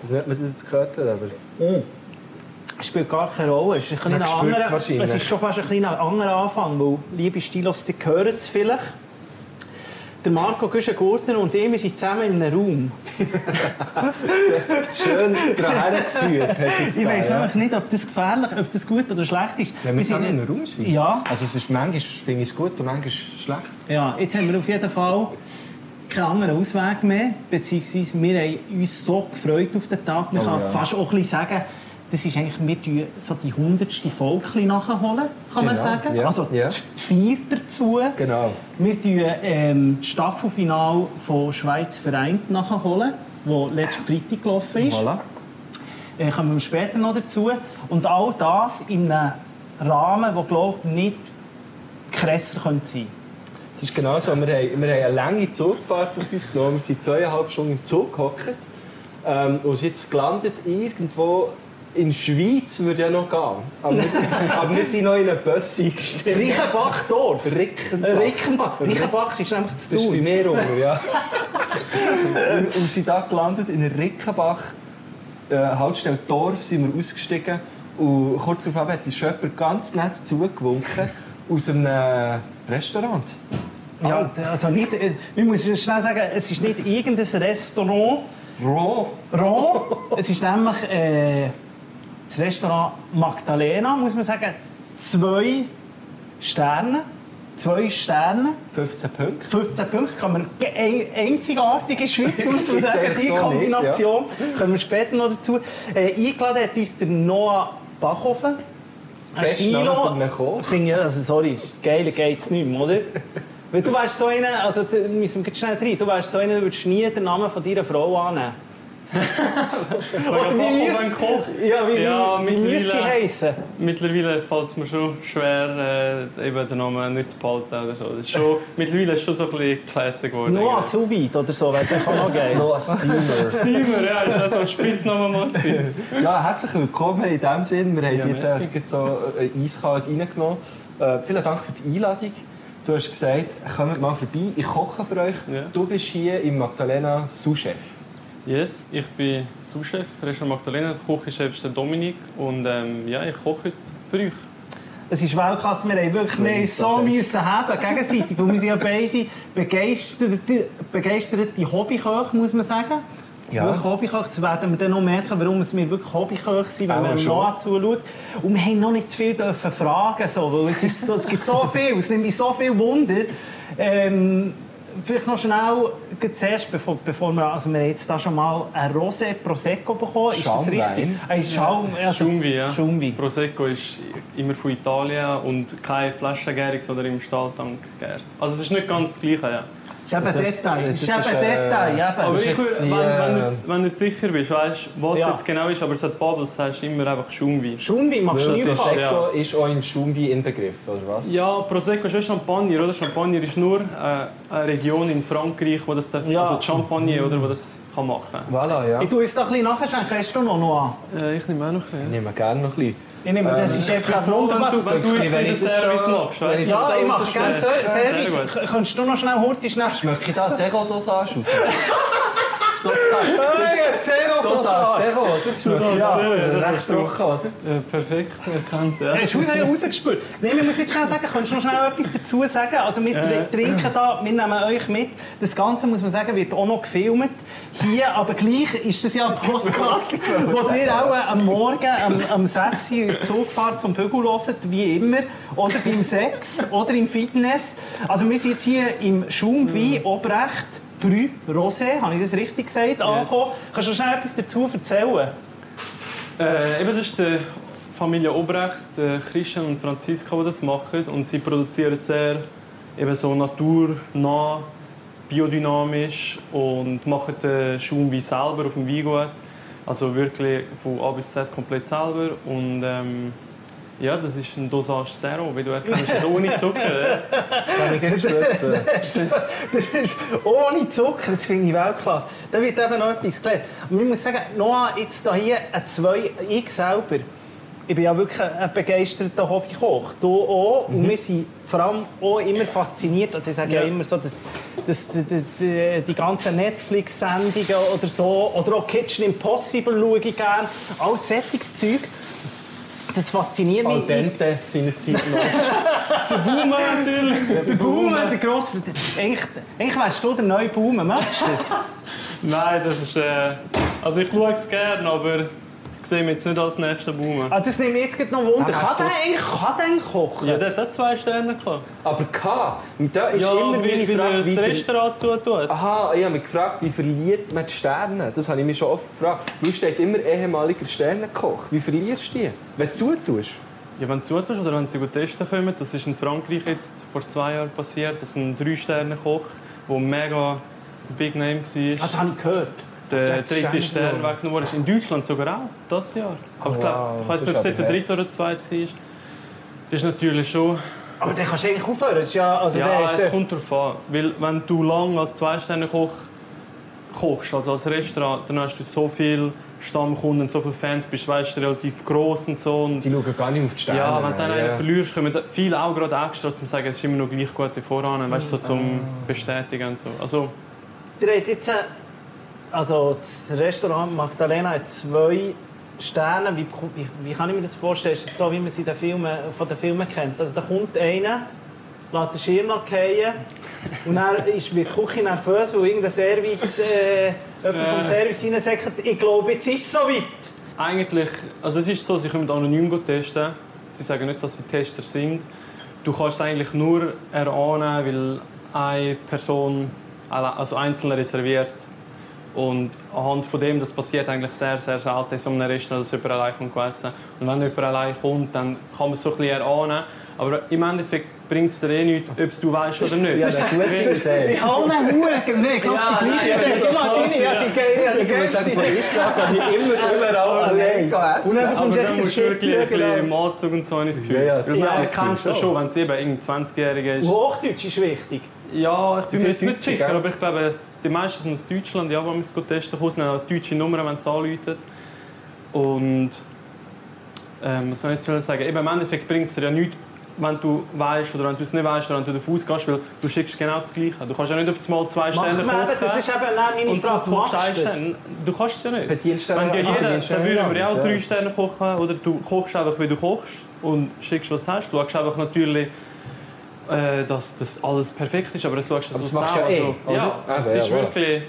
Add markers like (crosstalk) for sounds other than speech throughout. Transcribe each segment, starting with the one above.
Das nennt man das jetzt also gehört, oder? spielt gar keine Rolle. Es ist, ein Man kleiner spürt's anderer, es wahrscheinlich. ist schon fast ein kleiner anderer Anfang, weil, liebe Stilos, die hören es vielleicht. Der Marco Güschen-Gurtner und ich, wir sind zusammen in einem Raum. Schön gerade hergeführt. hast du jetzt Ich da, weiß ja. nämlich nicht, ob das gefährlich, ob das gut oder schlecht ist. Ja, wir sind in einem Raum sein. Ja. Also es ist manchmal finde ich es gut und manchmal schlecht. Ja, jetzt haben wir auf jeden Fall keinen anderen Ausweg mehr, beziehungsweise wir haben uns so gefreut auf den Tag. Man Oh kann ja. fast auch ein bisschen sagen, das ist eigentlich, wir tun so die hundertste Folge ein bisschen nachholen, kann Genau, man sagen. ja, Also ja. die vierte dazu. Genau. Wir tun ähm, das Staffelfinale von «Schweiz vereint» nachholen, das letzten Freitag gelaufen ist. Voilà. Äh, kommen wir später noch dazu. Und all das in einem Rahmen, der, glaube ich, nicht krasser könnte sein Es ist genau so, wir haben, wir haben eine lange Zugfahrt auf uns genommen. Wir sind zweieinhalb Stunden im Zug gehockt ähm, und sind jetzt gelandet irgendwo in der Schweiz würde ja noch gehen. Aber wir, (laughs) aber wir sind noch in einen Bus eingestiegen. Reichenbach-Dorf. Rickenbach. Reichenbach. Reichenbach Äh, ist nämlich zu Das ist bei tun. mir rum, ja. und, und wir sind da gelandet in Rickenbach. Äh, Haltestelle Dorf sind wir ausgestiegen. Und kurz darauf hat uns jemand ganz nett zugewunken aus einem Restaurant. Ja, also nicht, äh, ich muss schnell sagen, es ist nicht irgendein Restaurant. Raw. Ron, es ist nämlich äh, das Restaurant Magdalena, muss man sagen. Zwei Sterne. Zwei Sterne. 15 Punkte. 15 Punkte kann man ge- ein- einzigartig (laughs) in der Schweiz, muss man Gibt's sagen, eigentlich die so nicht, Kombination. Kommen wir später noch dazu. Äh, eingeladen hat uns der Noah Bachhofen. Ein Best Name Stilo- für einen Koch. Finde ich, also sorry, geiler geht's nicht mehr, oder? Weil du wärst so einer, also da müssen wir schnell rein, du wärst so einer, du würdest nie den Namen von deiner Frau annehmen. Oder wie Bachhofen müsst- Koch. Ja, wie, Ja, wie, wie müsste sie mittlerweile- heissen? Mittlerweile fällt es mir schon schwer, äh, eben den Namen nicht zu behalten oder so. Das ist schon, mittlerweile ist es schon so ein bisschen classy geworden. Noah Suvit oder so, weil der kann auch geil. Noah Steamer. Steamer, ja, das war so ein Spitzname mal. gewesen. Ja, herzlich willkommen in dem Sinn. Wir haben Ja, dich jetzt merci. eigentlich jetzt so äh, eiskalt reingenommen. Äh, vielen Dank für die Einladung. Du hast gesagt, kommt mal vorbei, ich koche für euch. Ja. Du bist hier im Magdalena Sous-Chef. Yes, ich bin Sous-Chef, Restaurant Magdalena, Küchenchef ist der Dominik und ähm, ja, ich koche heute für euch. Es ist Weltklasse, wir haben wirklich wir haben uns so müssen haben, gegenseitig, weil wir sind ja beide begeisterte, begeisterte Hobbyköche, muss man sagen. Ja. Wirklich Hobbyköche, das werden wir dann noch merken, warum es wir wirklich Hobbyköche sind, wenn Auch man dem schon. Mann zuschaut. Und wir haben noch nicht zu viel dürfen fragen, so, weil es, ist so, es gibt so viel, es nimmt mich so viel Wunder. Ähm, vielleicht noch schnell, gleich zuerst, bevor, bevor wir, also wir haben jetzt da schon mal ein Rosé Prosecco bekommen, ist das Schaumwein. richtig? Ein Schaum, also, Schaumwein, ja. Schaumwein. Prosecco ist immer von Italien und keine Flaschengärung, sondern im Stahltank gärt. Also es ist nicht ganz das Gleiche, ja. Das ist eben Das- Detail. das Das ist ist, eben äh, Detail. eben. Aber Das ist ich würde, jetzt wenn, die, wenn, du, äh, jetzt- wenn du jetzt sicher bist, weißt du, was Ja. jetzt genau ist, aber es hat Bubbles, das heißt immer einfach Schaumwein. Schaumwein machst du Weil nie das- falsch. Prosecco ist auch im Schaumwein inbegriffen, oder was? Ja, Prosecco ist wie Champagner, oder? Champagner ist nur äh, eine Region in Frankreich, wo das darf, Ja. also die Champagne, oder, wo das kann machen. Voilà, ja. Ich tue es doch ein bisschen nachschenken. Hast du noch Noah? Äh, ich nehme auch noch ein Ich nehme gerne noch ein bisschen. Ich nehme, Äh, das ist einfach ein Wenn wunderbar. du, wenn du Wirklich, ein wenn bisschen ich das Service da- machst, wenn weißt ich du? das Ja, da ich mache rausschneide. gerne so Service. Sehr gut. K- Kannst du noch schnell Horti schnell... Schmecke ich da Sego Dosage (laughs) raus? Das kann Zero Dosage, Sego, oder? Schmecke ich da? Ja, das Recht ist doch- trocken, oder? Äh, perfekt erkannt, ja. Hast du raus- rausgespürt? Nein, wir müssen jetzt schnell sagen, kannst du noch schnell etwas dazu sagen? Also wir tr- trinken da, wir nehmen euch mit. Das Ganze, muss man sagen, wird auch noch gefilmt. Hier, aber gleich ist das ja ein Podcast, wo wir auch äh, am Morgen, am, am 6 Uhr in der Zugfahrt zum Bügel hören, wie immer. Oder beim Sex, oder im Fitness. Also wir sind jetzt hier im Schaumwein, Obrecht, Brü, Rosé, habe ich das richtig gesagt? Angekommen. Kannst du noch schnell etwas dazu erzählen? Äh, eben, das ist die Familie Obrecht, äh, Christian und Franziska, die das machen. Und sie produzieren sehr eben so naturnah, biodynamisch und machen den Schaumwein selber auf dem Weingut. Also wirklich von A bis Z komplett selber. Und ähm, ja, das ist ein Dosage Zero, wie du erkennst, das ist ohne Zucker. ja. Das habe ich gerne (laughs) gespürt. (laughs) Das ist ohne Zucker, das finde ich Weltklasse. Da wird eben noch etwas geklärt. Und ich muss sagen, Noah, jetzt da hier ein 2, ich selber, ich bin ja wirklich ein begeisterter Hobbykoch. Du auch. Und wir sind vor allem auch immer fasziniert. Also ich sage ja, Ja. immer so, dass, dass die, die- die, die ganzen Netflix-Sendungen oder so, oder auch Kitchen Impossible schaue ich gerne. All solches Zeug. Das fasziniert mich. Al dente seiner Zeit noch. Boomer natürlich. Der Boomer, Boomer. der grosse... Eigentlich, eigentlich wärst du der neue Boomer, merkst du das? Nein, das ist. Äh, also ich schaue es gerne, aber ich sehe mich jetzt nicht als nächsten Boomer. Ah, das nimmt mich jetzt gerade noch Wunder. Ah, Kann der hast du- eigentlich, kann der eigentlich kochen? Ja, der hat zwei Sterne gehabt. Aber K, und da ist Ja, immer wie, meine wie Frage, er wie das viel... Ah. Restaurant zutut. Aha, ich habe mich gefragt, wie verliert man die Sterne? Das habe ich mich schon oft gefragt. Du steht immer ehemaliger Sternenkoch. Wie verlierst du die, wenn du zutust? Ja, wenn du zutust oder wenn sie gut testen kommen, das ist in Frankreich jetzt vor zwei Jahren passiert, dass ein Drei-Sterne-Koch, der mega Big Name war, Das Also, habe ich gehört. der Also, hat Sterne dritte Stern verloren. weggenommen ist. In Deutschland sogar auch, das Jahr. Aber ich, Wow, glaub, ich weiß das nicht, ob es ist aber der dritte oder der zweite war. Das ist natürlich schon... Aber dann kannst du eigentlich aufhören. Das ist ja, also der Ja, ist es der, kommt darauf an. Weil wenn du lange als Zwei-Sterne-Koch kochst, also als Restaurant, dann hast du so viele Stammkunden, so viele Fans, bist weißt, relativ gross und so. Und Die schauen gar nicht auf die Sterne. ja, wenn du dann einen ja. verlierst, kommen da- viele auch gerade extra, um zu sagen, es ist immer noch gleich gut wie voran, weißt, so zum Ah. Bestätigen und so. Also, der hat jetzt... äh, Also das Restaurant Magdalena hat zwei Sterne. Wie, wie, wie kann ich mir das vorstellen? Ist das so, wie man sie in den Filmen, von den Filmen kennt? Also da kommt einer, lässt den Schirm fallen und dann ist wird die Küche nervös, weil irgendein Service... Äh, jemand vom Äh. Service rein sagt, ich glaube, jetzt ist es soweit. eigentlich, also es ist so, sie können anonym go testen. Sie sagen nicht, dass sie Tester sind. Du kannst es eigentlich nur erahnen, weil eine Person alle- also einzeln reserviert. Und anhand von dem, das passiert eigentlich sehr, sehr selten in so einem Restaurant, dass jemand allein kommt essen. Und wenn jemand allein kommt, dann kann man es so ein bisschen erahnen. Aber im Endeffekt bringt es dir eh nichts, ob es du weißt oder nicht. Ja, das ist eine gute (laughs) Weil- Idee. Ich habe einen Huren. Nein, ich glaube, Ja, die gleiche. Ich nein, habe die- ich habe die- ich habe die Ich würde sagen, gleiche. von jetzt an kann ich immer überall allein Und dann essen. Aber bekommst du dann echt den musst du Shit. wirklich ein schauen, bisschen Alter. Matzug und so ein Gefühl. Ja, ja, das- das ja, das das kennst du stimmt schon, wenn es eben irgendein 20-Jähriger ist. Hochdeutsch ist wichtig. Ja, ich bin Wie mir viele jetzt nicht Deutsche, sicher, gell? aber ich glaube, die meisten sind aus Deutschland, ja, wenn wir es gut testen können, haben auch deutsche Nummern, wenn es anläutet. Und ähm, was soll ich jetzt sagen? Eben, Im Endeffekt bringt es dir ja nichts, wenn du weißt oder wenn du es nicht weißt oder wenn du davon ausgehst, weil du schickst genau das Gleiche. Du kannst ja nicht auf einmal zwei Macht Sterne man eben, das ist eben dann meine und sonst Frage. kommst du Machst einen du das? Stern. Du kannst es ja nicht. Bedienst du Wenn ja einen- ah, jeder, bedienst du dann einen würden wir ja auch anderen, drei ja. Sterne kochen. Oder du kochst einfach, wie du kochst und schickst, was du hast. Du schaust einfach natürlich, äh, dass das alles perfekt ist, aber das schaust du Aber das so machst du schnell, ja eh, oder? also ja, Ah, es ja, ist voilà. wirklich...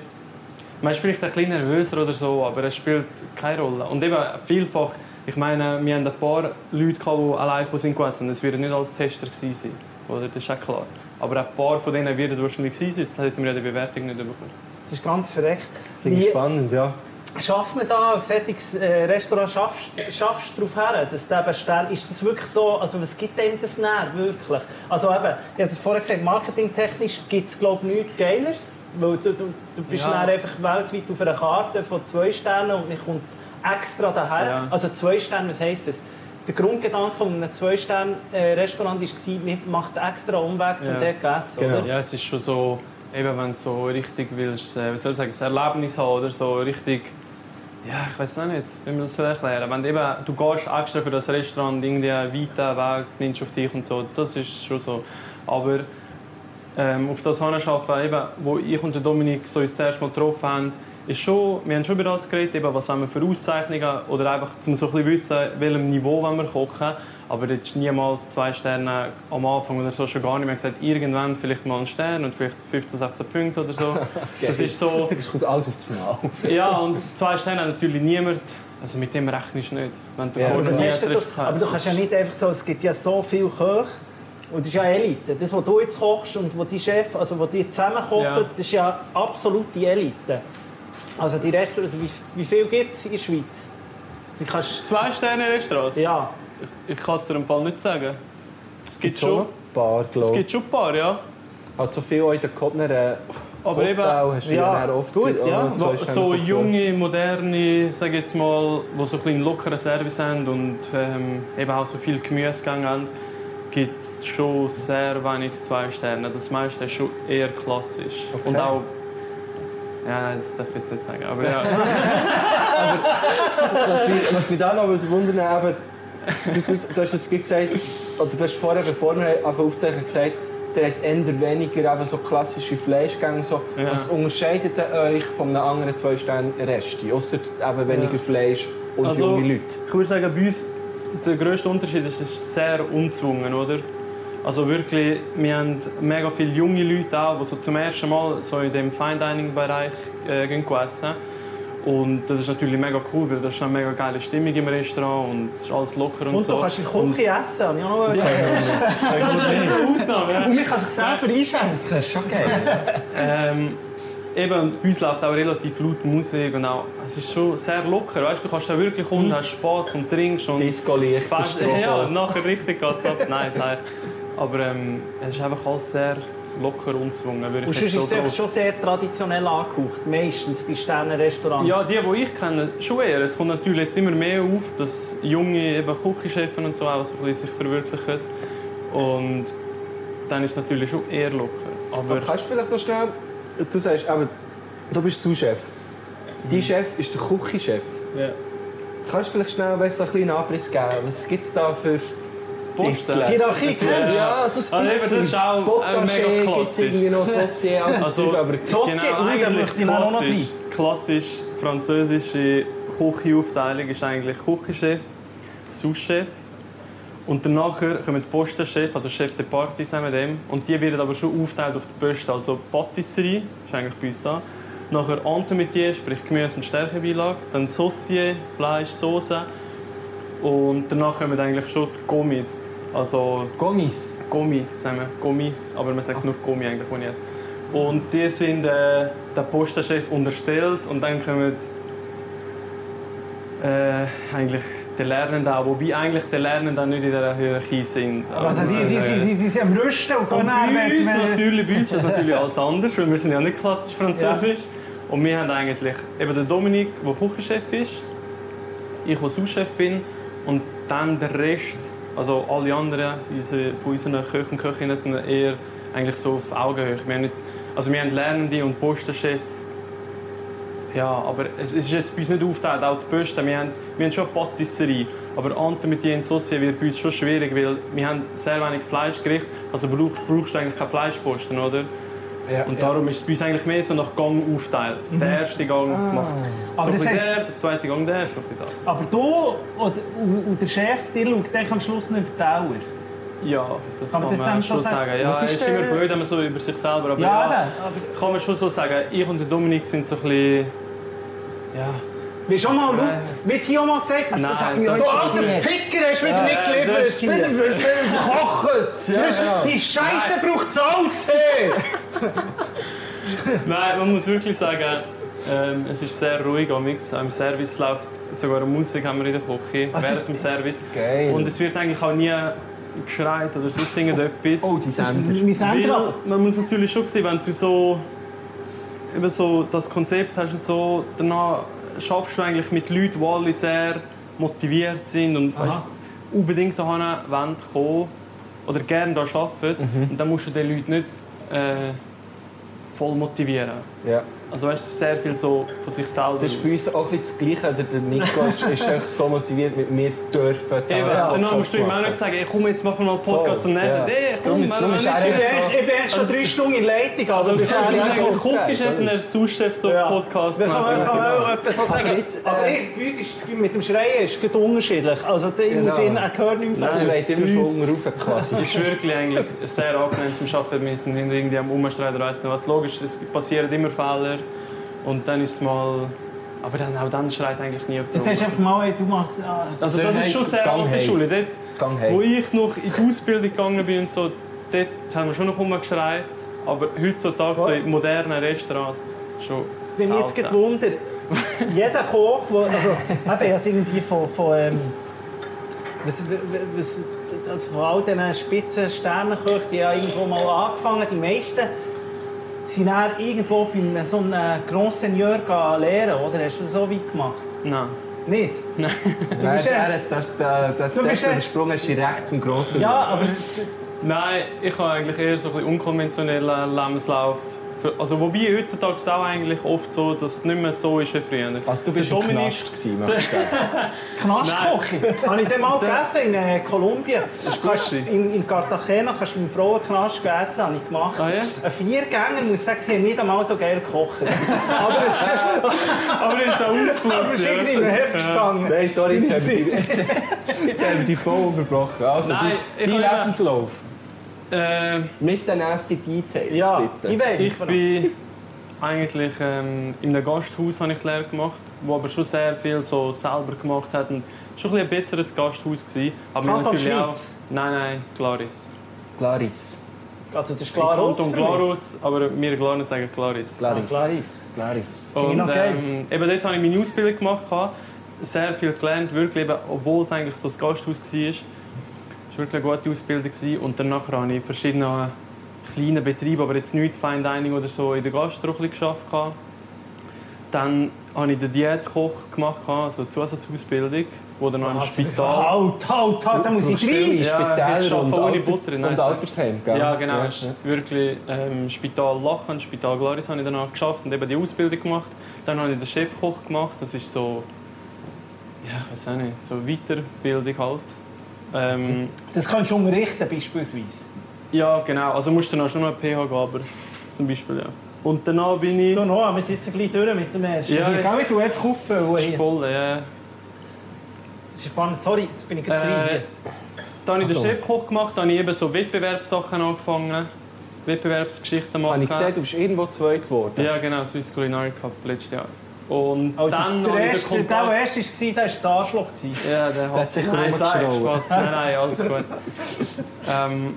Man ist vielleicht ein bisschen nervöser oder so, aber es spielt keine Rolle. Und eben vielfach, ich meine, wir haben ein paar Leute, gehabt, die allein gekommen sind gegessen. Es werden nicht als Tester gewesen sein, oder? Das ist ja klar. Aber ein paar von denen werden wahrscheinlich gewesen sein, das hätten wir ja die Bewertung nicht bekommen. Das ist ganz verreckt. Finde ich Wie spannend, ja. schafft man da als solches äh, Restaurant, schaffst schaffst du darauf her, dass der eben Stern, ist das wirklich so, also was gibt dem das näher, wirklich? Also eben, ich habe es vorher gesagt, marketingtechnisch gibt es glaube ich nichts Geileres, weil du, du, du bist Ja. dann einfach weltweit auf einer Karte von zwei Sternen und ich kommt extra daher. Ja. Also zwei Sterne, was heisst das? Der Grundgedanke um ein Zwei-Sterne-Restaurant äh, war, man macht extra Umweg zum Ja. dort zu essen, Genau. oder? Ja, es ist schon so, eben wenn du so richtig willst, äh, wie soll ich sagen, ein Erlebnis haben oder so richtig. Ja, ich weiß auch nicht, wie man das soll erklären Wenn du eben, du gehst extra für das Restaurant irgendwie weiter Weg, nimmst auf dich und so, das ist schon so. Aber ähm, auf das Hinschaffen, eben, wo ich und der Dominik so uns das erste Mal getroffen haben, ist schon, wir haben schon über das geredet, eben, was haben wir für Auszeichnungen oder einfach, um so ein bisschen wissen, welchem Niveau wollen wir kochen. Aber jetzt ist niemals zwei Sterne am Anfang oder so, schon gar nicht mehr gesagt, irgendwann vielleicht mal einen Stern und vielleicht 15, 16 Punkte (laughs) oder so. Das ist so, Das kommt alles auf das Mal. (laughs) ja, und zwei Sterne hat natürlich niemand. Also mit dem rechnest du nicht, wenn du Ja, vorher Aber, was nie ein hast du, Restaurant aber du kannst ja nicht einfach so, es gibt ja so viele Köche und es ist ja Elite. Das, was du jetzt kochst und was die Chef, also was die zusammen kochen, Ja. das ist ja absolute Elite. Also die Restaurants, also wie, wie viel gibt es in der Schweiz? Du kannst, Zwei Sterne Restaurants? ja, Ich kann es dir im Fall nicht sagen. Es gibt schon, ein paar, es glaube ich. gibt schon ein paar, ja. Hat so viel auch in den Kopfner äh, Aber Hotel eben- hast du ja, ja dann oft gut, auch ja. noch zwei So, Sterne so gekauft. junge, moderne, sag ich jetzt mal, die so ein bisschen einen lockeren Service haben und ähm, eben auch so viel Gemüse gegangen haben, gibt es schon sehr wenig zwei Sterne. Das meiste ist schon eher klassisch. Okay. Und auch. Ja, das darf ich jetzt nicht sagen. Aber ja, dus- Was mich, was mich da noch würde wundern eben, Du, du, du hast jetzt gerade gesagt, oder du hast vorher, bevor wir anfangen aufzuzeichnen, gesagt, ihr habt eher weniger eben so klassische Fleischgänge. und So. Ja. Was unterscheidet denn euch von den anderen zwei Sternen Reste? Ausser eben weniger Ja. Fleisch und Also- junge Leute. Ich würde sagen, bei uns der grösste Unterschied ist, es ist sehr umzwungen, oder? Also wirklich, wir haben mega viele junge Leute auch, die so zum ersten Mal so in dem Fine Dining Bereich äh, gehen essen. Und das ist natürlich mega cool, weil das ist eine mega geile Stimmung im Restaurant und es ist alles locker und, Und so. du kannst in der Küche essen, habe ich auch noch Das gesagt. kann ich nicht. Ausnahme, ja. Und man kann sich selber einschenken. Das ist schon geil. Ähm, eben, und bei uns läuft auch relativ laut Musik und auch, es ist schon sehr locker, weißt du, du kannst da wirklich Mhm. kommen, hast Spaß und trinkst und Disco-Licht, der fast, Strobo. ja, nou. nachher richtig geht's ab, nein, nein. Aber ähm, es ist einfach alles sehr locker umzwungen, würde Und ich sonst jetzt ist so es drauf. schon sehr traditionell angehaucht, meistens die Sternenrestaurants. Ja, die, die ich kenne, schon eher. Es kommt natürlich jetzt immer mehr auf, dass junge eben Küchenchefs und so auch so ein bisschen sich verwirklichen. Und dann ist es natürlich schon eher locker. Aber Aber kannst du vielleicht noch schnell... Du sagst eben, du bist Sous-Chef. Dein Chef ist der Küchenchef. Hmm. Ja. Kannst du vielleicht schnell weißt, so einen kleinen Abriss geben? Was gibt es da für... Posten. Titel? Hierarchie, kennst du? Ja, also es Ah, gibt's eben, das ist nicht. auch- auch Potager mega gibt's irgendwie noch Saucier, alles Also- Zeug, aber So sehr gut, dann möchte ich noch klassisch, klassisch französische Küchenaufteilung ist eigentlich Küchenchef, Sous-Chef und danach kommen Postenchef, also Chef de Partie zusammen mit dem und die werden aber schon aufgeteilt auf die Posten, also Patisserie, ist eigentlich bei uns da. Nachher Entremetier, sprich Gemüse und Stärkebeilage, dann Saucier, Fleisch, Soße und danach kommen eigentlich schon die Gommis, also Gommis. Gummi zusammen. Gummis, aber man sagt nur Gummi eigentlich, wenn ich esse. Und die sind äh, dem Postenchef unterstellt und dann kommen äh, eigentlich die Lernenden auch, wobei eigentlich die Lernenden auch nicht in dieser Hierarchie sind. Also die, die, die, die, die sind am Rüsten und gehen Und dann, bei wenn- uns wenn- natürlich, bei uns ist das natürlich alles anders, weil wir sind ja nicht klassisch französisch. Und wir haben eigentlich eben den Dominik, der Küchenchef ist, ich, der Souschef bin und dann der Rest, also alle anderen unsere, von unseren Köchen und Köchinnen sind eher eigentlich so auf Augenhöhe. Wir haben, jetzt, also wir haben Lernende und Postenchef. Ja, aber es ist jetzt bei uns nicht aufgeteilt, auch die Posten. Wir haben, wir haben schon eine Patisserie, aber Ante mit Jens Sauce wird bei uns schon schwierig, weil wir haben sehr wenig Fleischgericht, also brauchst, brauchst du eigentlich keine Fleischposten, oder? Und darum ist es bei uns eigentlich mehr so nach Gang aufgeteilt. Der erste Gang macht Mhm. Ah. Aber so das ein bisschen heisst- der, der zweite Gang der, so ein bisschen das. Aber du oder, und und der Chef, der schaut euch am Schluss nicht über die Dauer. Ja, das Aber kann das man dann schon schon sagen- sagen. Ja, Was es ist ist immer der- blöd, wenn man so über sich selber... Aber Ja, ja, eben. kann man schon so sagen. Ich und der Dominik sind so ein bisschen... Ja, Wie schon mal Nein. laut, wie die auch mal gesagt hat, Nein, das hat mich das auch ist nicht nicht. Ficker hast du wieder nicht das ist geliefert. Wieder (laughs) verkocht! Ja, ja. Die Scheiße braucht Salz! Nein, man muss wirklich sagen, ähm, es ist sehr ruhig am Mix. Im Service läuft sogar Musik haben wir in der Küche, Ach, das- während dem Service. Geil. Und es wird eigentlich auch nie geschreit oder sonst irgendetwas. Oh, die Sender. Mein Weil Sender. man muss natürlich schon sehen, wenn du so, eben so das Konzept hast und so, danach schaffst du eigentlich mit Leuten, die alle sehr motiviert sind und weißt, unbedingt dahin wollen kommen oder gerne da arbeiten. Mhm. Und dann musst du den Leuten nicht äh, voll motivieren. Ja. Also weißt, es ist sehr viel so von sich selber. Das ist aus. bei uns auch ein bisschen das Gleiche. Der- Der Nico ist, ist echt so motiviert, mit mir dürfen Eben, zusammen einen und dann Podcast musst du ihm auch machen. nicht sagen, ey, komm, jetzt machen wir mal einen Podcast Voll, und dann ja. sagt, ey, Darum komm, ist- darum wenn ist wir er Ich nicht ja bin- Ich bin erst schon drei Stunden in Leitung, aber Aber Also- das wir ist auch sind Ja, nicht so so. eigentlich aufgeteilt, Küchenchef und ein Souschef so Ja. Podcast Da kann man, machen. kann man auch etwas so Aber sagen. jetzt, äh, Aber ich, bei uns ist mit dem Schreien ist es unterschiedlich. Also da Genau. im Sinne, er gehört nicht mehr Nein, so. wir haben immer bei von uns- unten rauf quasi. Es ist wirklich eigentlich sehr angenehm zum Arbeiten. Wir sind nicht irgendwie am Umstreiten oder weiss nicht was. Logisch, es passieren immer Fehler. Und dann ist es mal... Aber dann, auch dann schreit eigentlich nie jemand Das rum. hast du einfach mal, du machst... ah, Also Dann das heim- ist schon sehr Gang alte heim. Schule. Dort, Gang Wo hey. ich noch in die Ausbildung gegangen bin, und so, dort haben wir schon noch rumgeschreit. Aber heutzutage so in modernen Restaurants schon Wenn mich jetzt selten. gewundert, jeder Koch, wo, also eben, also irgendwie von, von ähm, was, was, also von all diesen spitzen Sternenköchen, die ja irgendwo mal angefangen, die meisten sind dann irgendwo bei einem, so einem Grand Seigneur gehen lehren, oder? Hast du das so weit gemacht? Nein. (laughs) Nicht? Nein, bist er ein- hat das, das, das Du bist Step ein- übersprungen, ist direkt zum Grossen. Ja, aber Nein, ich habe eigentlich eher so ein bisschen unkonventionellen Lebenslauf Für- Also, wobei heutzutage ist es auch eigentlich oft so, dass es nicht mehr so ist wie früher. Also du bist Der ein Dominik- Knast (laughs) gewesen, möchtest du sagen. Knastküche. (laughs) Habe ich den mal gegessen in äh, Kolumbien. gut Kannst- gewesen. In, in Cartagena kannst du mit dem Frauenknast gegessen, habe ich gemacht. Ah, ja? Ein Viergänger muss ich sagen, sie haben nicht einmal so geil gekocht. aber es Aber es ist (laughs) ein aber es ist irgendwie Ausflug. im Heft gestanden. Nein, sorry, jetzt haben wir die- jetzt- jetzt haben wir dich voll unterbrochen. Also, Nein, ich dein dein kann- Lebenslauf. Ja. Äh, Mit den nasty Details, Ja, bitte. ich weiß. Ich bin eigentlich ähm, in einem Gasthaus habe ich Lehre gemacht, wo aber schon sehr viel so selber gemacht hat. Und schon ein, bisschen ein besseres Gasthaus gsi. Aber Kanton natürlich auch- Schweiz? Nein, nein, Glaris. Clarice. Also das ist Im Klaros. Kanton Glarus, aber wir Glarner sagen Glaris. Clarice. Clarice. Clarice. Finde ich Und noch geil. ähm, eben dort habe ich meine Ausbildung gemacht, gehabt, sehr viel gelernt, wirklich, eben, obwohl es eigentlich so ein Gasthaus war. Es war wirklich eine gute Ausbildung. Gewesen. Und danach habe ich in verschiedenen kleinen Betrieben, aber jetzt nicht Fine Dining oder so, in der Gastro ein bisschen gearbeitet. gehabt. Dann habe ich den Diätkoch gemacht, gehabt, also eine Zusatzausbildung, wo dann noch im Spital... Also, Halt, halt, Ah, halt, da muss ich rein. Ja, ich Spitäler arbeite und, ohne Alter, Butter, nein, und sorry. Altersheim, gell? Ja, genau. Ja, Es ist wirklich ähm, Spital Lachen, Spital Glaris habe ich danach geschafft und eben die Ausbildung gemacht. Dann habe ich den Chefkoch gemacht. Das ist so, ja, ich weiß auch nicht, so Weiterbildung halt. Mhm. Ähm, Das kannst du unterrichten beispielsweise. ja, genau. Also musst du dann auch schon noch ein PH geben, aber zum Beispiel, ja. Und danach bin ich... So, Noah, wir sitzen gleich durch mit dem ersten. Ja, hier, ich- gell, du einfach aufhören Das ist hier. voll, ja. Das ist spannend. Sorry, jetzt bin ich gerade Äh, rein. dann habe ich den Ach so. Chefkoch gemacht, dann habe ich eben so Wettbewerbssachen angefangen. Wettbewerbsgeschichten machen. Habe ich gesehen, du bist irgendwo zweit geworden. Ja, genau, Swiss Culinary Cup letztes Jahr. Und Oh, dann der, habe ich den erste, der, der erste war, der war das Arschloch. gewesen. Ja, der hat sich Nein, rumgeschraubt. sag, Spaß. Nein, nein, alles gut. ähm,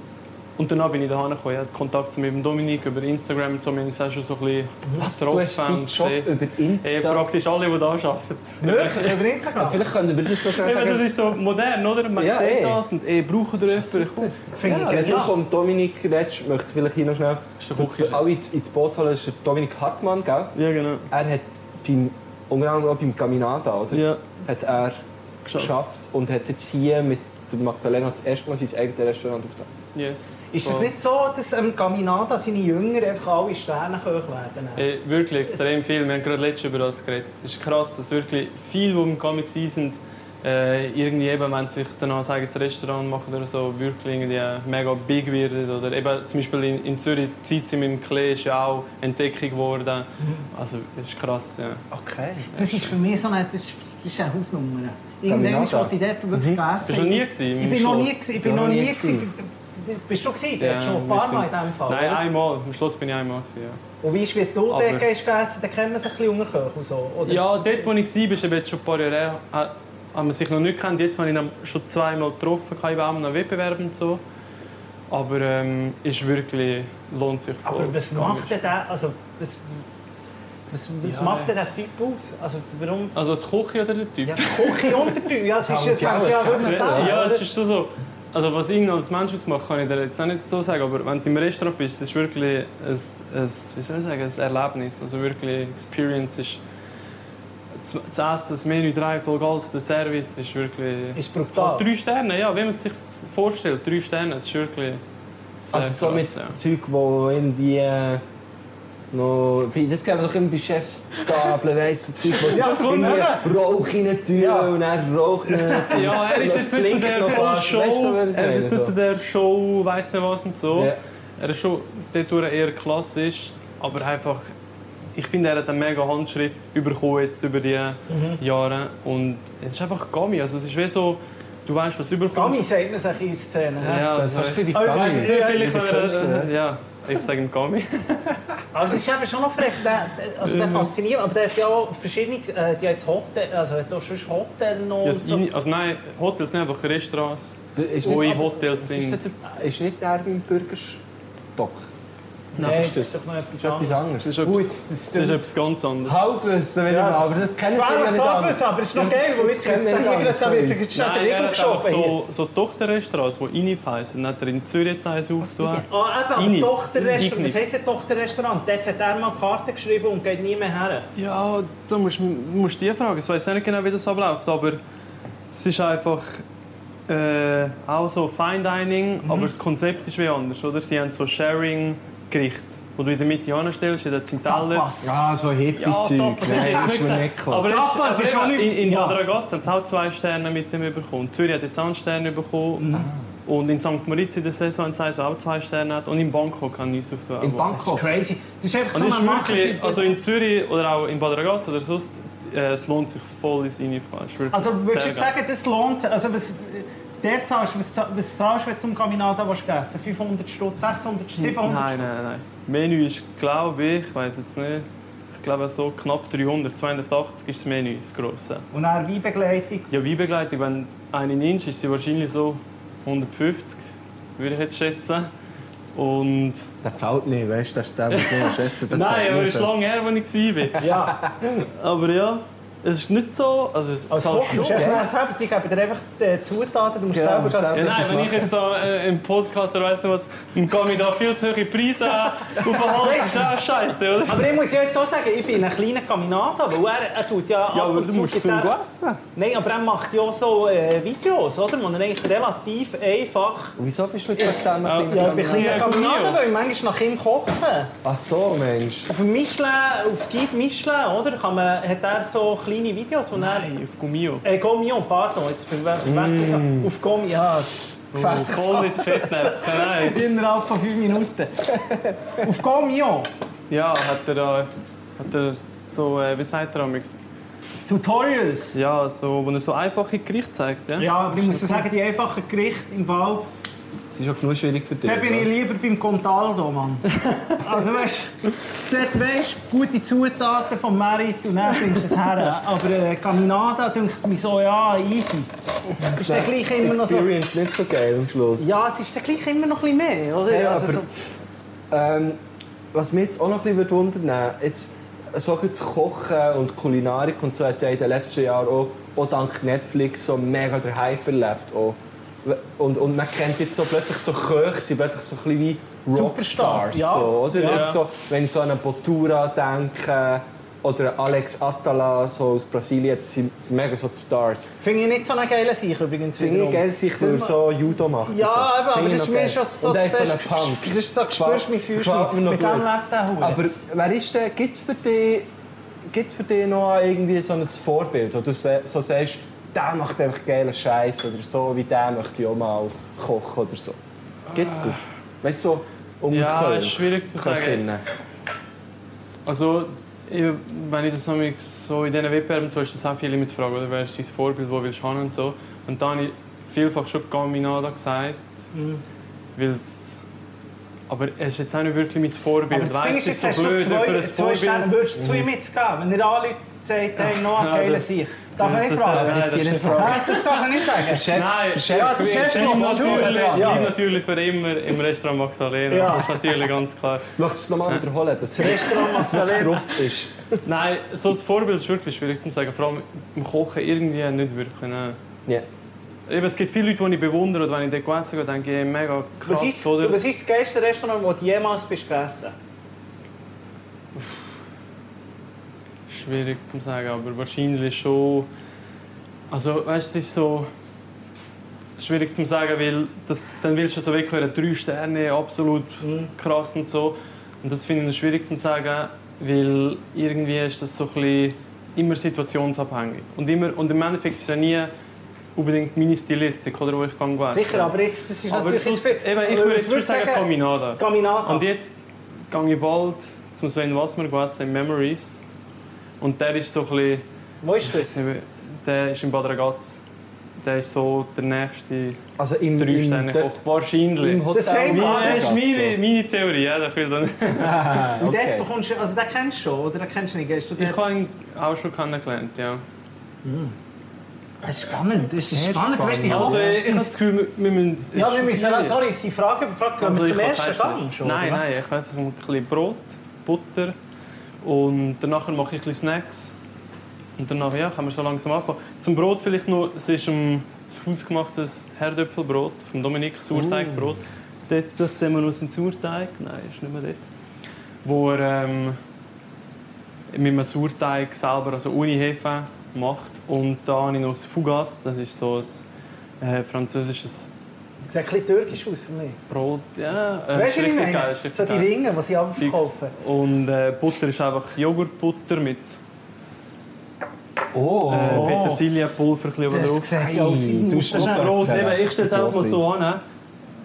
und danach bin ich daheim gekommen. Ich hatte Kontakt zu meinem Dominik über Instagram. und So wir haben uns auch schon so ein bisschen Was, du hast getroffen deinen und Job gesehen. über Insta... Ey, praktisch alle, die da arbeiten. Wirklich? Über Instagram? Vielleicht können wir das noch schnell Eben, das sagen. ist so modern, oder? Man Ja, eh. sieht ey. das und eh, ey, brauchen wir jemanden? Finde Ja, ich wenn du genial. vom Dominik redest, möchte ich vielleicht hier noch schnell Ist der für, Küchenchef. für alle ins, ins Boot holen. Das ist der Dominik Hartmann, gell? Ja, genau. Er hat beim, unter anderem auch beim Caminata, oder? Ja, Hat er Geschafft. geschafft und hat jetzt hier mit der Magdalena das erste Mal sein eigenes Restaurant aufgetan. yes. Ist es So. nicht so, dass ähm, Gaminada seine Jünger einfach alle Sternenköche werden? Ey, wirklich extrem viel. Wir haben gerade letztens über das geredet. Es ist krass, dass wirklich viele, die im Comic sind, äh, irgendwie eben, wenn sie sich danach sagen, das Restaurant machen oder so, wirklich irgendwie äh, mega big werden. Oder eben zum Beispiel in, in Zürich, die Zeit mit dem Klee ist ja auch Entdeckung geworden. Also, es ist krass, ja. Okay. Das ist für mich so eine, das ist, das ist eine Hausnummer. Irgendwann Caminata. wollte ich Mhm. dort wirklich essen. Bist du noch nie gewesen? Ich bin noch nie, gewesen- ich bin Ja, noch nie nie gewesen. Bist du gewesen? Ja, Ja, schon ein paar Mal in wir diesem Fall. Nein, oder? einmal. Am Schluss bin ich einmal. Gewesen, Und wie ist, wie du Aber- dort gehst gegessen, dann kennen wir sich ein bisschen Unterköche und so, oder? ja. ja, dort, wo ich war, ist eben jetzt schon ein paar Jahre her, äh, haben wir sich noch nicht kennt. Jetzt habe ich ihn schon zweimal getroffen, kann ich auch einem Wettbewerb und so. Aber ähm, ist wirklich, lohnt sich voll. Aber was macht denn der, also, was, was, was Ja. macht denn der Typ aus? Also, warum? Also die Küche oder der Typ? Ja, Küche unter Typ, ja, es ist jetzt Ja, fängt ja wirklich an. Ja, oder? es ist so, so. Also was ihn als Mensch ausmacht, kann ich dir jetzt auch nicht so sagen, aber wenn du im Restaurant bist, ist wirklich ein, ein, wie soll ich sagen, ein Erlebnis. Also wirklich, Experience ist... Das das Essen, das Menü, die Reihenfolge, alles, der Service ist wirklich... Ist Halt brutal. drei Sterne, ja, wie man es sich vorstellt, drei Sterne, es ist wirklich... sehr Also so krass, mit ja. Zeug, wo irgendwie äh, noch... Das geben wir doch immer bei Chefs Tafeln, weiss, so Zeug, wo sie Ja, voll, irgendwie Rauch rein tun Ja. und dann Rauch rein Ja, er ist Das jetzt nicht zu blinkt der noch voll fast. Show, Weißt du, was ich er ist jetzt meine, nicht zu so? der Show, weiss nicht was und so. Ja. Er ist schon dadurch eher klassisch, aber einfach, ich finde, er hat eine mega Handschrift bekommen jetzt über die Mhm. Jahre und es ist einfach Gami, also es ist wie so, du weißt, was du Gami bekommst. sagt man sich in Szenen. hä? Ja, Das ist fast also, ein bisschen Oh, Gummi. weiss ich, ja, vielleicht ja, kann Künstler, er, ja, ich sage (laughs) ihm Gami. Aber Also, das ist eben schon noch frech. Der, der- also Ähm. der fasziniert, aber der hat ja auch verschiedene, äh, die hat jetzt Hotel, also hat auch schon Hotel noch. Ja, und das so. Ini- also nein, Hotels nicht, einfach Restaurants, Ist wo nicht- in Hotels Was ist sind. denn der- Ist nicht der beim Bürgerstock? Nein, Was ist das? doch noch etwas Etwas anderes. anderes. Ah, Das ist Gut, etwas, das das ist stimmt. etwas ganz anderes. Halbwissen, wenn Ja. ich mal, aber das kennen Fahren wir wir nicht anders. Sabes, aber es ist noch Das- geil, weil das jetzt kennen jetzt wir da nicht hier gerade anders da wird von uns. jetzt schnell Nein, der er Riegel hat einfach geschoben hier. so, so Tochterrestaurants, die reinfeissen. Dann hat er in Zürich jetzt eins aufgetan. Ah, eben, am Ini. Tochterrestaurant. Ignis. Was heisst ein Tochterrestaurant? Dort hat er mal Karten geschrieben und geht nie mehr her. Ja, da musst du musst die fragen. Ich weiß nicht genau, wie das abläuft, aber es ist einfach äh, Mhm. auch so Fine Dining, aber das Konzept ist wie anders, oder? Sie haben so Sharing-Gericht. wo du in der Mitte anstellst, in den Zinteller. Tapas. Ja, so Hippie-Zeug. Tapas. Nein, das ist Jetzt mir nicht nicht gesagt. gekommen. Aber es- Tapas aber ist auch eben, nicht- In, in Ja. Adragaz hat es auch zwei Sterne mit dem bekommen. Zürich hat jetzt auch einen Stern bekommen. Mhm. Und in St. Moritz in der Saison haben sie eins, das auch zwei Sterne hat. Und in Bangkok haben nichts auf der In Bangkok. Crazy. Das ist einfach Und so es ein ist Marketing. wirklich, also in Zürich oder auch in Bad Ragaz oder sonst, äh, es lohnt sich voll ins Reinfahren. Es ist wirklich Also würdest du sehr jetzt geil. sagen, das lohnt Also was, der zahlst, was, za- was zahlst du, wenn du zum Caminata willst essen 500 Stutz, 600, 700 Nein, nein, nein. Menü ist, glaube ich, ich weiß jetzt nicht, ich glaube so knapp 300, 280 ist das Menü, das grosse. Und dann Weinbegleitung. Ja, Weinbegleitung, wenn eine nimmst, ist sie wahrscheinlich so 150, würde ich jetzt schätzen. Und... Der zahlt nicht, weißt du, das ist der, den wir schätzen. der Nein, zahlt aber nicht. es ist lange her, als ich war. Ja, (laughs) aber ja, es ist nicht so... Also, es als zahlst Koch ist schon, ja. selber. Sie geben dir einfach die Zutaten, du musst Ja, selber musst das selber- Ja, nein, wenn ich jetzt da äh, im Podcast oder weiss nicht was, dann komme ich da viel zu hohe Preise an. Auf den Hals das ist auch scheiße, oder? Aber ich muss ja jetzt auch sagen, ich bin ein kleiner Caminata, weil er, er tut ja... ab und zu gibt er- essen. Nein, aber er macht ja auch so äh, Videos, oder? Wo er eigentlich relativ einfach... Wieso bist du jetzt wegen dem Ja, ein Ja, bisschen ich bin ein Ja, kleiner gut, Caminata, ja. weil ich manchmal nach ihm koche. Ach so, Mensch. Auf Michelin, auf Guide Michelin, oder? Kann man, hat er so kleine Videos, wo er... Nein, auf Gummio. Äh, Gourmillon, pardon, jetzt für mm. Auf Gourmillon, ja. Oh, voll ins Fettnäpfchen, nein. Innerhalb von 5 Minuten. (laughs) auf Gourmillon. Ja, hat er da... Hat er so, äh, wie sagt er amigs? Tutorials. Ja, so, wo er so einfache Gerichte zeigt, ja? Ja, aber ich muss dir sagen, die einfachen Gerichte im Wald, Das ist ja genug schwierig für dich. da bin ich oder? lieber beim Contaldo, Mann. (laughs) Also weißt du, dort weißt du, gute Zutaten vom Merit und dann bringst du es her. Aber äh, Caminada denkt mir so, ja, easy. Das ist der gleiche immer noch so- Experience nicht so geil am Schluss. Ja, es ist dann gleich immer noch ein bisschen mehr, oder? Ja, also, aber- so, Ähm, was mich jetzt auch noch ein bisschen wundern würde, jetzt so ein bisschen zu Kochen und Kulinarik und so hat ja in den letzten Jahren auch, auch dank Netflix so mega der Hype erlebt. Auch. Und, und man kennt jetzt so plötzlich so Köche, sind plötzlich so ein bisschen wie Rockstars. Superstars, ja. So, oder? Ja. Jetzt so, wenn ich so an einen Botura denke oder an Alex Atala so aus Brasilien, jetzt sind es mega so die Stars. Finde ich nicht so einen geilen Sieg übrigens. Finde ich wiederum. geil, sich weil er so Judo macht. und Ja, so. aber, aber Finde ich das ist noch mir geil. schon so Und er ist so zu ein fest- Punk. Das ist so, spürst Gefällt- du mich, fühlst du gefällt mir mich. noch Mit dem gut. lebt der Hure. Aber wer ist denn, gibt's für dich, gibt's für dich noch irgendwie so ein Vorbild, wo du se- so sagst, der macht einfach geilen Scheiß oder so, wie der möchte ich auch mal kochen oder so. Gibt's das? Weißt du, so um Ah. Ja, Köln, ist schwierig zu sagen. Köchinnen. Also, ich, wenn ich das manchmal so in diesen Wettbewerben so ist das auch viele mit Fragen, oder wer ist dein Vorbild, wo willst du hin und so. Und da habe ich vielfach schon Gaminada gesagt, Mhm. weil es... Aber es ist jetzt auch nicht wirklich mein Vorbild. Aber das Ding Weisst ist, du, jetzt so hast du blöd über zwei, ein zwei Sterne, Vorbild. würdest du zu ihm jetzt gehen? Wenn er alle sagt, hey, noch ein Ja, geiler das- Sieg. Darf ich nicht Das- fragen? Darf ich jetzt hier nicht fragen? Nein, das darf ich nicht sagen. Chef, Nein, der Chef, ja, der Chef Ich muss bin muss Lass zu, natürlich, ja. ich bin natürlich für immer im Restaurant Magdalena. Ja. Das ist natürlich ganz klar. Möchtest du es nochmal wiederholen, dass (laughs) dass wirklich drauf ist? Nein, so ein Vorbild ist wirklich schwierig um zu sagen. Vor allem im Kochen irgendwie nicht wirklich. Nein. Ja. Eben, es gibt viele Leute, die ich bewundere. Und wenn ich dort essen gehe, denke ich, ey, mega krass. Was ist, oder? was ist das geilste Restaurant, wo du jemals bist gegessen Schwierig zu sagen, aber wahrscheinlich schon. Also, weißt du, es ist so. Schwierig zu sagen, weil das, dann willst du so weghören, drei Sterne, absolut Mhm. krass und so. Und das finde ich schwierig zu sagen, weil irgendwie ist das so ein bisschen immer situationsabhängig. Und, immer, und im Endeffekt ist es ja nie unbedingt meine Stilistik, oder, wo ich gehe. essen. Sicher, aber jetzt, das ist aber natürlich sonst, jetzt eben, ich aber würde was jetzt schon würdest du sagen, Caminada. Caminata. Und jetzt gehe ich bald zum Sven Wassmer essen in Memories. Und der ist so ein Wo ist das? bisschen, der ist in Bad Ragaz. Der ist so der nächste Also im, drei im, sterne dort- koch Wahrscheinlich. im Hotel. Also. Das same Meine, das ist meine, so. meine Theorie, ja, das will dann. Und dort Okay. bekommst du, also den kennst du schon, oder? Den kennst du nicht. Gehst du dort- Ich habe ihn auch schon kennengelernt, ja. Es ist spannend, es ist Sehr spannend. Weißt, ich Also koche- ich, ich habe das Gefühl, wir müssen... Ja, wir müssen, sorry, es sind Fragen, aber Fragen gehen wir zum habe ersten keinen Gang Stress. schon. Nein, oder? nein, ich esse ein bisschen Brot, Butter und danach mache ich ein bisschen Snacks. Und danach ja, können wir so langsam anfangen. Zum Brot vielleicht noch, es ist ein hausgemachtes Herdöpfelbrot von Dominik, Sauerteigbrot. Oh. Dort vielleicht sehen wir noch seinen Sauerteig, nein, ist nicht mehr dort. Wo er ähm, mit einem Sauerteig selber, also ohne Hefe, macht. Und da habe ich noch das Fougasse, das ist so ein äh, französisches Sieht ein bisschen türkisch aus für mich. Brot, ja. weißt Äh, du, was ist ich richtig geil, meine? ist richtig So die geil. Ringe, die sie Fix. abverkaufen. Und äh, Butter ist einfach Joghurtbutter mit Oh, äh, Petersilienpulver ein bisschen Oh. oben Das drauf. sieht ja aus Ei, Oh. wie du hast ein Das ist ein Ofen. Brot. Ja, ja. Eben, ich stelle es Das ist einfach mal so an. ne?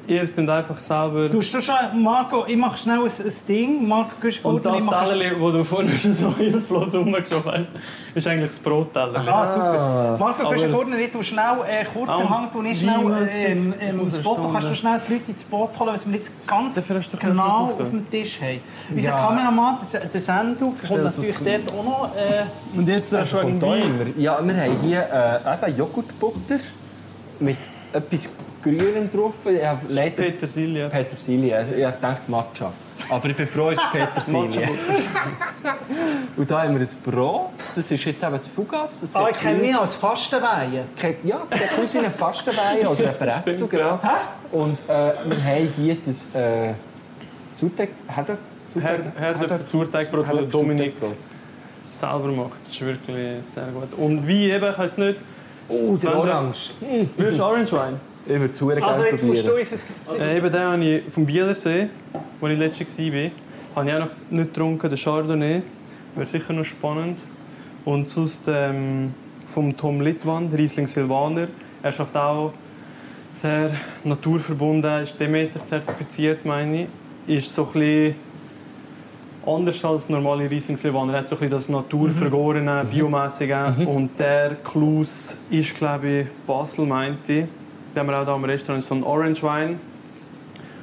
Ihr könnt einfach selber... Du hast schon, Marco, ich mache schnell ein, ein Ding. Marco, gehst du Und gut, ich das mache- Teller, wo du vorne schon (laughs) so hilflos rumgeschoben hast, ist eigentlich das Brotteller. Ah, super. Marco, aber- kannst du Gordner, ich tu schnell äh, kurz Ah, im und Hang, du nicht wie schnell muss ich- äh, ähm, ähm, muss das ich Foto, staunen. kannst du schnell die Leute ins Boot holen, was wir jetzt ganz Dafür hast du keinen genau Schluck auf auf dem Tisch haben. Unser Ja. Kameramann, der der Sendu, kommt Verstell das natürlich dort auch noch... Äh, Und jetzt hast du Von einen da Wein. immer. Also Ja, wir haben hier äh, eben Joghurtbutter mit etwas Grünem drauf. Ich habe leider Petersilie. Petersilie. Ich ich dachte Matcha. Aber ich bin froh, (laughs) es ist Petersilie. Und da haben wir ein Brot. Das ist jetzt eben das Fugas. Das ah, sieht ich kenne aus- mich als Fastenweihe. Ke- Ja, das sieht aus wie eine Fastenweihe oder (laughs) ein Brett Stimmt, sogar. Und äh, wir haben hier das äh, Sauerteig... Herdöpfel? Herr, Herr der Zurteigbrot, den Dominik selber macht. Das ist wirklich sehr gut. Und wie eben, ich weiß nicht, Oh, der Wenn das- Orange. Hm. willst du Orange Wein? Ich würde es sehr gerne Also jetzt musst du probieren. uns... Äh, eben den habe ich vom Bielersee, wo ich letztes Jahr war, habe ich auch noch nicht getrunken, den Chardonnay. Wäre sicher noch spannend. Und sonst ähm, vom Tom Litwan, Riesling Silvaner. Er schafft auch sehr naturverbunden, ist Demeter zertifiziert, meine ich. Ist so ein bisschen anders als normale Riesling Silvaner. Er hat so ein bisschen das naturvergorene, biomäßige. Und der Klaus ist, glaube ich, Basel, meinte ich. Da haben wir auch hier im Restaurant so einen Orange Wein,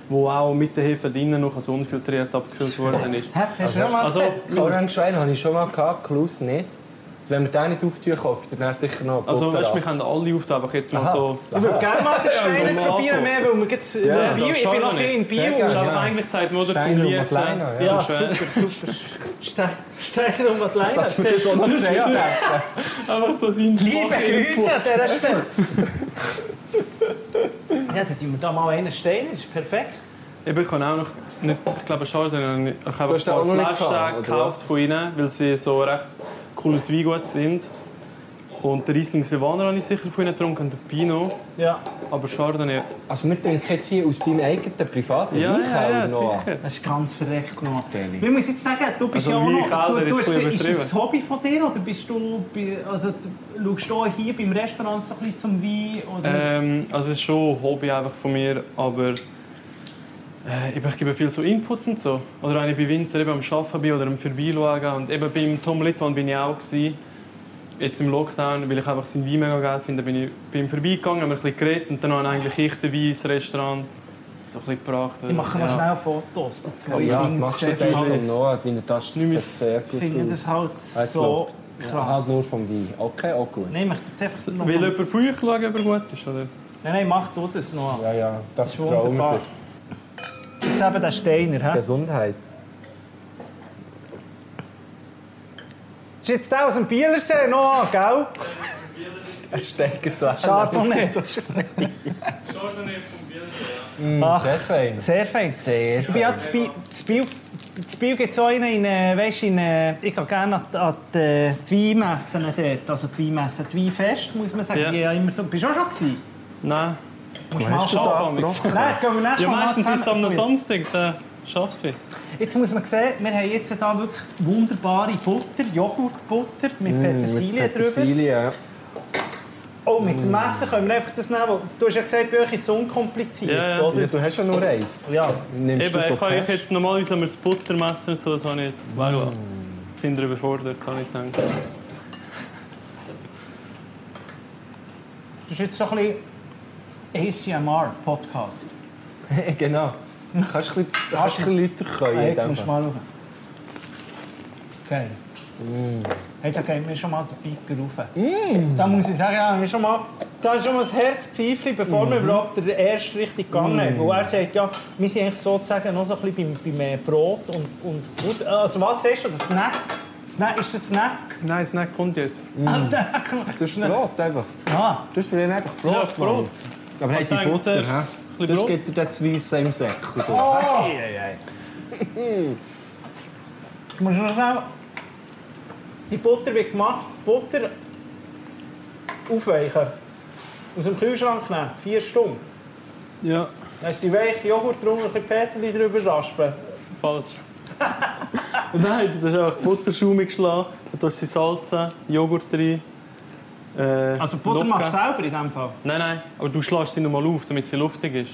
wo auch mit den Hefen drinnen noch als unfiltriert abgefüllt worden ist. Hä? Hast du schon mal Also, gesagt? Das Orangewein habe ich schon mal gehabt, Klaus nicht. Also wenn wir den nicht auftun, kaufe ich dann sicher noch Also, Butter weißt, ab. du, wir können alle auf, einfach jetzt mal Aha. so. Ich würde gerne mal den Steiner Marco. probieren, mehr, weil wir jetzt Ja, Bio, ich bin noch viel im Sehr Bio. gerne. Das ist Ja. einfach Also, eigentlich sagt man, oder? Vom Steiner und Lied, Madeleine, äh, ja. vom Schwä- super. Ste- Steiner und Madeleine. Dass wir das auch noch gesagt haben. Einfach so sein Liebe Fucking Grüße an dieser Stelle. ja, dann tun wir da mal einen Stein, ist perfekt. Eben, ich kann auch noch, nicht, ich glaube, Chardonnay, ich habe ein hast auch paar noch nicht gehabt, Flaschen oder gekauft von ihnen, weil sie so recht cooles Weingut sind. Und den Riesling Silvaner habe ich sicher von ihnen getrunken, und den Pinot, Ja, aber Chardonnay... Also wir trinken jetzt hier aus deinem eigenen privaten Ja, ja, ja, Weinkeller noch. sicher. das ist ganz verreckt noch. Abteilung. Wir müssen jetzt sagen, du bist ja Also auch noch... Weinkeller Du, du ist hast, ein ist bisschen das ein Hobby von dir oder bist du... bei- Also, du schaust du auch hier beim Restaurant so ein bisschen zum Wein? Eh, Oder? Ähm, also es ist schon ein Hobby einfach von mir, aber äh, eben, ich gebe viel so Inputs und so. Oder wenn ich bei Winzer eben am Arbeiten bin oder am Vorbeischauen. Und eben beim Tom Litwan bin ich auch gewesen, jetzt im Lockdown, weil ich einfach seinen Wein mega geil finde, bin ich bei ihm vorbeigegangen, haben wir ein bisschen geredet und dann habe eigentlich ich den Wein ins Restaurant so ein bisschen gebracht. ich mache mal Ja. schnell Fotos. Das Ja, Oh ja machst du das viel. von Noah, wie er das Nimm mich. sieht sehr Ich finde gut aus. das halt Ah, jetzt so läuft. Ja, krass. halt nur vom Wein. Okay, auch gut. Nein, ich möchte jetzt einfach noch... Will jemand von euch schauen, ob er gut ist? Oder? Nein, nein, mach du das noch. Ja, ja, das Das ist wunderbar. Jetzt eben der Steiner. hä? Gesundheit. Ist jetzt der aus dem Bielersee noch, gell? Es steigt da. Schade noch nicht. so schnell. Chardonnay vom Bielersee, Ach, Sehr fein. sehr fein. Sehr Ich bin ja zu Bi- zu Biel. zu Biel gibt es auch einen, in, äh, weisst, in, äh, ich gehe gerne an, die- an die, äh, die Weinmessen dort, also die Weinmessen, die Weinfest, muss man sagen. Ja. Ja. Ja, immer so. Bist du auch schon gewesen? Nein. Musst hast du da schauen. getroffen? Nein, gehen wir nächstes Ja, Mal mal meistens ist es am zusammen Samstag, dann arbeite ich. Jetzt muss man sehen, wir haben jetzt hier wirklich wunderbare Butter, Joghurtbutter mit Petersilie drüber. Petersilie. Oh, mit dem Messer können wir einfach das nehmen. wo- Du hast ja gesagt, bei euch ist es unkompliziert, Ja, ja. oder? Ja, du hast ja nur eins. Ja. Nimmst Eben, du so ich habe euch Test? jetzt normalerweise haben wir das Buttermesser und so, das habe ich jetzt weggelassen. Sind ihr überfordert, kann ich denken. Das ist jetzt so ein bisschen ACMR-Podcast. genau. Kannst du ein bisschen- kannst du ein bisschen lauter Ah, können. in jetzt dem musst du Fall. mal schauen. Okay. Jetzt geht mir schon mal der Piker rauf. Da muss ich sagen, ja, ich schon mal, ah, da ist schon mal das Herzpfeifchen, bevor wir überhaupt der erste richtig gegangen sind. Weil er sagt, ja, wir sind eigentlich sozusagen noch so ein bisschen beim, beim äh, Brot und, und gut. Also was ist das? Snack? Snack? Ist das Snack? Nein, das Snack kommt jetzt. Ah, Snack. Das ist Brot einfach. Ah, Das ist für ihn einfach Brot. Ja, Brot. Mann. Aber hat die Dus denkt, Butter, äh, hä? ein bisschen Das Brot. gibt dir dann zwei Weiße im Säckchen. ich muss noch schnell... Die Butter wird gemacht. Butter aufweichen. Aus dem Kühlschrank nehmen. Vier Stunden. Ja, Hast du weichen Joghurt drunter, ein bisschen Peterli drüber raspen? falsch. (laughs) Nein, du hast einfach Butterschaum geschlagen, da hast du Salzen, Joghurt rein. Äh, Also Butter Nocken. machst du selber in dem Fall? Nein, nein, aber du schlägst sie nochmal auf, damit sie luftig ist.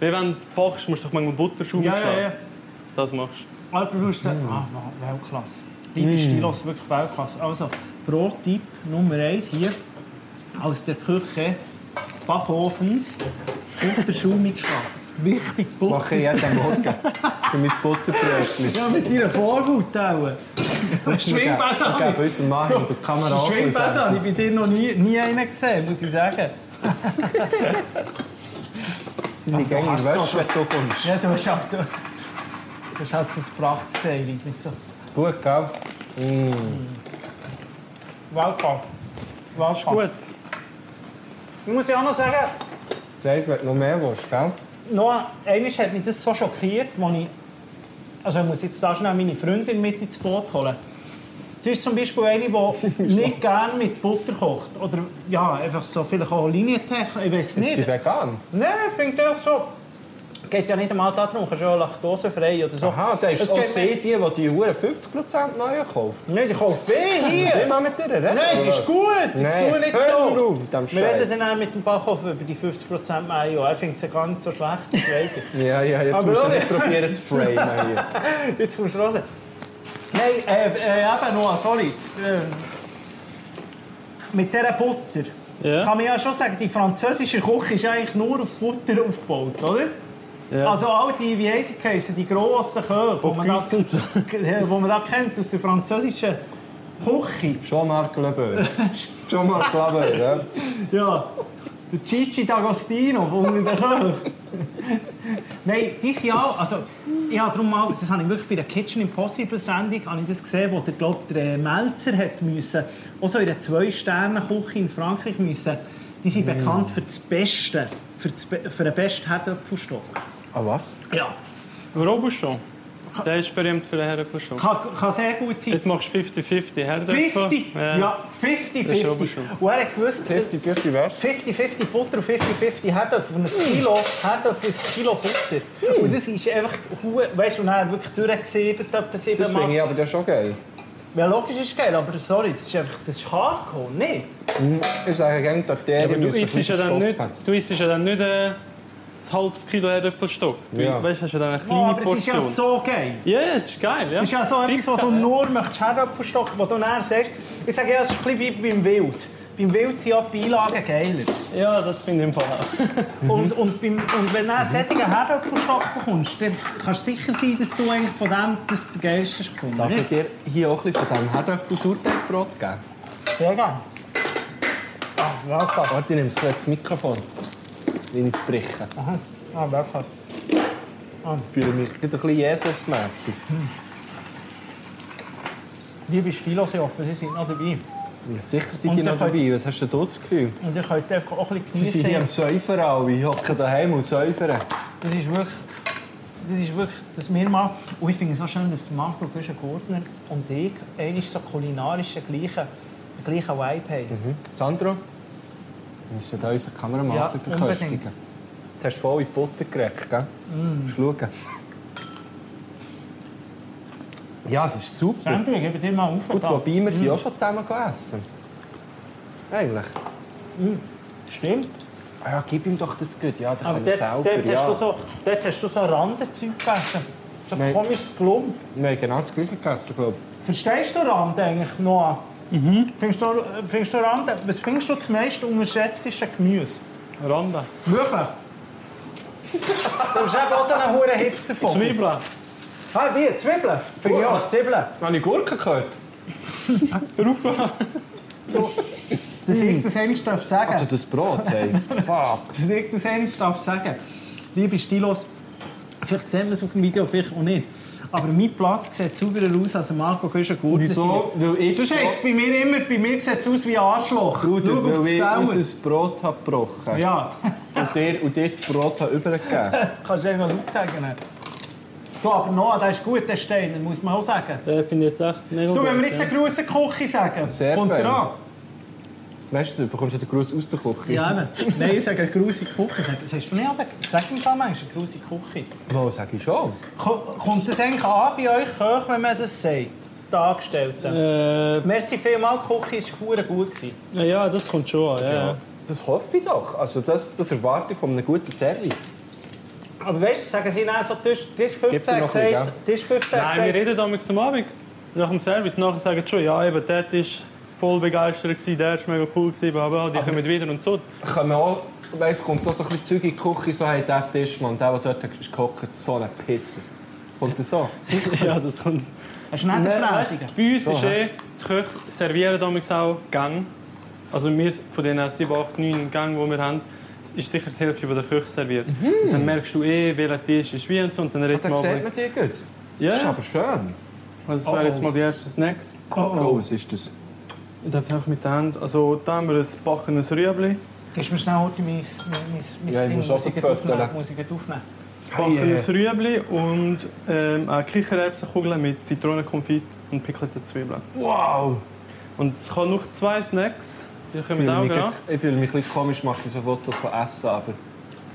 Wie wenn du backst, musst du doch manchmal Butterschaum schlagen. Das machst du. Alter, du hast gesagt, ah, wow, Weltklasse. Deine mm. Stilos wirklich Weltklasse. Also, Pro-Tipp Nummer 1 hier aus der Küche Backofens Butterschaum mitgeschlagen. Wichtig, Butter. Mache ich jeden Morgen. Für mein Butterbrötchen. Ja, mit deiner Vorhaut auch. (laughs) Schwingbässe Ich gebe unserem Mann und der Kamera (laughs) ab und Schwingbässe sagen, habe ich bei dir noch nie, nie einen gesehen, muss ich (laughs) sagen. Sie sind gängig Hast du Wäsche, wenn du kommst. Ja, du hast halt, du hast halt so ein Prachtsteil, nicht so. Gut, gell? Weltklasse. Das ist gut. Ich muss ja auch noch sagen, Zeig, wenn du noch mehr willst, gell? Noah, einmal hat mich das so schockiert, als ich... Also ich muss jetzt da schnell meine Freundin mit ins Boot holen. Sie ist zum (laughs) Beispiel eine, die nicht gerne mit Butter kocht. Oder ja, einfach so vielleicht auch Linientech, ich weiß Ist die nicht. vegan? Nein, finde ich auch so. Geht ja nicht einmal darum, kannst du ja laktosefrei oder so. Aha, da ist Es auch geht sie, die, die die Uhren 50% neu kauft. nicht- Nein, ich kaufe viel Will hier. man mit dir reden? Nein, die ist gut, jetzt Nein, tu nicht hör mir so. auf mit dem Wir Scheiß. reden dann auch mit dem Bachhof über die 50% Mayo. Er findet sie gar nicht so schlecht, ich weiss es. Ja, ja, jetzt Aber musst du ohne- nicht probieren zu framen hier. (laughs) Jetzt kommst du raus. Nein, äh, äh, eben Noah, sorry. Jetzt, äh, mit dieser Butter Ja. kann man ja schon sagen, die französische Küche ist eigentlich nur auf Butter aufgebaut, oder? Ja. Also all die, wie heisst die, heissen, die grossen Köche, die man, da, (laughs) Küssens. die man da kennt aus der französischen Küche. Jean-Marc (laughs) Lebeur. Jean-Marc Lebeur, ja. Ja, der Gigi D'Agostino von der Köche. Nein, dieses Jahr, also ich habe darum mal, das habe ich wirklich bei der Kitchen Impossible Sendung, habe ich das gesehen, wo der, glaube ich, der äh, Melzer hat müssen, auch so in der Zwei-Sterne-Küche in Frankreich müssen, die sind Mhm. bekannt für das Beste, für, das, Be- für den besten Herdöpfelstock. Ah, was? Ja. Robust schon. Der ist berühmt für den Herdöpfel schon. Kann, kann sehr gut sein. Jetzt machst du 50-50 Herdöpfel. 50! Ja. Ja, 50-50. Das ist schon. Und er hat gewusst, 50-50 wär's. 50-50 Butter und 50-50 Herdöpfel. Und ein Kilo Herdöpfel ist ein Kilo Butter. Und das ist einfach... hu- Weißt du, und er hat wirklich durchgesiebert, etwa Das finde siebenmal. ich aber dann schon geil. Ja, logisch ist geil, aber sorry, das ist einfach... Das ist Hardcore, nicht? Ich sage gerne, die Ja, Arterien aber du müssen ein isst bisschen ja dann nicht, stopfen. du isst ja dann nicht äh, ein halbes Kilo Herdöpfelstock. Ja. Du weißt, hast ja dann eine Oh, kleine aber es ist Portion. ja so geil. Ja, es ist geil. Ja. Das ist ja so etwas, wo du nur möchtest Herdöpfelstock, wo du näher sagst... Ich sage ja, es ist ein bisschen wie beim Wild. Beim Wild sind ja die Beilagen geiler. ja, das finde ich im Fall auch. (laughs) Mhm. Und, und, beim, und wenn du einen solchen Herdöpfelstock bekommst, dann kannst du sicher sein, dass du eigentlich von dem das Geilste hast gefunden Darf ich nicht? dir hier auch ein bisschen von diesem Herdöpfel-Sauerteigbrot geben? Sehr gerne. Ah, Weltklasse. Warte, ich nehme gleich das Mikrofon. Ins Brechen. Aha. Ah, Weltklasse. Ich fühle mich gerade ein bisschen Jesus-mässig. Liebe Stilos, ich hoffe, Sie sind noch dabei. Ja, sicher sind Und die dann noch könnt- dabei. Was hast denn du das Gefühl? Und ihr könnt einfach auch ein Sie bisschen sind hier am genießen. Säufer alle. hocken daheim und säufern. Das ist wirklich... Das ist wirklich, dass wir mal... Und ich finde es so schön, dass Marco Güschen-Gurtner und ich eigentlich so kulinarisch den gleichen, den gleichen Vibe haben. Mhm. Sandro, wir müssen hier unsere Kameramann Mhm. Ja, ein bisschen verköstigen. unbedingt. Jetzt hast du voll in die Butter gerecht, gell? Mm. Musst schauen. Ja, das ist super. Sandro, Mm. ich gebe dir mal auf. Gut, wobei wir sind auch schon zusammen gegessen. Eigentlich. Stimmt. Ah Ja, gib ihm doch das gut. Ja, dann Aber kann er dort, selber. dort, ja. hast du so, dort hast du so Randenzeug gegessen. So ein Nein. komisches Klump. Wir haben genau das gleiche gegessen, glaube ich. Verstehst du Rand eigentlich, Noah? Findest, du, findest du Rand, was findest du das meist unterschätzteste Gemüse? Randa. Wirklich? du bist eben auch so ein hoher Hipster von. Zwiebeln. Ah, wie? Zwiebeln? Finde ich auch. Zwiebeln. Habe ich Gurken gehört? Dass ich das einmal darf sagen Also das Brot, (laughs) hey. Fuck. dass ich das eines darf sagen. Liebe Stilos, vielleicht sehen wir es auf dem Video, vielleicht auch nicht. Aber mein Platz sieht sauberer aus als Marco Christian Gurten. Wieso? Weil ich- Sonst heisst es bei mir immer, bei mir sieht es aus wie ein Arschloch. Bruder, Schau auf weil ich das Teller. unser Brot habe gebrochen Ja, und, dir, und dir das Brot habe übergegeben das kannst du einfach laut sagen. ne? Du, aber Noah, der ist gut, der Steiner, muss man auch sagen. Den Äh, finde ich jetzt echt mega Du, gut. wenn wir jetzt eine grosse Küche sagen, Sehr kommt fein. er an. Weißt du, du bekommst ja den Gruß aus der Küche. Ja, eben. Nein, ich sage eine grusige Küche. Sag, sagst du nicht, aber sag mir mal, manchmal, eine grusige Küche. Wo sag ich schon? Ko- Kommt das eigentlich an bei euch, Köch, wenn man das sagt? Die Angestellten. Äh, Merci vielmals, die Küche ist hure gut. gewesen. ja, das kommt schon an. Ja. Ja. Das hoffe ich doch. Also das, das erwarte ich von einem guten Service. Aber weißt du, sagen sie dann so, du hast du hast Gib dir 15 noch ein bisschen, gesagt, du hast 15 Nein, wir gesagt. reden damals am Abend. Nach dem Service. Nachher sagen sie schon, ja, eben, der ist voll begeistert, gewesen, der ist mega cool, gewesen, bla, bla, die kommen wieder und so. Kommen auch, weiss, kommt auch so ein bisschen Zeug in die Küche, so hey, der Tisch, man, der, der dort ist gehockt, so ein Pisser. Kommt das so? (laughs) ja, das kommt. Hast du nicht den Fräsigen? Bei uns ist So, eh, die Köche servieren damals auch Gang. Also wir von den 7, 8, 9 Gängen, die wir haben, ist sicher die Hälfte der Köche serviert. Mhm. Und Dann merkst du eh, welcher Tisch ist wie und so. Und dann redet Dann man sieht aber... man die gut. Das ist Ja, aber Oh. schön. also das wären jetzt mal die ersten Snacks. Oh, was ist das? Ich darf einfach mit der Hand... Also da haben wir ein backenes Rüebli. Gibst du mir schnell heute mein, mein, mein Ja, ich Ding, muss auch ich jetzt verpfötteln. aufnehmen, muss ich jetzt aufnehmen. Ah, äh, Backenes Rüebli und ähm, eine Kichererbsenkugel mit Zitronenkonfit und pickelten Zwiebeln. Wow! Und es kann noch zwei Snacks. Die Ich kommen fühle, auch mich, gerade. grad- ich fühle mich ein bisschen komisch, mache ich so Fotos von Essen, aber...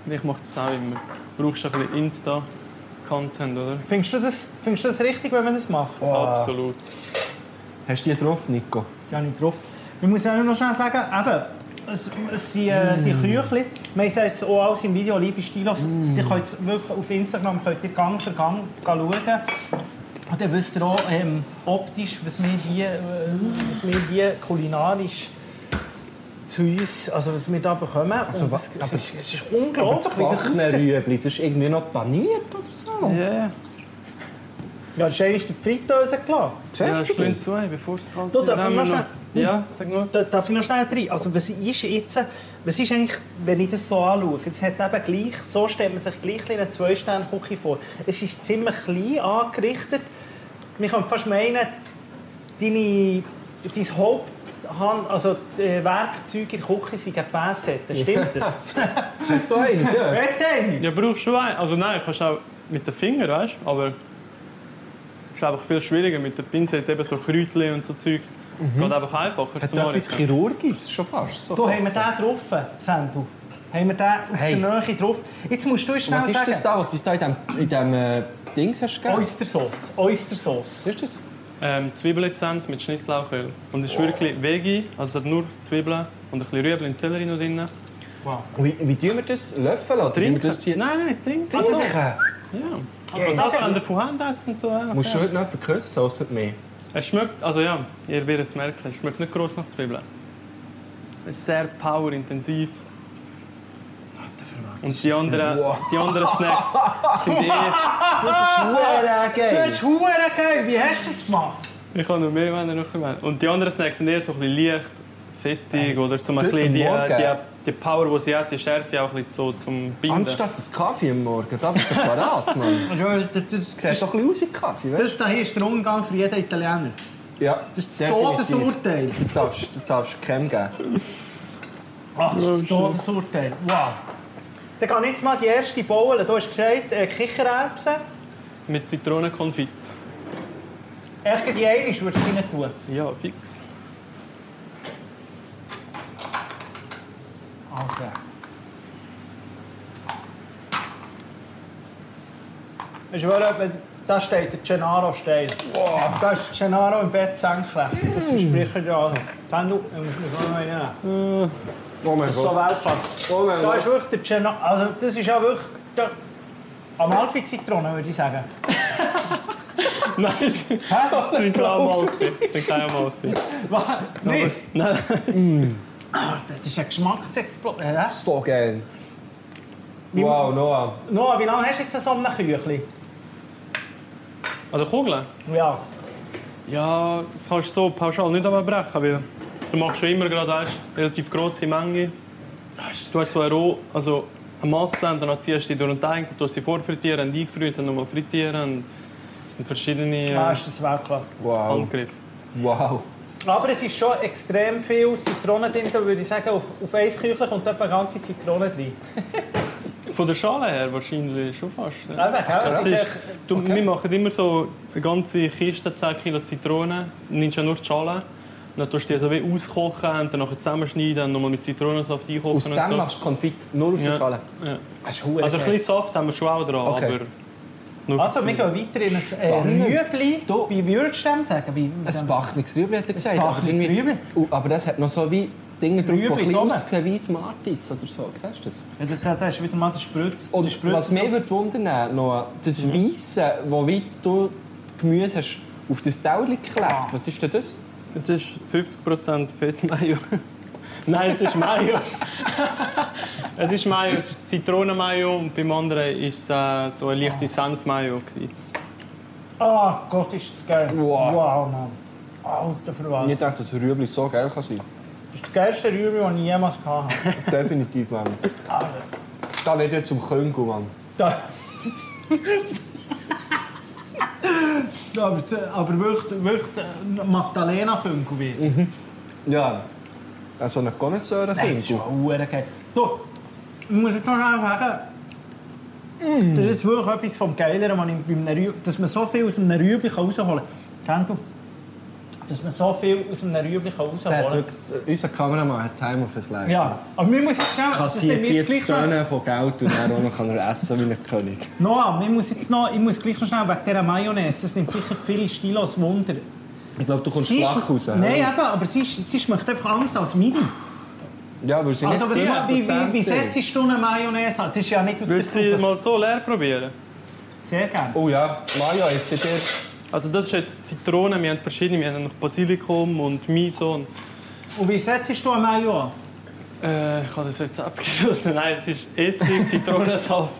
Ich mache das auch immer. Du brauchst ein bisschen Insta-Content, oder? Findest du, das, findest du das richtig, wenn man das macht? Absolut. Hast du die drauf, Nico? Ja, nicht drauf. Ich muss ja nur noch schnell sagen, eben, es, es sind äh, die Mm. Küchli. Wir haben jetzt auch alles im Video, liebe Stilos. Ihr könnt es wirklich auf Instagram könnt ihr Gang für Gang schauen. Und dann wisst ihr auch ähm, optisch, was wir, hier, äh, was wir hier kulinarisch zu uns, also was wir da bekommen. Also Und wa- es, es, aber- ist, es ist unglaublich, Oh, wie das Backene aussieht. Rüebli, das ist irgendwie noch paniert oder so. Ja, ja. Ja, das ist die Fritteuse klar. Ja, Siehst du Stunde das? zwei, bevor es kalt Du, wird. darf Haben ich wir noch noch- Ja, sag nur. Da, darf ich noch schnell rein? Also was ist jetzt, was ist eigentlich, wenn ich das so anschaue, es hat eben gleich, so stellt man sich gleich eine Zwei-Sterne-Küche vor. Es ist ziemlich klein angerichtet. Man kann fast meinen, deine, dein Haupthand, also die Werkzeuge in der Küche sind eine (laughs) Passette. Stimmt das? Da rein, (laughs) ja. Echt Amy? Ja, brauchst du einen? Also nein, kannst auch mit den Fingern, weißt du? Aber es ist einfach viel schwieriger mit der Pinzette, eben so Kräutchen und so Zeugs. Geht einfach einfacher Mhm. Hat zum etwas Anrichten. Chirurgisches schon fast. So. Du, haben wir den getroffen, Sandu? Haben wir den aus Hey. der Nähe getroffen? Jetzt musst du schnell Was ist sagen. das da, was du uns da in diesem in dem, äh, Dings hast gegeben? Oystersauce. Oystersauce. Ist das? Ähm, Zwiebelessenz mit Schnittlauchöl. Und es ist wirklich Veggie, also es hat nur Zwiebeln und ein bisschen Rüebli und Sellerie noch drin. Wow. Wie, wie tun wir das? Löffeln oder tun wir Trinken? das hier? Nein, nein, trinken. Also, Also, sicher. ja. Aber Also, das kann der von Hand essen. und So, einfach, Musst du ja. heute noch jemanden küssen, ausser mir? Es schmeckt, also ja, ihr werdet es merken, es schmeckt nicht gross nach Zwiebeln. Es ist sehr powerintensiv. Und die anderen, Wow. die anderen Snacks sind (laughs) eh... Huere Du geil! hast hure geil. Wie hast du das gemacht? Ich kann noch mehr, wenn ihr noch mehr. Und die anderen Snacks sind eher so ein bisschen leicht, fettig oder zum ein Äh, das bisschen am die, Morgen. die, die Power, die sie hat, die Schärfe auch ein bisschen so zum Binden. Anstatt des Kaffee am Morgen, da bist du parat, Mann. Das, Sieht doch ein bisschen aus wie Kaffee, weißt das hier ist der Umgang für jeden Italiener. du? Ja, Das ist das definitiv. Todesurteil. Das darfst, das darfst du keinem geben. Ach, das ist das Todesurteil. Wow. Dann kann ich jetzt mal die erste bauen. Du hast gesagt, äh, Kichererbsen. Mit Zitronenkonfit. Echt die eine würdest du rein tun. Ja, (laughs) fix. Okay. Ist wohl etwa, da steht der Gennaro steil. Wow. Da ist Gennaro im Bett senkrecht. Das verspreche ich dir auch. Dann du, ich muss mich noch einmal nehmen. Eh, Oh mein Das ist so Gott. Weltklasse. Oh mein Da ist Gott. wirklich der Gennaro. Also, das ist ja wirklich. Der Amalfi-Zitrone, würde (laughs) ich sagen. Nein, es Hä? sind keine Amalfi. Es sind keine (laughs) Amalfi. Was? Nou, Nein. Nein. Das ist ein Geschmacksexplosion. Äh, So geil. Wow, Noah. Noah, wie lange hast du jetzt so ein Küchli? Also Kugeln? Ja. Ja, das kannst du so pauschal nicht abbrechen, weil du machst schon immer gerade eine relativ grosse Menge. Du hast so eine roh, also eine Masse und dann ziehst du die durch den Teig, dann tust du sie vorfrittieren, und eingefriert und nochmal frittieren. Und es sind verschiedene äh, Ah, ist das Weltklasse. Wow. Angriffe. Wow. Aber es ist schon extrem viel Zitronen drin, da würde ich sagen, auf, auf ein Küchli kommt etwa eine ganze Zitrone drin. Von der Schale her wahrscheinlich schon fast. Ah, Ja. Eben, gell? Also, Es Das ist, ist du, Wir machen immer so eine ganze Kiste, 10 Kilo Zitronen, nimmst ja nur die Schale Dann tust du die so wie auskochen und dann nachher zusammenschneiden und nochmal mit Zitronensaft einkochen Aus und dem so. machst du Konfit nur auf die Ja. Schale. ja. Das ist verdammt Also ein geil. bisschen Saft haben wir schon auch dran, Okay. aber... Nur Also, wir für- gehen weiter in ein Spannend. äh, Rüebli. Du- Wie würdest du dem sagen? Wie, Ein bachendes Rüebli hat er gesagt. Ein aber bachendes irgendwie- Rüebli? Uh, Aber das hat noch so wie Dinge drauf, die ein Rüebli bisschen oben. aussehen wie ein Martis oder so. Siehst du das? Ja, da, da, da ist wieder mal der Spritz. Und der Spritz was mich würde wundern, noch das Mhm. Weisse, wo wie du die Gemüse hast, auf das Tauli Ah. geklebt. Was ist denn das? Das ist 50% Fettmayo. (laughs) Nein, es ist Mayo. es ist Mayo, es ist Zitronenmayo und beim anderen war es äh, so eine leichte Senfmayo. gewesen. Oh Gott, ist das geil. Wow. wow Mann. Alter Verwalter. Ich dachte, dass Rüebli so geil kann (laughs) sein. Das ist das geilste Rüebli, das ich jemals (laughs) hatte. Definitiv, Mann. Alter. Da wird jetzt zum Königel, Mann. (laughs) Da. aber, aber wirklich, wirklich äh, Magdalena Künkel wieder. Ja. Äh, So ein Nein, das ist Connoisseur-Königel. schon verdammt geil. Du, ich muss jetzt noch schnell sagen, Mm. das ist jetzt wirklich etwas vom Geileren, was ich bei einem Rüebli, dass man so viel aus einem Rüebli kann rausholen kann. Kennst du? Dass man so viel aus einem Rüebli kann Der hat rausholen wirklich- Äh, Unser Kameramann hat Time of his Life. Ja, aber wir müssen jetzt schnell... das haben Kassiert wir jetzt die gleich noch- Töne von Geld und dann auch noch kann er essen wie ein König. Noah, ich muss jetzt noch, ich muss gleich noch schnell wegen dieser Mayonnaise, das nimmt sicher viele Stilos Wunder. Ich glaube, du kommst Sie ist- flach raus. Nein, ja. eben, aber sie, ist- sie schmeckt einfach anders als meine. ja, weil sie Also, was, nicht wie, wie, 40% wie sind. setzt du eine Mayonnaise an? Das ist ja nicht aus der Willst du sie Suppe. mal so leer probieren? Sehr gerne. Oh ja, Maja, jetzt sind ihr... Also das ist jetzt Zitrone, wir haben verschiedene, wir haben noch Basilikum und Miso. Und, Und wie setzt du eine Mayo an? äh, ich habe das jetzt abgeschlossen. Nein, es ist Essig, Zitronensaft,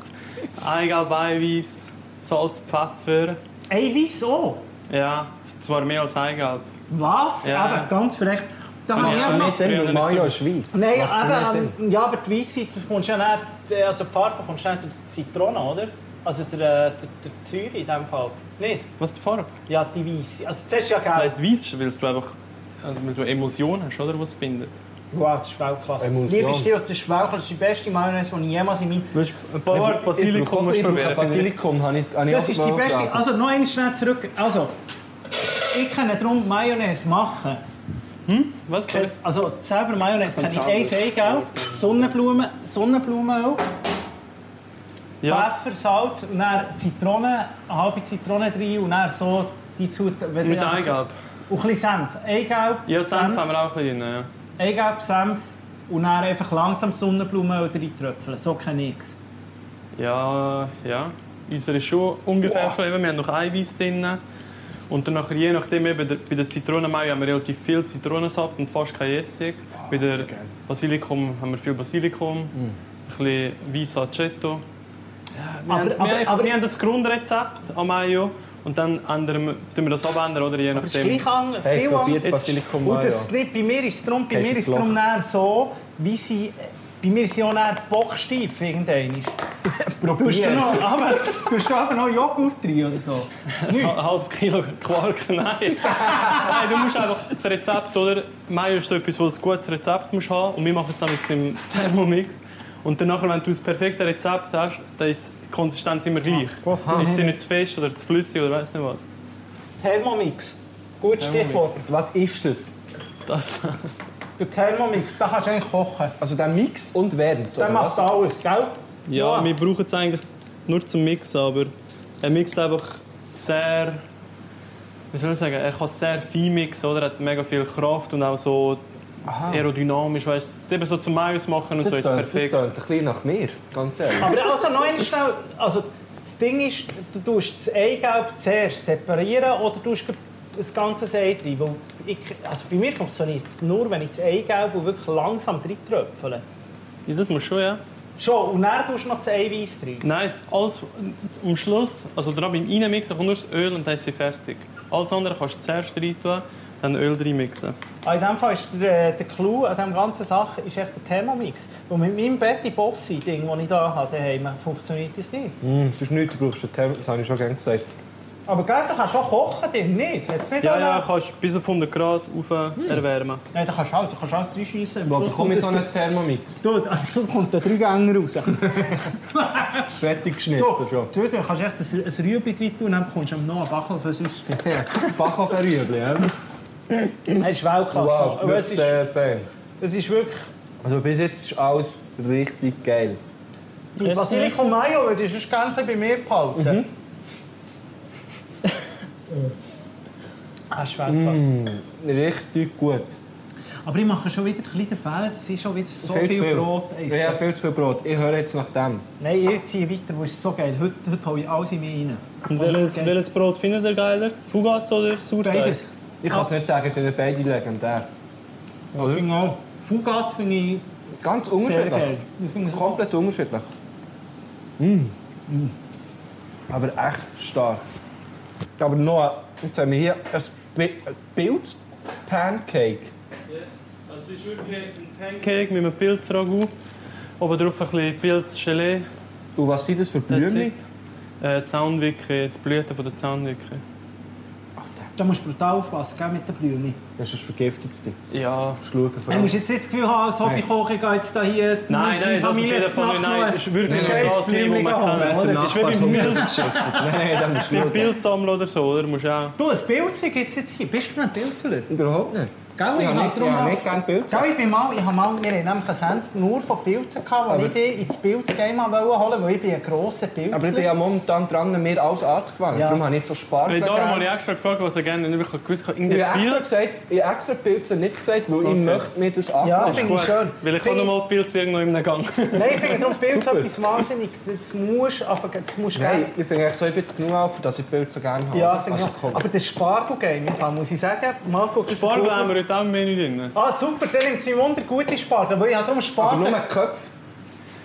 Eigelb, Eiweiß, Salz, Pfeffer. Eiweiß auch? Ja, zwar mehr als Eigelb. Was? Ja. Eben, ganz frech. Da Ja, habe ich für Dann eben noch... mich ist Ja, weil dann Maja ist weiss. Nein, Macht für mich eben, Sinn. ähm, ja, aber die Weissheit, du kommst ja näher, also die Farbe kommst du näher durch die Zitrone, oder? Also der, der, der Säure in diesem Fall. Nicht? Was ist die Farbe? Ja, die Weisse. Also zuerst ja Nein, gelb. die Weiss, weil du einfach also, weil du Emulsion hast, oder, was es bindet. Wow, das ist Weltklasse. Emulsion. Liebes Tier aus der Schwelker, das ist die beste Mayonnaise, die ich jemals in meinem... Du hast ein paar Mal Basilikum Ich musst brauche probieren. Basilikum, habe ich, habe ich Das auch ist die mal beste... gedacht. Also, noch einmal schnell zurück. Also, ich kann darum Mayonnaise machen. Was? Also, selber Mayonnaise kann ich eins Eigelb, Sonnenblumen, Sonnenblumenöl, Ja, Pfeffer, Salz und dann Zitrone, eine halbe Zitrone rein und dann so die Zutaten... wenn mit ich- Eigelb. Und ein bisschen Senf. Eigelb, Ja, Senf haben wir auch drin, ja. Eigelb, Senf und dann einfach langsam Sonnenblumenöl reintröpfeln. So kenne ich es. Ja, ja. Unsere ist schon ungefähr so. Eben, wir haben noch Eiweiß drin. Und dann nachher, je nachdem, eben, der- bei der Zitronenmai haben wir relativ viel Zitronensaft und fast kein Essig. bei der Basilikum haben wir viel Basilikum, Hm. ein bisschen weißes Aceto. Wir, Aber- haben, aber- wir, aber- wir haben das Grundrezept am Mayo und dann ändern wir, tun wir das abändern, oder? Je Aber es ist nachdem. gleich an, viel Hey, anders. probiert Jetzt- Basilikum Und Maja. das nicht, bei mir ist es drum, bei Hast mir du ist es das drum dann so, wie sie, bei mir sind auch dann (laughs) bocksteif irgendein. Tust du noch, aber, tust du aber noch Joghurt rein oder so? Nicht? Ein halbes Kilo Quark, (laughs) nein. nein, du musst einfach das Rezept, oder? Mayo ist so etwas, wo du ein gutes Rezept musst haben Und wir machen es nämlich im Thermomix. Und danach, wenn du das perfekte Rezept hast, dann ist die Konsistenz immer gleich. Ah, ist sie nicht zu fest oder zu flüssig oder weiß nicht was. Thermomix. Gut Stichwort. Was ist das? Das, Der Thermomix, da kannst du eigentlich kochen. Also der mixt und wärmt, Der oder macht was? alles, gell? ja, wir brauchen es eigentlich nur zum Mixen, aber er mixt einfach sehr... Wie soll ich sagen? Er kann sehr fein mixen, oder? Er hat mega viel Kraft und auch so aerodynamisch, weißt du? Eben so zum Mayo machen und Das so ist tönt, das perfekt. tönt ein bisschen nach mir, ganz ehrlich. Aber also noch einmal schnell, also das Ding ist, du tust das Eigelb zuerst separieren oder tust gleich das ganze Ei rein. Weil ich, also bei mir funktioniert es nur, wenn ich das Eigelb und wirklich langsam reintröpfle. Ja, das muss schon, ja. Schon, und dann tust du noch das Eiweiß rein. Nein, alles am Schluss, also dran beim Reinmixen kommt nur das Öl und dann ist sie fertig. Alles andere kannst du zuerst rein tun, dann Öl reinmixen. Ah, In dem Fall ist der, der Clou an dieser ganzen Sache ist echt der Thermomix. Und mit meinem Betty Bossi-Ding, das ich hier habe, daheim, funktioniert das nicht. Mm, Mhm. das ist nichts, du brauchst einen Therm, das habe ich schon gerne gesagt. Aber gell, du kannst auch kochen, Ding, nicht? Hat's nicht Ja, alle- ja, kannst bis auf 100 Grad auf erwärmen. Nein, da kannst du alles, da kannst du alles reinschiessen. Am Wo Schluss bekomme kommt ich so das- einen Thermomix? Du, am (laughs) Schluss kommt der Dreigänger raus. Fertig geschnitten Du, schon. du, du kannst echt ein, ein Rüebli rein tun und dann bekommst du noch einen Bacheln für sonst. (laughs) Das Backofen-Rüebli, ja? Er ist Weltklasse. Wow, ich Also, Aber bin es, ist, sehr Fan. es ist wirklich... Also bis jetzt ist alles richtig geil. Die Was Basilico von Mayo würde ich sonst gerne ein bisschen bei mir behalten. (laughs) ah, ist Weltklasse. Richtig gut. Aber ich mache schon wieder ein bisschen den Fehler, dass ich schon wieder so viel, Brot esse. Ja, viel zu viel Brot. Ich höre jetzt nach dem. Nein, ich ziehe weiter, weil es ist so geil. Heute, heute hole ich alles in mich rein. Und welches, Okay. welches Brot findet ihr geiler? Fugas oder Sauerteig? Beides. Ich kann es nicht sagen, ich finde beide legendär. Ich finde auch Fugat genau. finde ich Ganz sehr geil. unterschiedlich. Ich finde es Komplett unterschiedlich. Mm. Aber echt stark. Aber noch, jetzt haben wir hier ein Bi- ein Pilz-Pancake. Yes. Also es ist wirklich ein Pancake mit einem Pilzragout. Oben drauf ein bisschen Pilzgelee. Und was sind das für That's Blümchen? it. Äh, Zaunwicke, die Blüten von der Zaunwicke. Da musst du brutal aufpassen gell, mit den Blümchen. Ja, sonst vergiftet es dich. Ja. Musst schauen, vor Du allem. musst jetzt nicht das Gefühl haben, als Hobbykoch, ich gehe jetzt da hier die- Nein, die nein, das auf Familie jeden Fall nicht. zu Nacht Nein, noch- das ist wirklich Nein, ein nein. Glas nehmen, das man Blümchen kann. holen, oder? Das ist wie beim Pilz. Nein, dann musst du Beim schauen. Pilzsammeln oder so, oder? Musst du auch... Du, ein Pilzchen gibt es jetzt hier. Bist du ein Pilzler? Überhaupt nicht. Gell, ich Ich habe habe nicht- drum ich habe mal- nicht gerne Pilze. Gell, ich bin mal, ich habe mal, wir haben nämlich eine Sendung nur von Pilzen gehabt, weil Aber- ich die ins Pilzgame wollte holen, weil ich bin ein grosser Pilzler. Aber ich bin ja momentan dran, mir alles anzugewandt. Ja. Darum habe ich nicht so Spargel Weil darum habe gegeben. ich extra gefragt, was er gerne nicht wirklich gewusst hat. ich Irgendein habe extra, Pilz? gesagt, ich habe extra Pilze nicht gesagt, weil ich Okay. möchte mir das Ja, angewandt finde ich Gut, schön. weil ich Finde habe noch mal die Pilze irgendwo im Gang. (laughs) Nein, ich finde darum Pilz Super. etwas wahnsinnig. Das musst aber das musst du Nein, gerne. ich finde eigentlich so, ich bin jetzt genug alt, dass ich Pilze gerne habe. Ja, finde ich Also, komm. auch. Aber das Spargel-Game, im Fall, muss ich sagen, Marco, das Spargel haben wir heute auch im Menü drin. Ah, super, dann nimmt sie Wunder gute Spargel, weil ich habe darum Aber Spargel... nur Köpfe. Ah,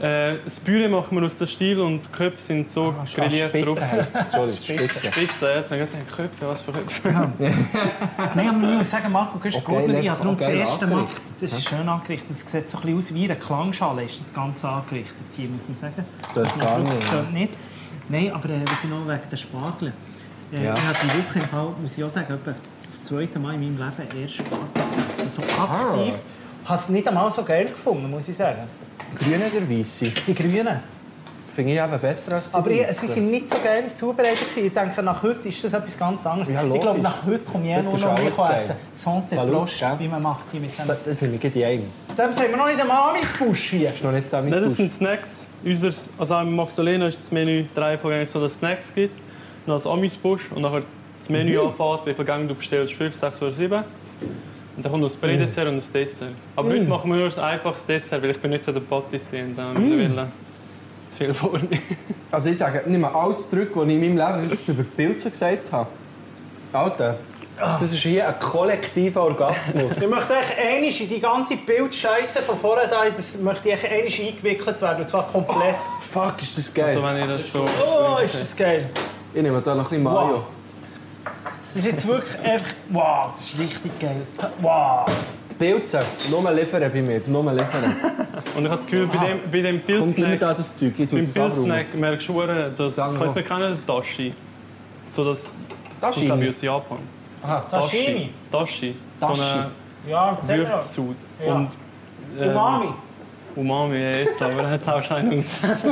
Äh, das Püree machen wir aus dem Stiel und die Köpfe sind so Ah, grilliert drauf. Spitze heisst (laughs) es. Entschuldigung, Spitze. Spitze, jetzt habe ich gedacht, Köpfe, was für Köpfe. Nein, aber ich muss sagen, Marco, du bist Okay, gut, weil ich lecker, habe darum das okay, erste Mal... angerichtet. Das ist schön angerichtet, das sieht so ein bisschen aus wie eine Klangschale, ist das Ganze angerichtet hier, muss man sagen. Das ist gar Wirklich nicht, schön, nicht. Nein, aber äh, was ich noch wegen der Spargel... Äh, Ja. Ich habe die Woche, im Fall, muss ich auch sagen, etwa das zweite Mal in meinem Leben erst Spargel gegessen, so Ah. aktiv. Ich habe es nicht einmal so geil gefunden, muss ich sagen. Grüne oder weisse? Die Grünen. Finde ich eben besser als die Aber ich, weissen. sie sind nicht so geil zubereitet. gewesen. Ich denke, nach heute ist das etwas ganz anderes. Ja, ich glaube, logisch. nach heute komme ich eh Heute nur ist noch alles mehr geil. essen. Sante Salut, Prost, gell? wie man macht hier mit dem. Da- Das sind wir gleich die einen. Dem sind wir noch nicht einmal Amis-Busch hier. Das ist noch nicht so mein Nein, das Busch. sind Snacks. Unser, also auch im Magdalena ist das Menü drei von denen, so dass es Snacks gibt. Dann als Amisbusch und nachher das Menü Mhm. anfängt, wie viel Gang du bestellst, 5, 6 oder 7. Und dann kommt noch das Prädessert Mhm. und das Dessert. Aber heute machen wir nur ein einfaches Dessert, weil ich bin nicht so der Patissier und dann Mhm. mittlerweile zu viel vorne. Äh. Also ich sage, nimm mal alles zurück, was ich in meinem Leben bis jetzt über die Pilze gesagt habe. Alter, das ist hier ein kollektiver Orgasmus. Ich möchte eigentlich einmal in die ganze Bildscheiße von vorher da, das möchte ich eigentlich einmal eingewickelt werden. Und zwar komplett. (laughs) Fuck, ist das geil. Also wenn ihr das so... Oh, ist das geil. ich nehme da noch ein bisschen Mayo. Wow. Das ist jetzt wirklich einfach... Wow, das ist richtig geil. Wow. Pilze, nur liefern bei mir, nur liefern. Und ich habe das Gefühl, bei dem, bei dem Komm, gib mir Pilzsnack, da das Zeug, ich tue beim das abräumen. Pilzsnack merkst du, verdammt, dass... Sag Kannst mal. du es nicht kennen, Dashi? So das... Das kommt, glaube ich, aus Japan. Aha, Sashimi. Dashi. So Dashi. eine Ja, erzähl mir doch. Würzsud. Ja. Und... ähm, Umami. Umami ja, jetzt, aber hat es auch scheinbar gesagt.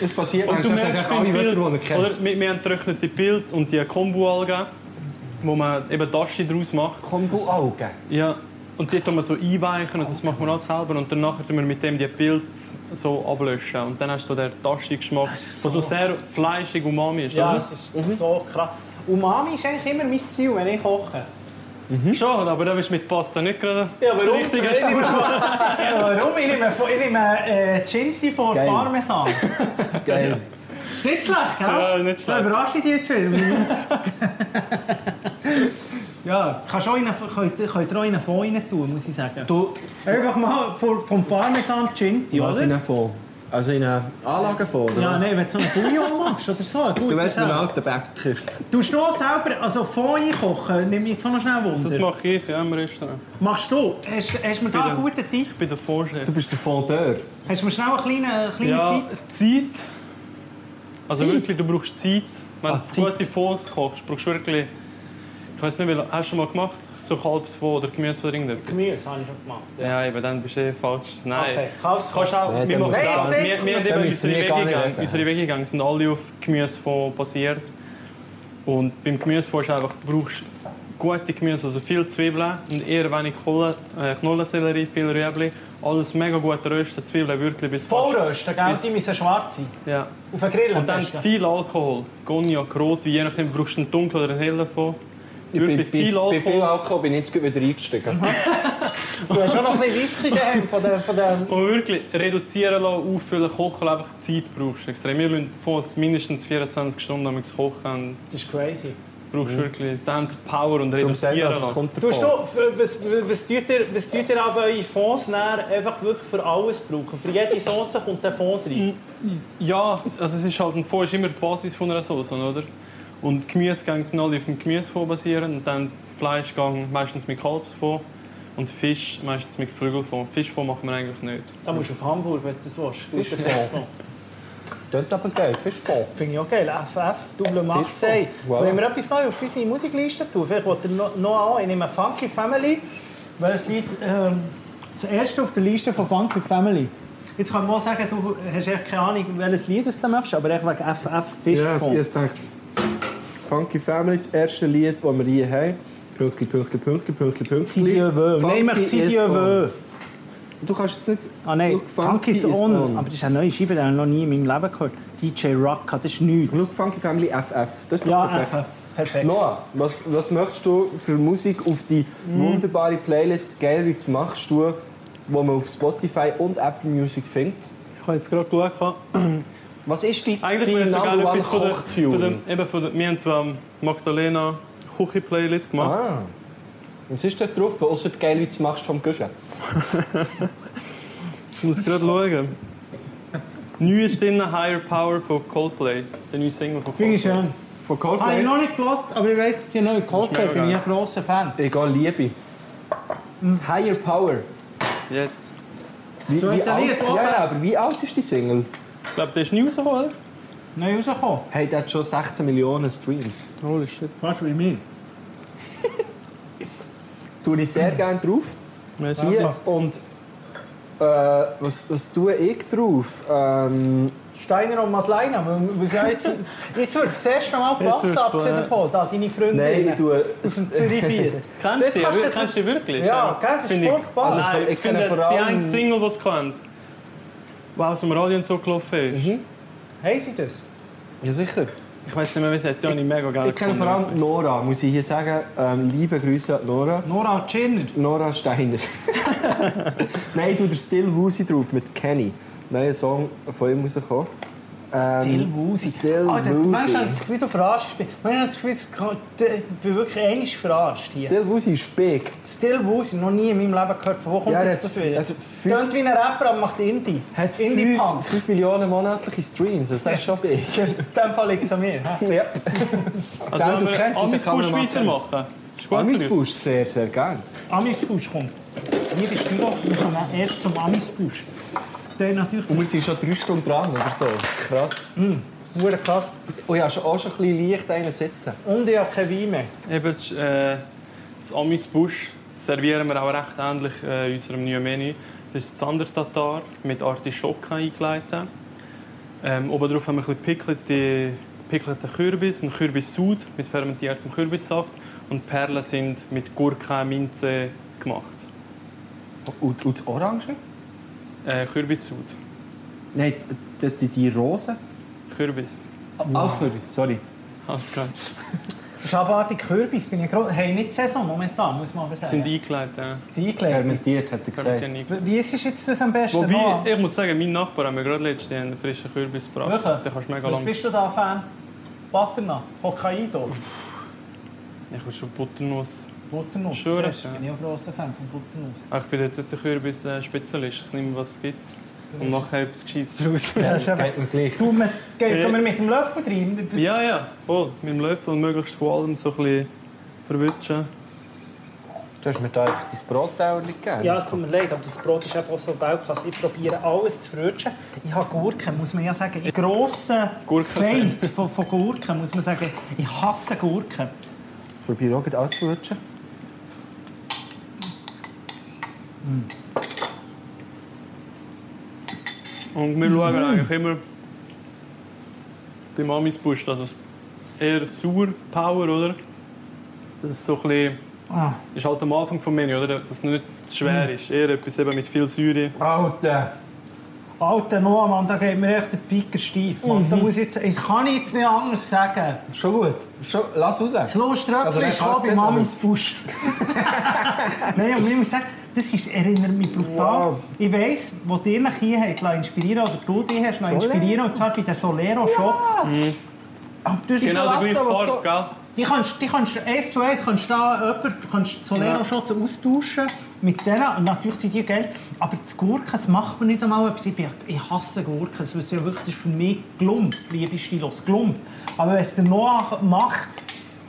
Es passiert Und du manchmal, dass merkst eigentlich beim alle Pilz, Wörter, die er oder, kennt. wir, wir haben getrocknete Pilze und die Kombu-Algen, wo man eben Tasche draus macht. Kombo-Augen. Ja. Und die tun wir so einweichen und das machen wir alles selber. Und danach tun wir mit dem die Pilze so ablöschen. Und dann hast du so den Taschengeschmack, der so. sehr fleischig Umami ist, Ja, oder? das ist so krass. Mhm. Umami ist eigentlich immer mein Ziel, wenn ich koche. Schon, aber da bist du mit Pasta nicht gerade Ja, warum? Ich richtig. nehme, (laughs) warum? Ich nehme, ich nehme äh, Cinti vor Geil. Parmesan. Geil. Ist nicht schlecht, gell? Ja, nicht schlecht. Da überrasche ich dich jetzt wieder. ja, kannst auch in einen, könnt, könnt ihr auch in einen Fond rein tun, muss ich sagen. Du, Einfach mal vor, vom Parmesan Cinti, was in oder? einem Fonds? Also in einem Anlagefonds, oder? Ja, nein, wenn du so einen Bouillon machst oder so. Gut, Du weißt, mein alter Bäcker. Du hast noch selber, also Fond einkochen, nimm jetzt auch noch schnell Wunder. Das mache ich ja, im Restaurant. Machst du? Hast, hast du mir da Bitte. einen guten Tipp? Ich bin der Vorchef. Du bist der Fondeur. Hast du mir schnell einen kleinen, einen kleinen Ja, Tipp? Zeit. Also Zeit? wirklich, du brauchst Zeit. Wenn Ah, du Zeit. gute Fonds kochst, brauchst du wirklich... Ich weiß nicht, wie lange- hast du schon mal gemacht? So kalbs Fond oder Gemüse oder irgendetwas? Gemüse habe ich schon gemacht. Ja, eben, dann bist du eh falsch. Nein. Okay, Kalbsfond. Kannst auch... Nein, wir dann machen muss- das. Nein, Wir, jetzt- wir haben dann eben müssen unsere wir gar nicht Wegegänge. reden. Unsere Wegegänge sind alle auf Gemüsefond basiert. Und beim Gemüsefond ist einfach, du brauchst gute Gemüse, also viel Zwiebeln und eher wenig Kohle, äh, Knollensellerie, viel Rüebli. Alles mega gut rösten, Zwiebeln wirklich bis fast- Vollrösten, gell? Die müssen schwarz sein. Ja. Auf den Grill am Und dann besten. viel Alkohol. Cognac, Rot, je nachdem, brauchst du einen dunkel oder einen hellen davon. Wirklich bei, viel bei, bei viel Alkohol. Alkohol bin ich jetzt gerade wieder eingestiegen. (laughs) Du hast schon noch ein bisschen Whisky daheim von dem... Von dem. Und wirklich reduzieren lassen, auffüllen, kochen, einfach Zeit brauchst du extrem. Wir lassen davon mindestens 24 Stunden am kochen. Das ist crazy. Du brauchst Mhm. wirklich dann die Power und Darum sagen wir, reduzieren das lassen. kommt Du, davon. du, was, was, tut ihr, was tut ihr aber eure Fonds nachher einfach wirklich für alles brauchen? Für jede Sauce kommt der Fond rein. Ja, also es ist halt ein Fond, ist immer die Basis von einer Soße, oder? Und die Gemüsegänge sind alle auf dem Gemüsefond basierend. Und dann Fleischgang meistens mit Kalbsfond. Und Fisch meistens mit Flügelfond. Fischfond machen wir eigentlich nicht. Da musst du auf Hamburg, wenn du das willst. Fischfond. Klingt aber geil, Fischfond. Finde ich auch geil. FF, Double Marseille. Wow. Wollen wir etwas Neues auf unsere Musikliste tun? Vielleicht wollt ihr noch, noch an, ich nehme Funky Family. Weil es liegt ähm, das erste auf der Liste von Funky Family. Jetzt kann man auch sagen, du hast echt keine Ahnung, welches Lied es du möchtest, aber echt wegen FF Ja, Fischfond. ich denkt. Funky Family, das erste Lied, das wir hier haben. Pünktli, Pünktli, Pünktli, Pünktli, Pünktli. Zidio Wö. Nein, ich Funky is Zidio on. Wö. Du kannst jetzt nicht... Ah nein, Schau, Funky is on. Aber das ist eine neue Scheibe, die habe ich noch nie in meinem Leben gehört. DJ Rock, das ist nichts. Schau, Funky Family FF. Das ist doch Ja, perfekt. FF. Perfekt. Noah, was, was möchtest du für Musik auf die Hm. wunderbare Playlist «Geil, wie machst du», wo man auf Spotify und Apple Music findet? Ich habe jetzt gerade geschaut. Was ist die, Eigentlich die wäre es sogar Number One etwas von der, von Kochtune? der, eben von der, Wir haben zwar Magdalena Küche-Playlist gemacht. Ah. Was ist da drauf, außer «Geil, wie machst» vom Guschen? Ich muss gerade schauen. Neu ist drin Higher Power von Coldplay. Der neue Single von Finde Coldplay. ich schön. Von Habe ich Coldplay? noch nicht gelost, aber ich weiss, dass ihr neue Coldplay mega bin. Ich geil. ein grosser Fan. Egal, Liebe. Higher Power. Yes. Wie, Hm. So wie hat er alt, Lied, ja, oder? ja, aber wie alt ist die Single? Ich glaube, der ist neu rausgekommen, oder? Neu rausgekommen. Hey, der hat schon 16 Millionen Streams. Holy shit. Fast wie mir. Tue ich Hm. sehr gerne drauf. Merci. Hier. Und äh, was, was tue ich drauf? Ähm, Steiner und Madeleine, weil- weil sie ja jetzt, jetzt wird das erste Mal passen, wird's abgesehen platt. davon, da, deine Freundin nein, ich aus tue. dem Zürichbier. Dort Kennst du kannst die? du- Kennst du die wirklich? Ja, gell, das ist Finde ich- furchtbar. Also, Nein, ich ich kenne finde, vor die allem- eine Single, die es kennt, die aus dem Radio und so gelaufen ist. Mhm. Haben sie das? Ja, sicher. Ich weiß nicht mehr, wie es hat. Die habe ich mega geil Ich kenne vor gefunden. allem Nora, muss ich hier sagen. Ähm, liebe Grüße, Nora. Nora Tschirner. Nora (laughs) Steiner. nein, ich tue der Still Woozy drauf mit Kenny. Neuer Song von ihm rausgekommen. Ähm, Still Ah, Alter, Woozy. manchmal Ah, hat das Gefühl, du verarschst mich. Manchmal hat das Gefühl, es kann- d- ich bin wirklich ähnlich verarscht hier. Still Woozy ist big. Still Woozy, noch nie in meinem Leben gehört. Von wo kommt Ja, er hat- jetzt das wieder? er hat fünf- Tönt wie ein Rapper, aber macht Indie. Hat Indie-Punk. 5 Millionen monatliche Streams, also das ist schon big. (laughs) In dem Fall liegt es an mir. hä? (laughs) Ja. Also, Sam, wenn du wir kennst unseren Amis-Push Kameramann, weitermachen. Ist Ah, gut für dich. Amisbusch sehr, sehr gern. Amisbusch kommt. Hier ist die Büro, wir kommen erst zum Amisbusch. Der hat natürlich Und wir sind schon 3 Stunden dran oder so. Krass. Hure krass. Oh ja, schon- auch schon ein bisschen leicht einen sitzen. Und ich habe keinen Wein mehr. Eben das, ist, äh, das Amis Busch servieren wir auch recht ähnlich äh, in unserem neuen Menü. Das ist Zandertatar mit Artischocken eingeleitet. Ähm, obendrauf haben wir ein bisschen pickelte, pickelte Kürbis, einen Kürbissud mit fermentiertem Kürbissaft und Perlen sind mit Gurke, Minze gemacht. Und, und das Orange? Äh, Kürbissud. Nein, die, die, die Rosen. Kürbis. Auskürbis, sorry. Alles klar. Schabartig Kürbis bin ich groß. Hey, nicht die Saison momentan, muss man aber Sind sagen. eingeleitet. ja. Sie eingelegt. Fermentiert, hat er Fermentiert gesagt. eingeleitet. Wie ist es jetzt das am besten? Noah? Wobei, ich muss sagen, mein Nachbar hat mir gerade letztens einen frischen Kürbis gebracht. Wirklich? Den kannst du mega Was lang bist du da Fan? Butternut, Hokkaido, Ich will schon Butternuss. Butternuss. Schön, zuerst. ja. bin ich auch ein grosser Fan von Butternuss. Ah, Ich bin jetzt nicht der Kürbis-Spezialist. Ich nehme, was es gibt. Und mache etwas Gescheites draus. Ja, ist eben- Geht mir gleich. Du, wir- gehen Äh. wir mit dem Löffel rein? ja, ja, voll. Mit dem Löffel und möglichst vor allem so ein bisschen verwutschen. Du hast mir da einfach dein Brottauer gegeben. Ja, es tut mir leid, aber das Brot ist eben auch so Weltklasse. Ich probiere alles zu frutschen. Ich habe Gurken, muss man ja sagen. Ich grossen Gurkenfan. Feind von, von Gurken, muss man sagen. Ich hasse Gurken. Jetzt probiere ich auch gleich auszuwutschen. Und wir schauen eigentlich immer also beim Amis Busch, dass es eher sauer Power, oder? Das ist so ein bisschen, Ah. ist halt am Anfang vom Menü, oder? Dass es nicht schwer ist. Eher etwas eben mit viel Säure. Ah, äh, Alter. Alter Noah, Mann, da geht mir echt der Piker steif. Mann. Da muss ich jetzt, ich kann ich jetzt nicht anders sagen. Schon gut. Schon, lass raus. Das Loströpfchen Also, wer ist gekommen kann's bei denn Mamis Busch. (laughs) Nein, und ich muss sagen, das ist, erinnert mich brutal. Wow. Ich weiss, wo ihr mich hier habt lassen inspirieren oder du dich hast lassen Solero. Mhm. inspirieren, und zwar bei den Solero-Shots. Aber du Genau die gleiche Klasse, Farbe, gell? Die kannst, die kannst eins zu eins kannst da jemanden, kannst Solero-Shots austauschen mit denen. Und natürlich sind die geil. Aber das Gurken, das macht man nicht einmal etwas. Ich, bin- ich hasse Gurken. Das ist ja wirklich das ist für mich Glump, liebe Stilos, Glump. Aber wenn es der Noah macht,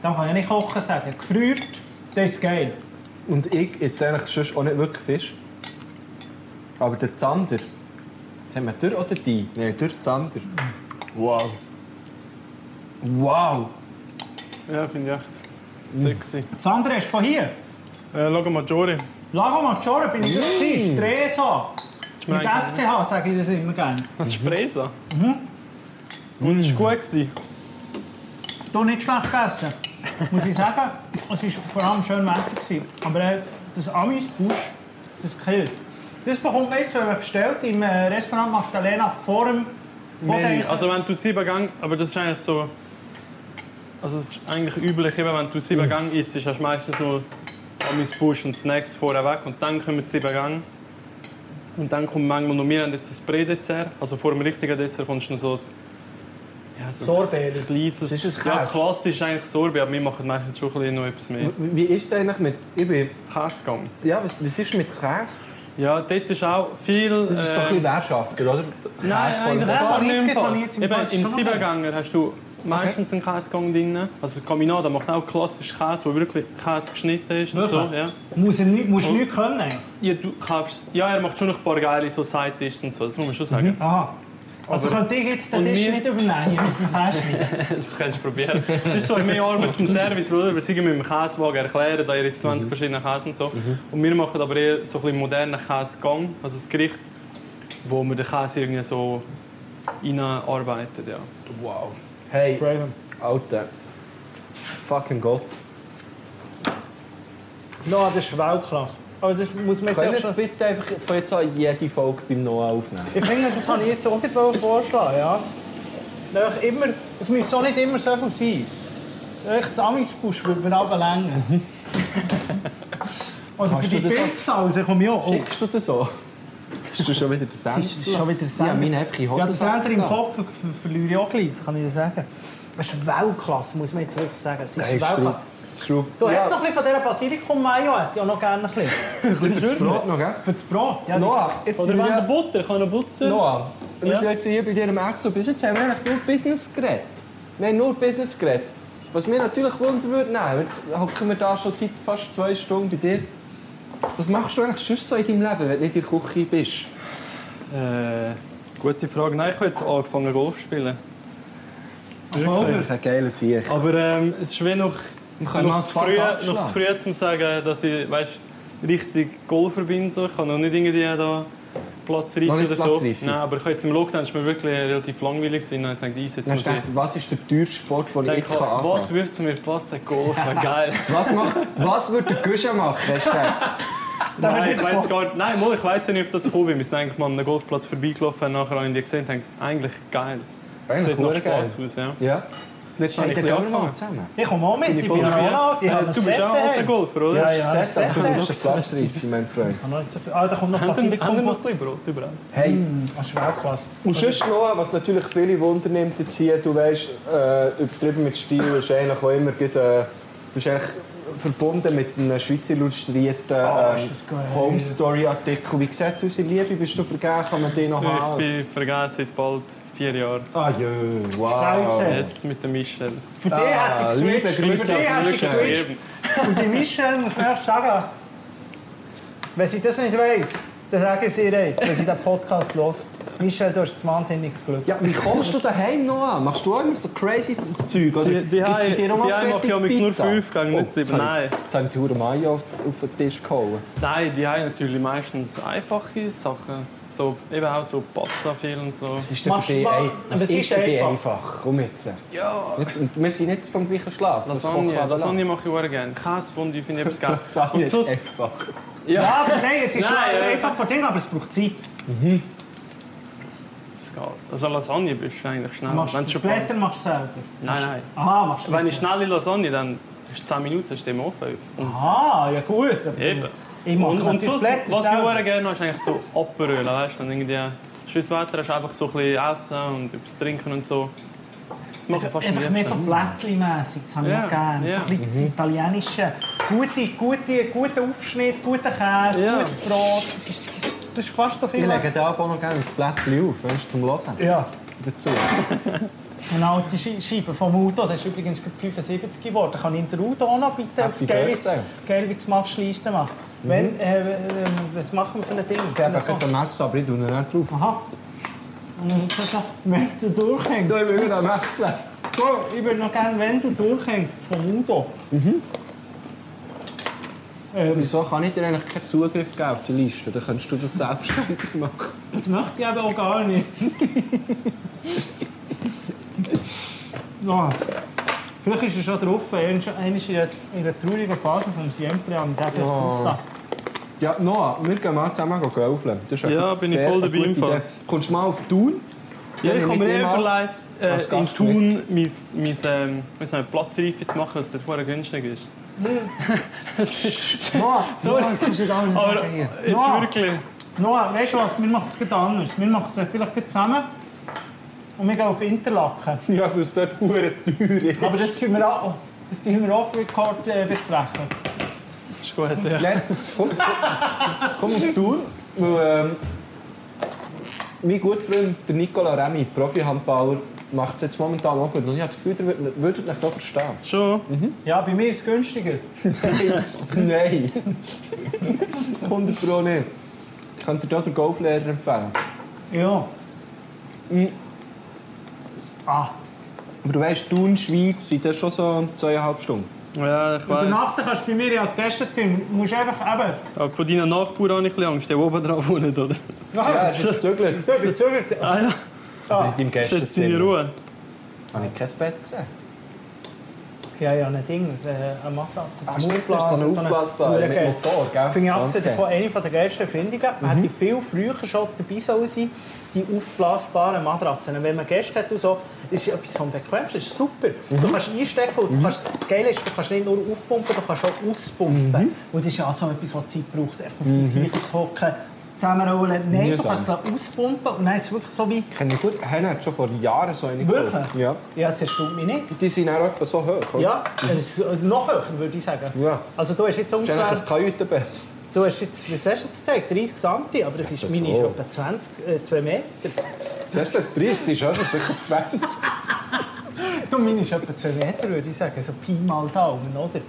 dann kann ich nicht kochen sagen. Gefriert, das ist geil. Und ich jetzt eigentlich sonst auch nicht wirklich Fisch. Aber der Zander. Jetzt haben wir durch oder die? Nein, durch Zander. Wow. Wow. Ja, finde ich echt sexy. Das andere ist von hier. Äh, Lago Maggiore. Lago Maggiore bin ich mm. Tresa. Mit mein Gott. SCH sage ich das immer gerne. Das ist Presa. Und es war gut. Gewesen. hier nicht schlecht gegessen. Muss ich sagen, es war vor allem schön Wetter. Gewesen. Aber äh, das amis Busch, das killt. Das bekommt man jetzt, wenn man bestellt, im äh, Restaurant Magdalena vor dem Menü. Vordenken. Also wenn du sieben Gänge, aber das ist eigentlich so, also es ist eigentlich üblich, eben, wenn du Mhm. sieben Gänge isst, hast du meistens nur Amis Busch und Snacks vorher weg und dann kommen die sieben Gänge. Und dann kommt manchmal noch, wir haben jetzt ein Prädessert, also vor dem richtigen Dessert kommst du noch so ein, ja, so Sorbet. ein kleines, Das ist ein ja Käse. klassisch eigentlich Sorbet, aber wir machen meistens schon ein bisschen noch etwas mehr. Wie wie ist es eigentlich mit. Ich bin, Käsegang. ja, was, was ist mit Käse? Ja, dort ist auch viel... Das ist so ein ähm, bisschen Wirtschafter, oder? Der Nein, Käse eigentlich von Käse, gar den nicht es im gibt, Fall. den ich jetzt im Fall Eben, Im schon noch Siebenganger hast du meistens einen Käsegang drin. Also Caminada macht auch klassisch Käse, wo wirklich Käse geschnitten ist. Und so, Wirklich? ja. Muss er nicht, musst du nicht können. eigentlich. Ja, du kaufst, ja, er macht schon noch ein paar geile so Side-Dishes und so, das muss man schon sagen. Aha. Also könnt ihr jetzt den Und Tisch wir- nicht übernehmen hier mit dem (laughs) Käse. (laughs) Das kannst du probieren. Das ist zwar mehr Arbeit im Service, oder? weil sie gehen mit dem Käsewagen erklären, da ihre Mhm. 20 verschiedenen Käse und so. Und wir machen aber eher so ein bisschen modernen Käsegang, also das Gericht, wo man den Käse irgendwie so reinarbeitet, ja. Wow. Hey, Alter. Fucking Gott. no, das ist Weltklasse. Aber das muss man Können jetzt wir auch bitte einfach von jetzt an jede Folge beim Noah aufnehmen? Ich finde, das habe ich jetzt auch nicht vorschlagen. Ja. Einfach immer, es muss auch nicht immer so viel sein. Echt, das Amisbusch würde mir aber länger. (laughs) Oder für Kannst die du das- Pilzsalze komme ich auch. Oh, Schickst du das so? Hast du schon wieder den Senf? das ist schon wieder das Ja, Sender. meine einfach in Ja, das Sender im getan. Kopf ver ver verliere ich auch gleich, das kann ich dir sagen. Das ist Weltklasse, muss man jetzt wirklich sagen. Das ist Hey, Strub. Weltklasse. Strub. Du hättest noch ein bisschen von dieser Basilikum-Mayo, hätte ich auch noch (laughs) gerne ein bisschen. das Brot noch, gell? Für das Brot, ja. Noah, Das jetzt Oder sind wenn wir der ja... Butter, kann er Butter? Noah, wir Ja. sind jetzt hier bei dir im Essen. Bis jetzt haben wir eigentlich nur Business geredet. Wir haben nur Business geredet. Was mir natürlich wundern würde, nein, jetzt hocken wir da schon seit fast zwei Stunden bei dir. Was machst du eigentlich sonst so in deinem Leben, wenn du nicht in der Küche bist? Äh, gute Frage. Nein, ich habe jetzt angefangen Golf zu spielen. Ich ein geiler Sieg. Aber ähm, es ist wie noch, Wir können mal noch, das zu Fass früh, abschlagen. noch zu früh, um zu sagen, dass ich weißt, richtig Golfer bin. So. Ich kann noch nicht irgendwie da Platzreife Noch nicht oder so. Platzreife. Nein, aber ich habe jetzt im Lockdown ist mir wirklich relativ langweilig gewesen. Dann habe ich gedacht, easy, jetzt Dann hast du muss ich- gedacht, was ist der teuerste Sport, den ich jetzt Denke, kann anfangen was würde zu mir passen? (laughs) Golf, geil. Was, macht, was würde der Guschen machen? Hast du (laughs) gedacht? Nein, ich weiß gar nicht. Nein, mal, ich weiß nicht, ob das gekommen bin. Wir sind eigentlich mal an einem Golfplatz vorbeigelaufen. Nachher habe ich die gesehen und dachte, eigentlich geil. Sieht nach verdammt Spass geil. aus, ja. Ja. Letztes Mal Hey, dann gehen habe ich ein bisschen wir angefangen. mal zusammen. Ich komme auch mit, ich bin Ronald, ich habe Äh, Du bist auch ein alter Golfer, oder? Ja, Ja, ja, das das Setup, du Setup. bist ein Platzreife, mein Freund. Ah, da kommt noch Haben wir Basilikum. noch ein Brot überall? Hey, Das ist Weltklasse. Und sonst noch, was natürlich viele Wunder nimmt jetzt hier, du weißt, äh, übertrieben mit Stil ist eigentlich auch immer gut, äh, du bist eigentlich verbunden mit einem Schweizer illustrierten Ah, ähm, ist das geil. Home Story Artikel. Wie sieht es aus in Liebe? Bist du vergeben? Kann man den noch Ich haben? bin vergeben seit bald vier Jahren. Ah jö, wow. Scheiße. Yes, mit der Michelle. Für die Ah, hätte liebe ich geswitcht. Grüße Für die an hätte ich Michel. geswitcht. Und die Michelle muss man erst sagen, wenn sie das nicht weiss, Dann sage ich es ihr jetzt, wenn sie den Podcast los. Michel, du hast ein wahnsinniges Glück. Ja, wie kommst du daheim noch an? Machst du auch immer so crazy Zeug? Oder Die, die, gibt's bei Hai- die dir auch mal Hai mache ich fertige amigs nur Pizza? 5 Gänge, Oh, nicht 7. sorry. Nein. Jetzt haben die Huren Mayo auf, auf den Tisch gehauen. Nein, die haben natürlich meistens einfache Sachen. So, eben auch so Pasta viel und so. Was ist denn Machst für dich, du mal- ey, was was ist ist für dich einfach? einfach? Komm jetzt. Ja. jetzt und wir sind nicht vom gleichen Schlag. Das kommt Lasagne, von Lasagne mache ich auch gerne. Käsefondue finde ich etwas geil. Lasagne Und ist sonst, einfach. ja, Ja, aber nein, es ist Nein, schon ja. einfach von Ding, aber es braucht Zeit. es geht. Also Lasagne bist du eigentlich schnell. Machst Wenn du du schon Blätter, machst du selber. Nein, nein. Aha, machst du Wenn nicht ich schnelle Lasagne, dann ist 10 Minuten ist die im Ofen. Und, Ah, ja gut. aber eben. Ich mache Und, und natürlich sonst, Blätter was ich selber. auch gerne habe, ist eigentlich so Aperöl, weißt du? Dann irgendwie, schönes Wetter hast, einfach so ein bisschen essen und etwas trinken und so. Das mache ich fast am Einfach mehr so liebsten. Blättli-mässig, das habe ich Ja, auch gerne. ja. Mhm. So ein bisschen das Italienische. Gute, gute, guter Aufschnitt, guter Käse, Ja. gutes Brot. Das ist, das ist- das ist fast so Ich viel. lege dir auch noch gerne ein Blättchen auf, weißt, du, zum Hören Ja, dazu. eine alte Schei- Scheibe vom Udo, der ist übrigens gerade 75 geworden. Kann ich den Udo auch noch bitte Happy Birthday. geil wie machst Liste machen? Mhm. Wenn, äh, äh, was machen wir für ein Ding? Ich gebe so. gerade ein Messer, aber ich tue ihn nicht drauf. Aha. Und jetzt so, wenn du durchhängst. Ich will wieder ein Messer. Gut, ich würde noch gerne, wenn du durchhängst, vom Udo. Mhm. Ähm, Wieso kann ich dir eigentlich keinen Zugriff geben auf die Liste? Dann könntest du das selbstständig (laughs) machen. das möchte ich eben auch gar (laughs) nicht. ja. Vielleicht ist er schon drauf, er ist er ist in der- in der traurigen Phase vom Siempre am Tag Oh. drauf. Ja, Noah, wir gehen mal zusammen golfen. Das ist Ja, eine bin ich sehr voll dabei gute im Fall. Idee. Kommst du mal auf Thun? Ja, Dann ich habe mit mir eh dir mal- überlegt, Als äh, in Gast Thun mein, mein, ähm, wie sagen wir, Platzreife zu machen, dass der Huren günstig (laughs) ist. (laughs) Noah, Sorry. Noah, das kannst du gar nicht Aber sagen ist hier. Ja. wirklich... Noah, weißt du was? Wir machen es gleich anders. Wir machen es vielleicht gleich zusammen. Und wir gehen auf Interlaken. (laughs) Ja, weil es dort hure teuer ist. Aber das tun wir, auch- das tun wir off-record äh, besprechen. Ist gut, ja. Nein, komm, komm auf Tour, weil ähm, mein guter Freund, der Nicola Remi, Profi-Handballer, macht es jetzt momentan auch gut. Und ich habe das Gefühl, ihr würdet- würdet mich doch verstehen. Schon. Ja, bei mir ist es günstiger. Nein. (laughs) 100 Pro nicht. Ich könnte dir auch den Golflehrer empfehlen. Ja. Ah, Aber du weißt, Thun, Schweiz sind das schon so zweieinhalb Stunden. Ja, ich weiss. übernachten kannst du bei mir ja als Gästezimmer. Du musst einfach eben... Aber von deinen Nachbarn habe ich ein bisschen Angst, die oben drauf wohnen, oder? Ja, Ja, hast du jetzt (laughs) gezögert? ich bin zurück. Ah ja, Mit deinem ist jetzt deine Gästezimmer. Ruhe. Habe ich kein Bett gesehen? Ja, ja, ein Ding, äh, eine Matratze Das ist so ein Aufblasball mit Motor, gell? Finde ich Ganz Mhm. abgesehen geil. von einer der geilsten Erfindungen. Man hätte viel früher schon dabei sollen sein die aufblasbaren Matratzen. Wenn man Gäste hat und so, ist es etwas vom Bequemsten. Das ist super. Mhm. Du kannst einstecken und du kannst, das Geile ist, du kannst nicht nur aufpumpen, du kannst auch auspumpen. Mhm. Und das ist ja auch so etwas, was Zeit braucht, echt auf die Seite zu hocken, zusammenrollen. Nein, du Mühsam. kannst es auspumpen und dann ist es wirklich so wie... Ich kenne gut, Hannah hat schon vor Jahren so eine Wirklich? gekauft. Ja. Ja, das erstaunt mich nicht. Die sind auch etwa so hoch, oder? Ja, es ist noch höher, würde ich sagen. Ja. Also du hast jetzt Das ist ungefähr... eigentlich ein Kajütenbett. Du hast jetzt, was hast du jetzt gezeigt? 30 cm, aber das ist Etwa meine ist so. etwa 20, äh, 2 Meter. Zuerst hat 30, die ist einfach sicher 20. (laughs) Du, meine ist etwa 2 Meter, würde ich sagen. So Pi mal Daumen, oder?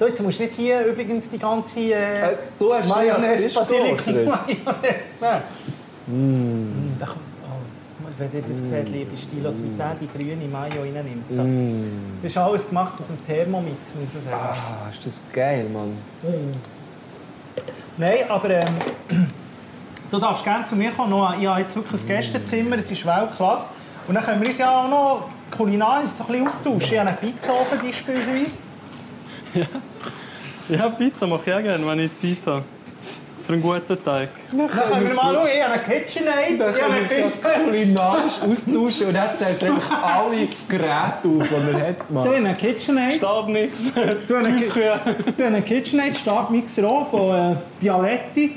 Du, jetzt musst du nicht hier übrigens die ganze äh, Äh, du hast Mayonnaise, ja- Basilikum, bist du dort? Mayonnaise nehmen. Mm. Da, kommt- oh, wenn ihr das seht, liebe Stilos, wie der die grüne Mayo reinnimmt. da. Das ist alles gemacht aus dem Thermomix, muss man sagen. Ah, ist das geil, Mann. Nein, aber ähm, (clears throat) du darfst gerne zu mir kommen, Noah. Ich habe jetzt wirklich ein Gästezimmer, es ist Weltklasse. Und dann können wir uns ja auch noch kulinarisch so ein bisschen austauschen. Ich habe einen Pizzaofen beispielsweise. Ja, Pizza mache ich auch gerne, wenn ich Zeit habe. Für einen guten Tag. Dann können wir mal schauen, ich habe einen KitchenAid, ich Da habe können einen wir uns ja Fischböller. kulinarisch austauschen und er zählt einfach alle Geräte auf, die man hat, (laughs) Du hast Mann. einen KitchenAid, Stab (laughs) nicht. du hast einen Ki- du hast einen KitchenAid, Stabmixer auch von äh, Bialetti.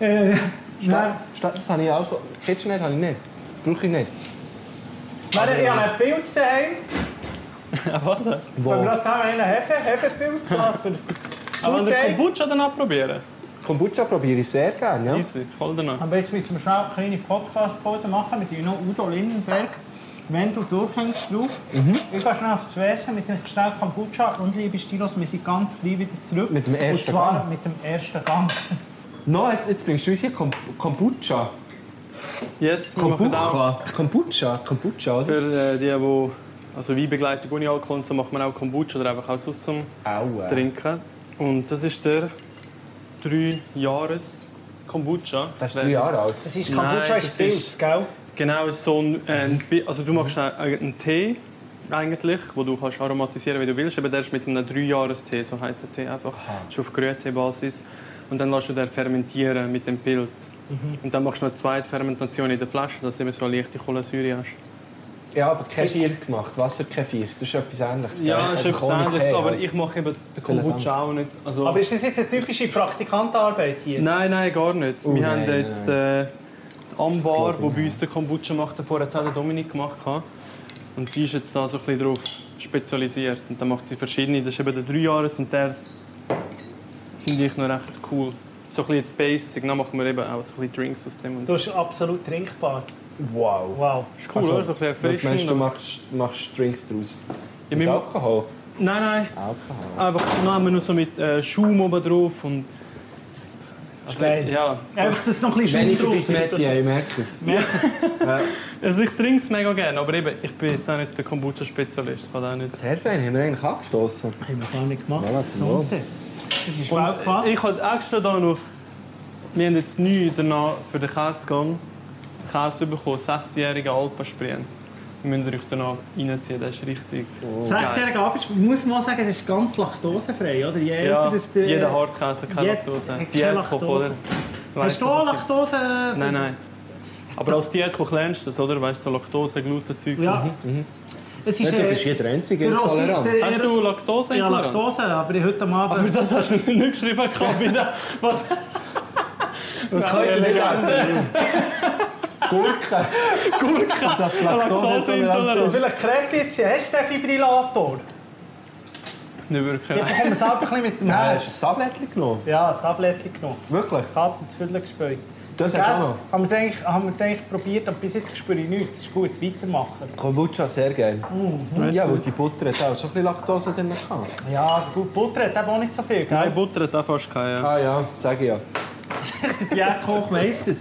Äh, Statt, statt, das habe ich auch schon. KitchenAid habe ich nicht. Brauche ich nicht. dann- dann- ich habe einen Pilz daheim. Warte. Können wir Wo? gerade zusammen einen Hefe- (laughs) Hefepilz machen? Aber wenn der Sauerteig. Kombucha dann auch probieren. Kombucha probiere ich sehr gerne, ja. Easy, ich hol den noch. Aber jetzt müssen wir schnell eine kleine Podcast-Pause machen mit Juno Udo Lindenberg. Wenn du durchhängst drauf, Mhm. ich gehe schnell aufs Wäschen mit dem schnell Kombucha und liebe Stilos, wir sind ganz gleich wieder zurück. Mit dem ersten Und zwar Gang. mit dem ersten Gang. No, jetzt, jetzt bringst du uns hier Kom Kombucha. Yes, wir machen auch Kombucha. Kombucha. Kombucha, oder? für äh, die, die also Weinbegleitung ohne Alkohol und so macht man auch Kombucha oder einfach auch sonst zum Aua. Trinken. Und das ist der 3-Jahres-Kombucha. Das ist drei Jahre alt. Das ist Nein, Kombucha, ist das Pilz, ist- gell? Genau, ist so ein, ein Bi- also du machst einen, einen Tee eigentlich, wo du kannst aromatisieren, wie du willst, aber der ist mit einem Dreijahrestee, so heißt der Tee einfach, ist auf Grünteebasis und dann lässt du den fermentieren mit dem Pilz und dann machst du eine zweite Fermentation in der Flasche, dass du eben so eine leichte Kohlensäure hast. Ja, aber kein Vier gemacht. Wasser kein Vier. Das ist etwas Ähnliches. Ja, gell? das ist Einfach etwas ohne Ähnliches, Tee, aber halt. ich mache eben den Vielen Kombucha auch nicht. Also, Aber ist das jetzt eine typische Praktikantenarbeit hier? Nein, nein, gar nicht. Oh, wir nein, haben nein, jetzt äh, die Ambar, die bei uns den Kombucha macht, davor hat es auch der Dominik gemacht. gehabt. Und sie ist jetzt da so ein bisschen drauf spezialisiert. Und dann macht sie verschiedene. Das ist eben der 3 Jahres und der finde ich noch recht cool. So ein bisschen basic. Dann machen wir eben auch so ein bisschen Drinks aus dem. Und Du das bist absolut trinkbar. Wow. Wow. ist cool, oder? So ein also, bisschen was erfrischend. meinst du, machst, machst Drinks draus? Ja, Mit wir- Alkohol? Nein, nein. Alkohol. Einfach dann haben wir noch so mit äh, Schaum oben drauf. Und also, geil. ja, so. Einfach, dass noch ein bisschen Weniger Schaum drauf bis ist. Metti, ich merke es. also ich trinke es mega gerne, aber eben, ich bin jetzt auch nicht der Kombucha-Spezialist. Kann auch nicht Das Herfein haben wir eigentlich angestoßen. Das haben wir gar nicht gemacht. Ja, zum Wohl. Sonntag. Das ist Und äh, Weltklasse. ich habe extra da noch. Wir haben jetzt neu danach für den Käsegang Käse bekommen. Sechsjährige Alpensprinz. Wir müssen euch danach reinziehen, das ist richtig. Sechsjähriger Abend, muss man auch sagen, das ist ganz laktosefrei, oder? Je Ja, älter das äh, der- jeder Hartkäse, keine jed- Laktose. keine Diätkoch, Laktose. oder? Hast Weißt du auch Laktose? Nein, nein. Aber als Diätkoch lernst du das, oder? Weißt du, so Laktose, Gluten-Zeug. Ja. Es Ja, ist, du äh, bist jeder Einzige der Rossi- intolerant. der- Hast du Laktose? Ja, Laktose, aber heute am Abend... Aber das hast du (laughs) nicht geschrieben, Kabine. Was? Das könnt ihr nicht essen. Gurken. Gurken. Das Laktoseintolerant. Laktoseintolerant. Und vielleicht kriegt jetzt, hast du den Fibrillator? Nicht Ich wirklich. bekomme es auch ein bisschen mit dem Ja, Herz. hast du ein Tablettchen genommen? Ja, Tablettchen genommen. Wirklich? Katze zu Viertel gespielt. Das hast du auch noch. Haben wir es eigentlich, haben wir es eigentlich probiert, aber bis jetzt spüre ich nichts. Ist gut, weitermachen. Kombucha, sehr geil. Ja, weil die Butter hat auch schon ein bisschen Laktose drin gehabt. Ja, gut, Butter hat eben auch nicht so viel, gell? Nein, Butter hat auch fast keine. Ah ja, sag ich ja. Pierre Koch weiss das.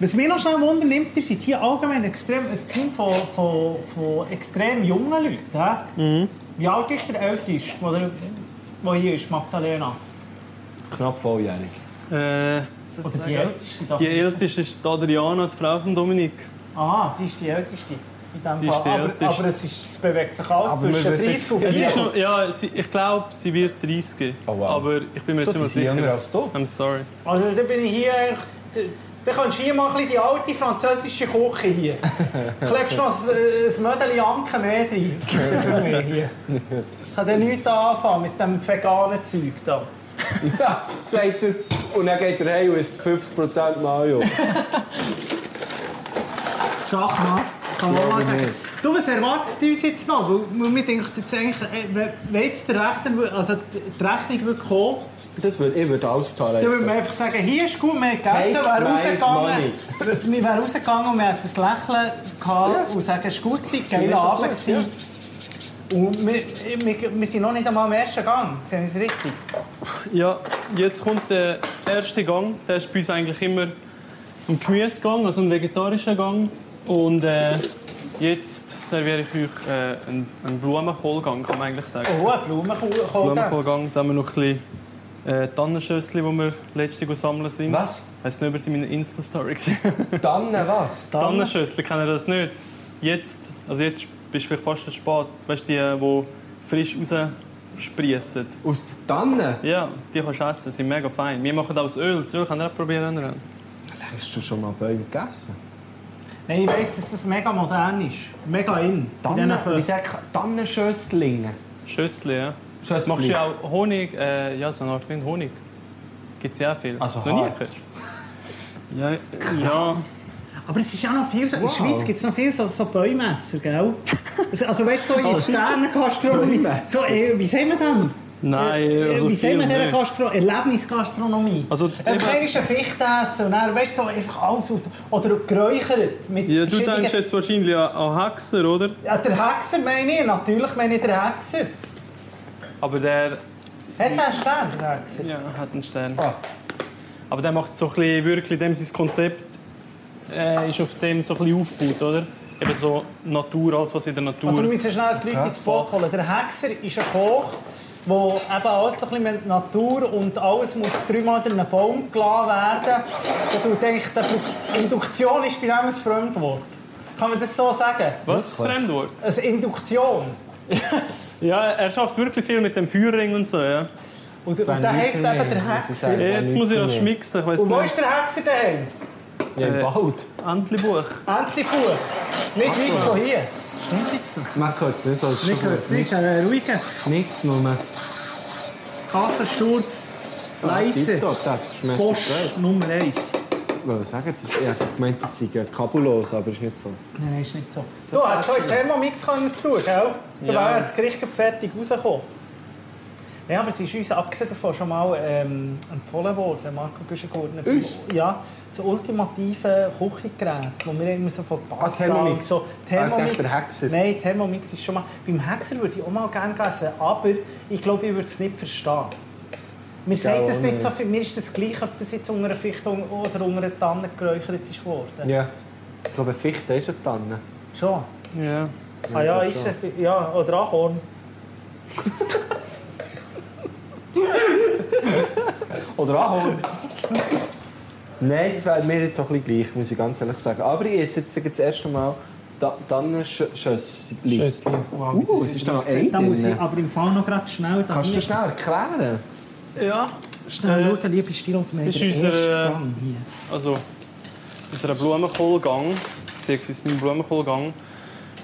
Was mich noch schnell wundern nimmt, ihr seid hier allgemein extrem, ein Team von, von, von extrem jungen Leuten. hä? Mhm. Wie alt ist der Älteste, der der hier ist, Magdalena? Knapp volljährig. (laughs) Äh, Oder die Älteste? da? Die älteste ist die Adriana, die Frau von Dominik. Ah, die ist die Älteste. In dem Sie Fall. ist die aber, Älteste. aber es, ist, es bewegt sich alles Aber wir zwischen wissen 30 und jetzt- Es 40. ist noch, ja, sie, ich glaube, sie wird 30 gehen. Oh, wow. Aber ich bin mir Du, jetzt die immer sind sicher. jünger als du. I'm sorry. Also da bin ich hier eigentlich... Da kannst du hier mal ein bisschen die alte französische Küche (laughs) hier. Klebst noch ein, ein Mödeli Anke mehr (laughs) rein. Für mich hier. Ich kann dann nichts anfangen mit dem veganen Zeug da. Ja, sagt er. Und dann geht er heim und isst 50% Mayo. Schach mal. Kann man mal Glaube sagen. nicht. Du, was erwartet uns jetzt noch? Weil, weil wir denken jetzt eigentlich, äh, wenn- wenn jetzt der Rechner, also die Rechnung würde kommen, Das würde, ich würde alles zahlen. dann würde man einfach sagen, hier ist gut, wir haben Take gegessen, wäre my rausgegangen, money. (laughs) wir wären rausgegangen und wir hätten das Lächeln gehabt und sagen, es ist gut, gewesen, Ja, geiler ist Abend gut, gewesen. Und wir, wir, wir sind noch nicht einmal im ersten Gang, sehen Sie es richtig? Ja, jetzt kommt der erste Gang. Der ist bei uns eigentlich immer ein Gemüsegang, also ein vegetarischer Gang. Und äh, jetzt serviere ich euch äh, einen, einen Blumenkohlgang, kann man eigentlich sagen. Oh, ein Blumenkohl. Blumenkohlgang, da haben wir noch ein bisschen äh, Tannenschüsschen, die wir letztens sammeln sind. Was? Weißt du nicht, ob ihr sie in meiner Insta-Story gesehen Dann was? Tannenschüssel, kennen das nicht? Jetzt, also jetzt bist du vielleicht fast zu spät. Weißt du, die, die frisch raussprießen? Aus der Tanne? Ja, die kannst du essen, die sind mega fein. Wir machen auch das Öl. Das Öl kann ihr auch probieren. Andrea. Hast du schon mal Bäume gegessen? Nein, ich weiss, dass das mega modern ist. Mega in. in diesen Tannen, wie Köpfen. sagt man? Tannenschösslinge. Schüssel, ja. Schüssli. Machst du ja auch Honig, äh, ja, so eine Art wie Honig. Gibt es ja auch viel. Also Noch nie Harz. gehört? äh, Ja, ja. Aber es ist auch noch viel so, in der Wow. Schweiz gibt es noch viel so, so Bäumesser, (laughs) gell? Also- Also weißt du, so in Sternengastronomie. So, äh, wie sehen wir das? Nein, Äh, also Wie sehen wir viel diese nicht. Gastro Erlebnisgastronomie? Also, einfach einmal eine Fichte essen und dann, weißt du, so einfach alles und, oder geräuchert mit Ja, du verschiedenen- denkst jetzt wahrscheinlich an- an Hexer, oder? Ja, der Hexer meine ich, natürlich meine ich den Hexer. Aber der Hat der einen Stern, der Hexer? ja, hat einen Stern. Ah, Aber der macht so ein bisschen wirklich dem sein Konzept äh, ist auf dem so ein bisschen aufgebaut, oder? Eben so Natur, alles was in der Natur. Also wir müssen schnell die Leute ins Boot holen. Der Hexer ist ein Koch, der eben alles so ein bisschen mit der Natur und alles muss dreimal in einen Baum gelassen werden. Und du denkst, dass du- Induktion ist bei dem ein Fremdwort. Kann man das so sagen? was? Fremdwort? Also Induktion. Ja, er schafft wirklich viel mit dem Feuerring und so, ja. Und, und der heisst eben der Hexer. Jetzt muss ich das schmixen, ich weiss Und wo nicht. ist der Hexer daheim? Ja, im Äh. Wald. Entlebuch. Entlebuch. Nicht weit von hier. Stimmt jetzt das? Man hört es nicht so. es ist schon gut. ist ein ruhiger Nichts, nur mehr. Ah, Kassensturz. Leise. Tipptopp, das schmeckt Post gut. Nummer 1. Weil, sagen Sie, es- ich hätte gemeint, das sei kapulos, aber ist nicht so. Nein, nein, ist nicht so. Du also, hast heute Thermomix können dazu, gell? Da Ja. wäre das Gericht gerade fertig rausgekommen. Ja, aber es ist uns abgesehen davon schon mal ähm, empfohlen worden, Marco Güschengurtner. Uns? Ja, das ultimative Küchengerät, wo wir irgendwie so von Pasta Ah, Thermomix. und so... Ah, ich dachte, der Hexer. Nein, Thermomix ist schon mal... Beim Hexer würde ich auch mal gerne essen, aber ich glaube, ich würde es nicht verstehen. Mir auch sagt das nicht nicht. so viel. Mir ist das gleich, ob das jetzt unter einer Fichte oder unter einer Tanne geräuchert ist worden. Ja. Ich glaube, eine Fichte ist eine Tanne. Schon. Ja. Ah ja, ist er. Ja, oder Ahorn. Oder Ahorn. Nein, das wäre mir jetzt auch ein bisschen gleich, muss ich ganz ehrlich sagen. Aber ich esse jetzt das erste Mal Ta- Tannenschössli. Schössli. Wow, wie Uh, das es ist ausgesehen da noch ein Da muss ich drin. aber im Fall noch gerade schnell... da Kannst du hier- das schnell erklären? hat. Ja. Schnell schauen, liebe Stilungsmedien. Das ist unser- hier. Also, unser Blumenkohlgang, beziehungsweise mein Blumenkohlgang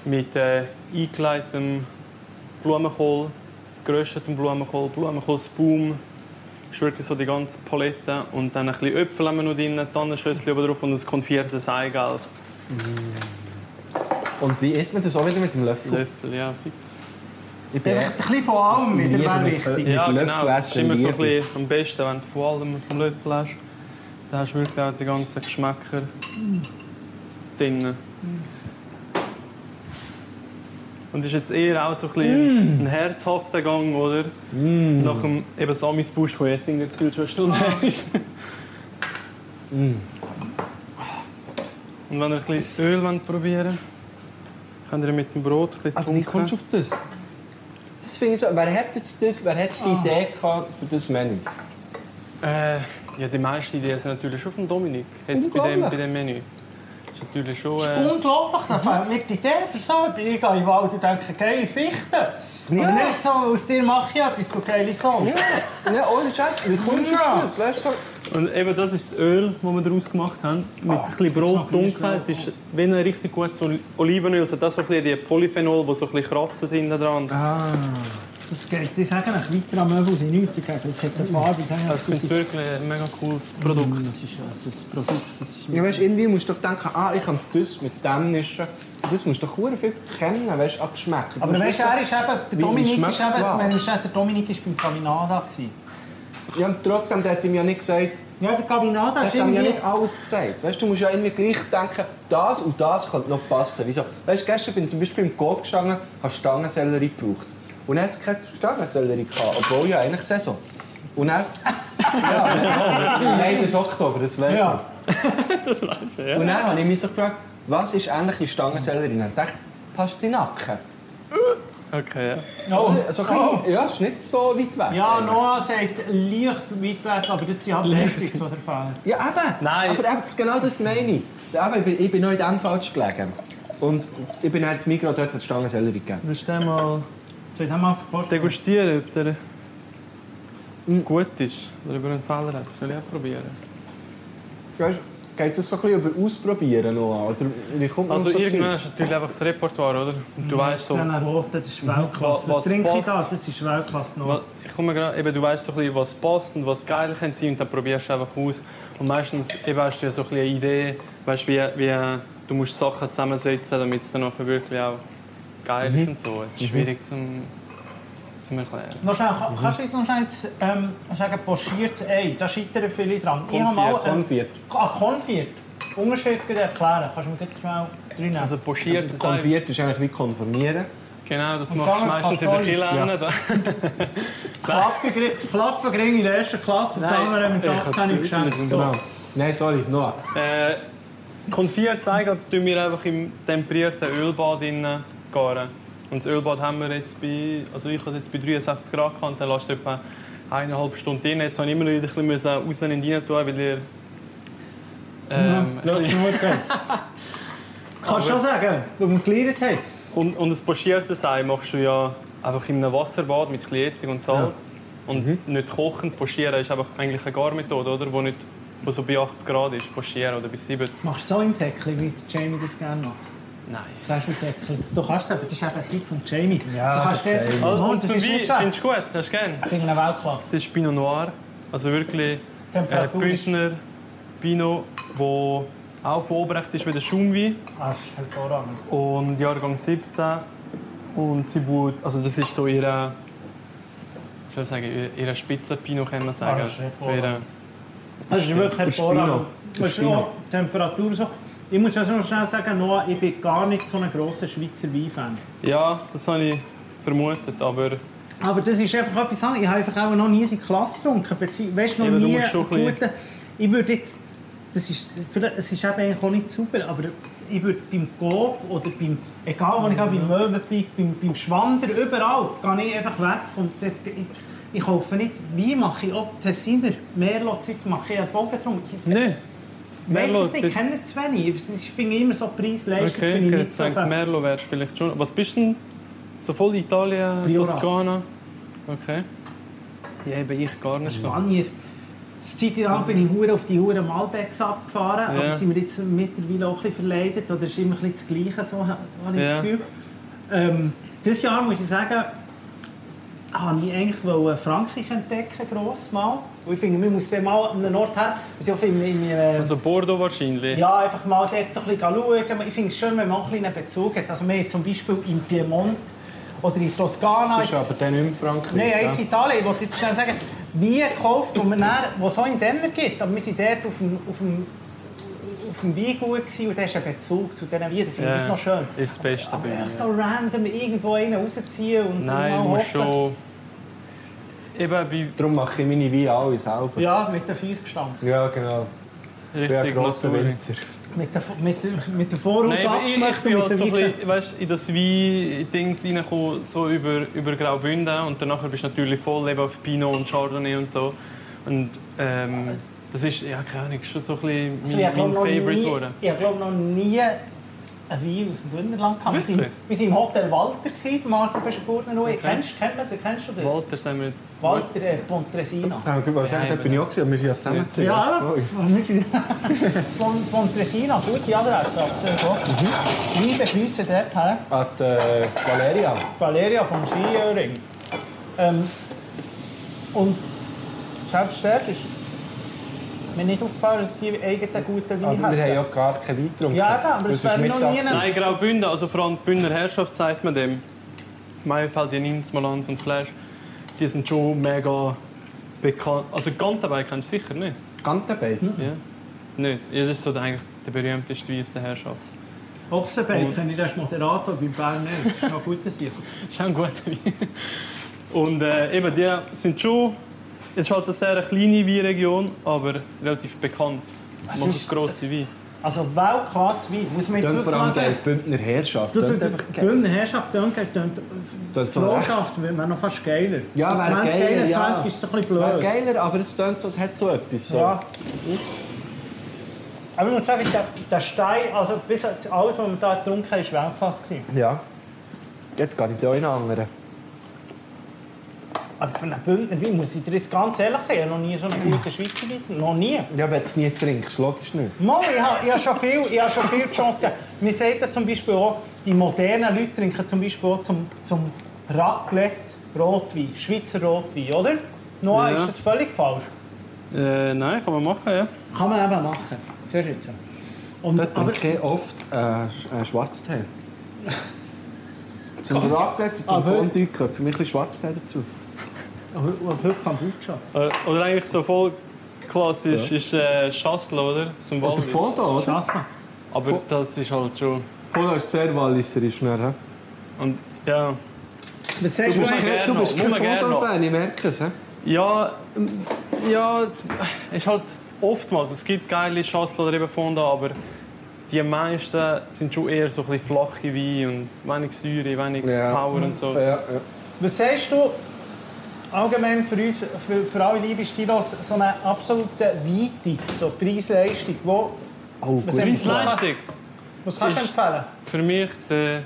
mit äh, eingelegtem Blumenkohl, geröstetem Blumenkohl, Blumenkohlsbaum, ist wirklich so die ganze Palette und dann ein bisschen Äpfel haben wir noch drin, Tannenschüssel oben drauf und ein konfiertes Eigelb. Und wie isst man das auch wieder mit dem Löffel? Löffel, ja, fix. Ich bin Vielleicht ein bisschen von allem wieder Lieber wäre mit- wichtig. Mit ja, Löffel genau. Das ist essen immer so ein lieber. bisschen am besten, wenn du vor allem vom Löffel hast. Dann hast du wirklich auch die ganzen Geschmäcker drin. Und ist jetzt eher auch so ein, Mm. bisschen ein herzhafter Gang, oder? Nach dem eben Samis-Busch, der jetzt in der Kühl schon eine Stunde her ist. Mm. Und wenn ihr ein bisschen Öl wollt probieren wollt, könnt ihr mit dem Brot ein bisschen Also wie tunken. kommst du auf das? Das finde ich so. Wer hat jetzt das? Wer hat die Idee gehabt für das Menü? Äh, ja, die meisten Ideen sind natürlich schon von Dominik. Jetzt bei dem, Unglaublich. bei dem Menü. Das ist natürlich schon. Eh, Äh, Unglaublich, da fällt mir die Idee für so. Ich gehe in den Wald und denke, geile Fichten. Ja. Aber nicht so, aus dir mache ich etwas, du geile Sonne. Ja, ohne Scheiß. Wie kommst du auf das? Weißt du, so- und eben das ist das Öl, das wir daraus gemacht haben. Mit ein bisschen Brot dunkel. Es ist wie ein richtig gutes Oli- Olivenöl. Also das so ein bisschen die Polyphenol, die so ein bisschen kratzen hinten dran. Das geht, ich sage euch, weiter am Möbel sind nichts. Ich sage, Jetzt hat eine Farbe. Ich sage, Das das ist ist wirklich ein eh, mega cooles Produkt. das ist das Produkt. Das ist ja, weißt, irgendwie musst du doch denken, ah, ich kann das mit dem mischen. Für das musst du doch verdammt viel kennen, weißt du, an Geschmäcker. Du Aber musst weißt du, wissen- er ist eben, Wie- der Dominik wie ist eben, schmeckt was? wenn du sagst, der Dominik ist beim Caminada gewesen. Ja, und trotzdem, der hat ihm ja nicht gesagt, Ja, der Caminada der ist hat ihm ja irgendwie... nicht alles gesagt. Weißt du, du musst ja irgendwie gleich denken, das und das könnte noch passen. Wieso? Weißt du, gestern bin ich zum Beispiel im Coop gestanden, habe Stangensellerie gebraucht. Und dann hat es keine Stangensellerie gehabt, obwohl ja eigentlich Saison. Und (laughs) dann... ja, nein, bis Oktober, das weiß Ja. man. Und dann habe ich mich so gefragt, was ist eigentlich die Stangensellerie? Und dann dachte ich, Pastinaken. Also, Okay, ja. Oh. So ein bisschen- Ja, ist nicht so weit weg. Ja, Noah sagt leicht weit weg, aber das sind halt Basics, die der Fehler. Ja, eben. Nein. Aber eben, das ist genau das meine ich. Eben, ich, bin, ich bin noch in dem falsch gelegen. Und ich bin halt ins Mikro dort hat es Stangensellerie gegeben. Willst du den mal Soll ich den mal verkosten? degustieren, ob der gut ist? Oder ob er einen Fehler hat? Soll ich auch probieren? Weißt du, geht das so ein bisschen über Ausprobieren noch an? Oder wie kommt man Also auf so irgendwann Zeug? hast du natürlich einfach das Repertoire, oder? Mm, Und du weißt so. Mhm. Dann ein roter, das ist Weltklasse. Was- Was, was trinke ich passt? da? Das ist Weltklasse Noah. Weil Ich komme gerade, eben, du weißt so ein bisschen, was passt und was geil kann sein und dann probierst du einfach aus. Und meistens eben, hast du ja so ein bisschen eine Idee, weißt, wie, wie du musst Sachen zusammensetzen, damit es dann nachher wirklich auch geil Mhm. ist und so. Es ist schwierig zum, zum erklären. Noch schnell, Mhm. ka- kannst du uns noch schnell das, ähm, sagen, pochiertes Ei? Da scheitern viele dran. Ich habe äh, mal... ein- Konfiert. Ah, konfiert. Unterschied gleich erklären. Kannst du mir das schnell reinnehmen? Also pochiertes Ei. Konfiert ist eigentlich wie konformieren. Genau, das Und machst du fangen meistens in der katholisch, Kirche ja. ja. Klappergring in der ersten Klasse, Nein, zusammen mit ich hab's 18 im Geschenk. Genau. So. Nein, sorry, Noah. äh, Konfier zeigen tun wir einfach im temperierten Ölbad innen garen. Und das Ölbad haben wir jetzt bei, also ich habe es jetzt bei 63 Grad gehabt, und dann lasst ihr etwa eineinhalb Stunden drin. Jetzt habe ich immer wieder ein bisschen müssen raus und rein tun, weil ihr ähm, ein bisschen- (laughs) Kannst du schon sagen, wo wir gelernt haben? und, und das pochiertes Ei machst du ja einfach in einem Wasserbad mit ein bisschen Essig und Salz. Und Mhm. nicht kochen, pochieren ist einfach eigentlich eine Garmethode, oder? Wo, nicht, wo so bei 80 Grad ist, pochieren oder bis 70. Machst du so im Säckchen, wie der Jamie das gerne macht? Nein. Kannst du im Säckchen? Du kannst es aber, das ist eben ein Typ von Jamie. Ja, du kannst der dort- Jamie. Also, Oh, und das zum ist Wein nicht schlecht. findest du gut? Hast du gern? Ich finde ihn auch klasse. Das ist Pinot Noir. Also wirklich äh, Temperatur ist... Bündner Pinot, wo auch von Obrecht ist wie der Schaumwein. Ah, das ist hervorragend. Und Jahrgang 17. Und sie baut, also das ist so ihre, ich soll sagen, ihre- ihre Spitze Pinot, kann man sagen. Ah, das ist so ihre, Das ist wirklich Das ist hervorragend. Pinot. Das Das ist ist auch Temperatur so. Ich muss ja so schnell sagen, Noah, ich bin gar nicht so ein grosser Schweizer Weinfan. ja, das habe ich vermutet, aber Aber das ist einfach etwas anderes. Ich habe einfach auch noch nie die Klasse getrunken. bezieh- Weißt du, noch Eben, du nie musst schon einen ein bisschen- guten- Ich würde jetzt... Das ist, vielleicht- es ist eben eigentlich auch nicht super, aber ich würde beim Coop oder beim... Egal, wo ich gehe, beim Möwenpick, beim, beim Schwander, überall, gehe ich einfach weg von... Dort, ich, ich kaufe nicht Wein, mache ich ob Tessiner, Merlot-Zeug, mache ich einen Bogentrunk. Ich nein. weiss Merlot, es nicht, das- ich kenne es zu wenig. Es ist- Ich finde immer so preisleistet, Okay, bin ich ich hätte nicht so gedacht, Fan. Merlot wärst du vielleicht schon. Was bist du denn? So voll Italien, Priora. Toskana. Okay. Ja, eben ich gar nicht so. Spanier. Das Zeit lang bin ich hure auf die Huren Malbecs abgefahren, Ja. aber sind wir jetzt mittlerweile auch ein bisschen verleidet oder ist immer ein bisschen das Gleiche, so habe ich Ja. das Gefühl. Ähm, dieses Jahr muss ich sagen, habe ich eigentlich wollte Frankreich entdecken, gross mal. Und ich finde, man muss dann mal an einen Ort her, also ich finde, in, äh, Also Bordeaux wahrscheinlich. ja, einfach mal dort so ein bisschen schauen. Ich finde es schön, wenn man auch ein bisschen einen Bezug hat. Also wir haben zum Beispiel in Piemont oder in Toskana... Das ist jetzt- aber dann nicht mehr Frankreich. Nein, ja, gell? jetzt Italien. Ich wollte jetzt schnell sagen, wie gekauft, wo man dann, wo es auch in Denner gibt. Aber wir waren dort auf dem, auf dem, auf dem Weingut gewesen und da ist ein Bezug zu diesen Weinen. Ich finde Ja, das noch schön. Äh, Ist das Beste Aber bei mir. ja, so random irgendwo einen rausziehen und Nein, mal du musst hoffen. schon. Eben bei Darum mache ich meine Weine alle selber. Ja, mit den Füßen gestampft. Ja, genau. Ich bin ein richtig grosser Natur. Winzer. Mit der, mit der, mit der Vorhaut Nein, aber ich, ich abgeschnitten bin und halt so ein Weitschen. bisschen, weißt, in das Wein-Dings reingekommen, so über, über Graubünden. Und danach bist du natürlich voll eben auf Pinot und Chardonnay und so. Und ähm, das ist, ja, keine Ahnung, ist schon so ein Also, bisschen ich mein, glaube mein noch Favorite nie- geworden. Ich glaube noch nie einen Wein aus dem Bündnerland gehabt. Wir sind- Wirklich? Wir waren im Hotel Walter, gewesen, Marco Beschburner. Okay. Kennst, kennt man, kennst du das? Walter sagen wir jetzt. Walter äh, Pontresina. Ja, gut, aber sagen, Ja, dort bin ich auch gewesen, aber wir sind ja zusammen. gewesen. Ja, Voll. Pont Pontresina, gute Adresse. absolut. Liebe Grüße dort, her. An die, äh, Valeria. Valeria vom Skihöring. Ähm, und selbst dort ist mir nicht aufgefallen, dass die eigenen guten Wein Aber Also, wir haben hätten. ja gar keinen Wein getrunken. Ja, eben, aber Das ist es wäre mir noch nie Mittag. ein- Nein, Graubünden, also vor allem die Bündner Herrschaft sagt man dem. Meinfeld, die Ninsmalanz und Flash, die sind schon mega bekannt. Also Gantabei kennst du sicher nicht. Gantenbein? Hm? Ja. Nicht. Ja, das ist so der, eigentlich der berühmteste Wein aus der Herrschaft. Ochsenbein kenne ich, das ist Moderator beim Bern nicht. Das ist noch gut, dass ich. Das (laughs) ist auch ein guter Wein. Und äh, eben, die sind schon... Es ist halt eine sehr kleine Weinregion, aber relativ bekannt. Machen ist- grosse Wein. Also Weltklasse Wein, muss man jetzt Dann wirklich vor mal allem die sagen. Bündner Herrschaft. Du, Dort du, du, einfach- die Bündner Herrschaft tönt, tönt, Tönt so Frohschaft wäre noch fast geiler. Ja, So wäre 20, geiler, 21 ja. ist so ein bisschen Wäre blöd. geiler, aber es klingt so, es hat so etwas. So. Ja. Aber ich muss sagen, der, der Stein, also bis jetzt alles, was wir hier getrunken haben, war Weltklasse. gewesen. ja. Jetzt gehe ich da in einen anderen. Aber für einen Bündner Wein muss ich dir jetzt ganz ehrlich sagen, ich habe noch nie so einen guten Schweizer Wein. Noch nie. Ja, wenn du es nie trinkst, logisch nicht. Mal, ich habe, ich habe schon viel, ich habe schon viel Chance gegeben. Wir sehen ja zum Beispiel auch, die modernen Leute trinken zum Beispiel auch zum, zum Raclette Rotwein, Schweizer Rotwein, oder? Noah, Ja. ist das völlig falsch? Äh, nein, kann man machen, ja. Kann man eben machen. Siehst du jetzt? Und, Da aber, trinke ich oft äh, Sch- äh, Schwarztee. (laughs) Zum Raclette, zum Aber- Fondue gehört für mich ein bisschen Schwarztee dazu. aber, aber heute kann Butscha. Äh, Oder eigentlich so voll klassisch ist äh, Schassel, oder? Zum Oder Wallis. Fondue, oder? Das mal. Aber das ist halt schon... Fondue ist sehr walliserisch. Ne? Und Ja. Was sagst du? musst eigentlich? gerne Du bist noch, kein nur gerne noch. Foto-Fan, ich merke es. hä? Ja, m- ja, es ist halt oftmals, es gibt geile Shuttle oder eben Fonda, aber die meisten sind schon eher so ein bisschen flache Weine und wenig Säure, wenig Ja. Power und so. Ja, ja. Was sagst du allgemein für uns, für, für alle liebe Stilos, so eine absolute Weite, so Preis-Leistung? Wo, Oh, Was gut. haben wir- Preis-Leistung, was kannst du Ist- empfehlen? für mich der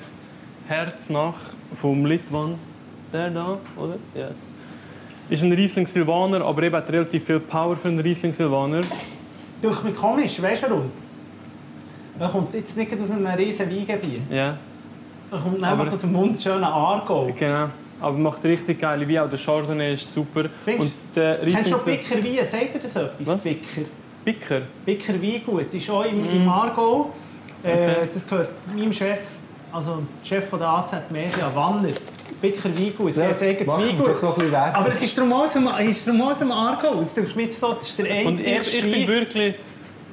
Herznach vom Litwan, der da, oder? Yes. Ist ein Riesling Silvaner, aber eben hat relativ viel Power für einen Riesling Silvaner. Durch mich komisch, weißt du warum? Er kommt jetzt nicht aus einem riesen Weingebiet. Ja, Er kommt Aber- nämlich aus einem wunderschönen Aargau. genau. Aber macht richtig geile Weine, auch der Chardonnay ist super. Findest Und der Kennst Riesling du Bicker Wein? Sagt dir das etwas? Was? Bicker. Bicker? Bicker Wein gut. Ist auch im, im Aargau. Äh, Okay. Das gehört meinem Chef, also dem Chef von der AZ Media, Wanner. Bicker Weingut. So, Der sagt machen wir Weingut. doch noch ein bisschen Werbung. Aber es ist darum aus dem, ist darum aus dem Aargau. Das denke ich jetzt so, das ist der Und eine ich, ich erste finde Wein. wirklich,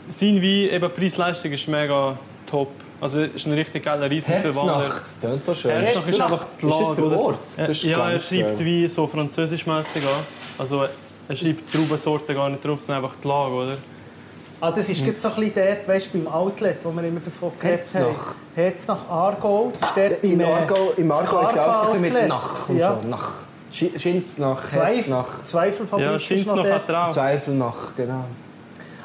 sein Wein, eben Preis-Leistung ist mega top. Also es ist ein richtig geiler Riesling Herznacht, das tönt doch schön. Herznach ist Herznach. einfach die Ist Lage, das der oder? Ort? Das ist ja, er ganz schreibt schön. wie so französischmässig an. Also er schreibt die Traubensorten gar nicht drauf, sondern einfach die Lage, oder? Ah, das ist gerade so ein bisschen dort, weißt, du, beim Outlet, wo wir immer davon geredet haben. Herznach. Herznach Aargau. Das ist dort Im äh, Argo, im Argo ist es auch so ein bisschen Outlet. mit Nach und ja. so. Nach. Schi- Schinznach, Herznach, Zweifel, Zweifelfabrik Ja, ist noch Schinznach dort. hat drauf. Zweifelnach, genau.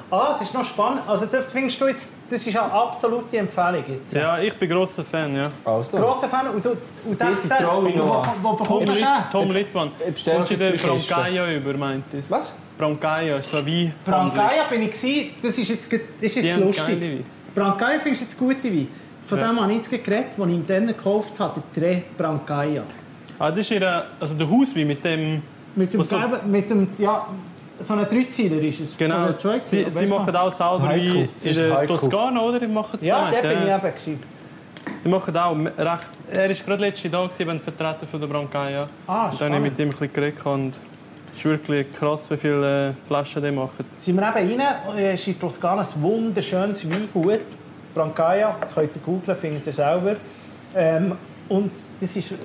Ah, das ist noch spannend. Also da findest du jetzt, das ist eine absolute Empfehlung jetzt. Ja, ich bin grosser Fan, ja. Also, Grosser Fan und, du- und der, Die vertraue ich wo, noch wo, an. wo Tom, bekommt man Lit den? Tom Litwan. ich bestelle Kommst du die den Kiste. Brancaia über, meint es? was? Brancaia ist so ein Wein. Brancaia bin ich gewesen. das ist jetzt, ged- das ist Die jetzt haben lustig. geile Weine. Brancaia findest du jetzt gute Wein. Von Ja. dem habe ich jetzt geredet, den ich ihm dann gekauft habe, der Tre Brancaia. Ah, das ist ihre, also der Hauswein mit dem... Mit dem, Was so- gelben, mit dem, ja, so ein Dreizeiler ist es. Genau, Oder ein Zweizeiler, sie, weiss sie man. machen auch selber Haiku. wie Das in ist der Haiku. Toskana, oder? Die machen es Ja, auch der nicht, bin ich ja. eben gewesen. Die machen auch recht... Er war gerade letztes Jahr gewesen, eben Vertreter von der Brancaia. Ah, Und dann habe ich mit spannend. ihm ein bisschen geredet und es ist wirklich krass, wie viele äh, Flaschen die machen. Sind wir eben rein, äh, ist in Toskana ein wunderschönes Weingut. Brancaia, könnt ihr googlen, findet ihr selber. Ähm, und das ist, du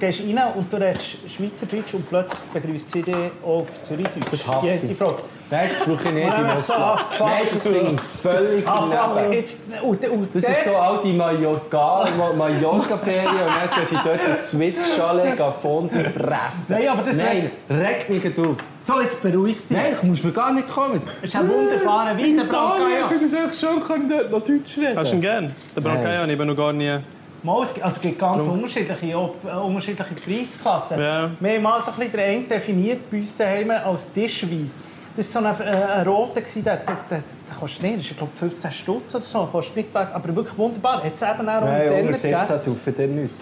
gehst rein und du redest Schweizerdeutsch und plötzlich begrüßt sie dich auf Zürichdeutsch. Das hasse Die- Die ich. Frage. Nein, das brauche ich (laughs) nicht Ah, in Moskau. fuck. Nein, das finde ich völlig Ah, fuck, daneben. jetzt, und, und Das der- ist so all die Mallorca, Ma- Mallorca-Ferien und dann gehen sie dort in die Swiss-Chalet gehen Fondue fressen. Nein, aber das Nein, regt mich nicht auf. So, jetzt beruhigt dich. Nein, ich muss mir gar nicht kommen. Das ist ein wunderbarer Wein, der Brancaia. finde es echt schön, kann ich dort noch Deutsch reden. Hast du ihn gern? Der Brancaia habe ich eben noch gar nie... Mal, es gibt- Also es gibt ganz unterschiedliche, ob, äh, unterschiedliche Preisklassen. Ja. Wir haben mal so ein bisschen den einen definiert bei uns daheim als Tischwein. Das war so ein, äh, ein roter, gewesen, der, der, der, der kostet nicht, das ist glaube 15 Stutz oder so, kostet nicht weg, aber wirklich wunderbar. Hat es eben auch Nein, Teller unter gegeben. 17 saufen der nicht.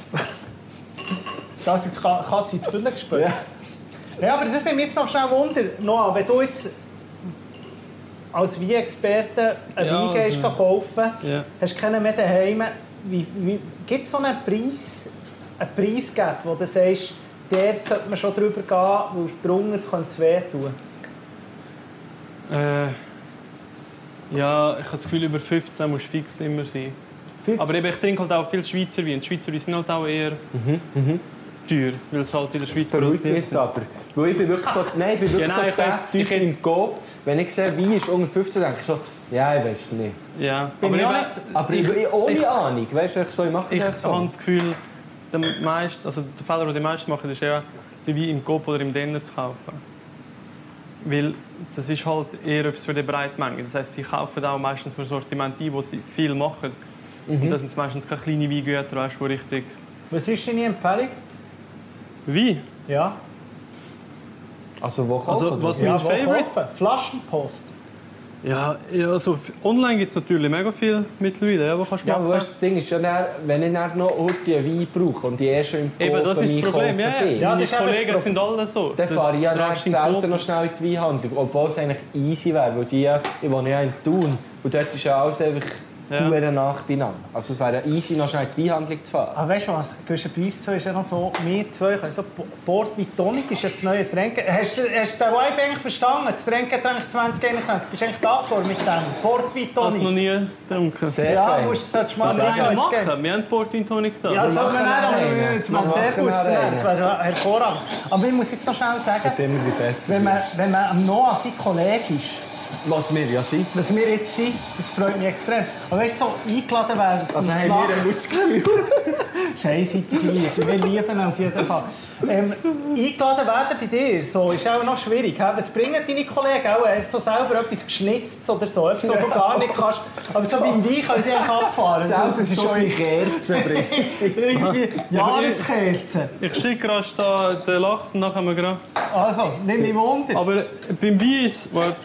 Da hat jetzt Ka- Katze ins Füllen gespielt. Ja. Ja, aber das nimmt mich jetzt noch schnell Wunder. Noah, wenn du jetzt als Weinexperte einen Ja, also- Wein gehst kaufen Ja. hast keinen mehr daheim. Wie, wie, Gibt es so einen Preis, einen Preisgeld, wo du sagst, der sollte man schon drüber gehen, weil drunter könnte es wehtun? Äh, ja, ich habe das Gefühl, über 15 musst du fix immer sein. Fix? Aber eben, ich trinke halt auch viel Schweizer Wein. Die Schweizer Weine sind halt auch eher teuer, weil es halt in der Schweiz Mhm, Das beruhigt mich jetzt aber. Weil ich bin wirklich so, nein, ich bin wirklich Ja, so nein, ich der hätte- ich Typ im Coop. Wenn ich sehe, wie ist unter 15, denke ich so, ja, ich weiß es nicht. Ja, Bin aber ich auch eben- nicht. Aber ich, ich, ohne Ahnung, weißt du, ich, so, ich mache Ich es so. habe das Gefühl, der, meist, also der Fehler, den die meisten machen, ist ja, den Wein im Coop oder im Denner zu kaufen. Weil das ist halt eher etwas für die Breitmenge. Das heißt, sie kaufen auch meistens nur Sortiment ein, wo sie viel machen. Mhm. Und das sind meistens keine kleinen Weingüter, weißt du, die richtig... Was ist deine Empfehlung? Wein? Ja, Also wo kaufen? Also, oder was- wie? ja Mein wo Favorite? kaufen? Flaschenpost. Ja, ja also f- online gibt es natürlich mega viel mittlerweile, ja, was kannst du ja, machen. aber weißt, du, das Ding ist ja, dann, wenn nou ich dann noch irgendwie einen Wein brauche und die ersten im Coop Eben, das ist das mir Problem. Ja, kaufen ja. gehen, Ja, das Meine ist eben das Kollegen Problem. sind alle so. Dann fahre ich ja dann brauchst du einen selten Coop. noch schnell in die Weinhandlung, obwohl es eigentlich easy wäre, weil die, ja- ich wohne ja in Thun und dort ist ja alles einfach Ja. hure nach beieinander. Also es wäre easy, noch schnell die Weinhandlung zu fahren. Aber weißt du was? Gehst du bei uns zu, ist ja noch so, wir zwei können so Bo- Bord wie Tonic ist jetzt das neue Tränke. Hast, du- hast du den Vibe eigentlich verstanden? Das Tränke 2021. Bist du eigentlich angekommen mit dem? Bord wie Ich habe noch Tonic. nie getrunken. Sehr Ja, fein. musst du solltest So mal sagen. rein. Wir jetzt geht. machen. Wir haben Portin Tonic da. Ja, das soll machen man auch. wir einen. Das wäre Wir sehr machen gut. wir einen. Das wäre hervorragend. Aber ich muss jetzt noch schnell sagen, Wird immer wieder besser. wenn man, wenn man am Noah sein Kollege ist, Was wir ja sind. was wir jetzt sind, das freut mich extrem. Aber weißt du, so eingeladen werden zum Also haben Flach- wir einen Mutz gegeben. Scheißseitig lieb. Wir lieben ihn auf jeden Fall. Ähm, eingeladen werden bei dir, so, ist auch noch schwierig. hä? Was bringen deine Kollegen? Auch äh, so selber etwas geschnitzt oder so, etwas, was du gar nicht kannst. Aber so beim Wein können sie einfach abfahren. Selbst es ist schon in Kerzen bringen. (laughs) Irgendwie Jahreskerzen. Ich schicke rasch da den Lachs und dann haben wir gerade. Also, nimm mich wunder. Aber beim Wein ist. Warte.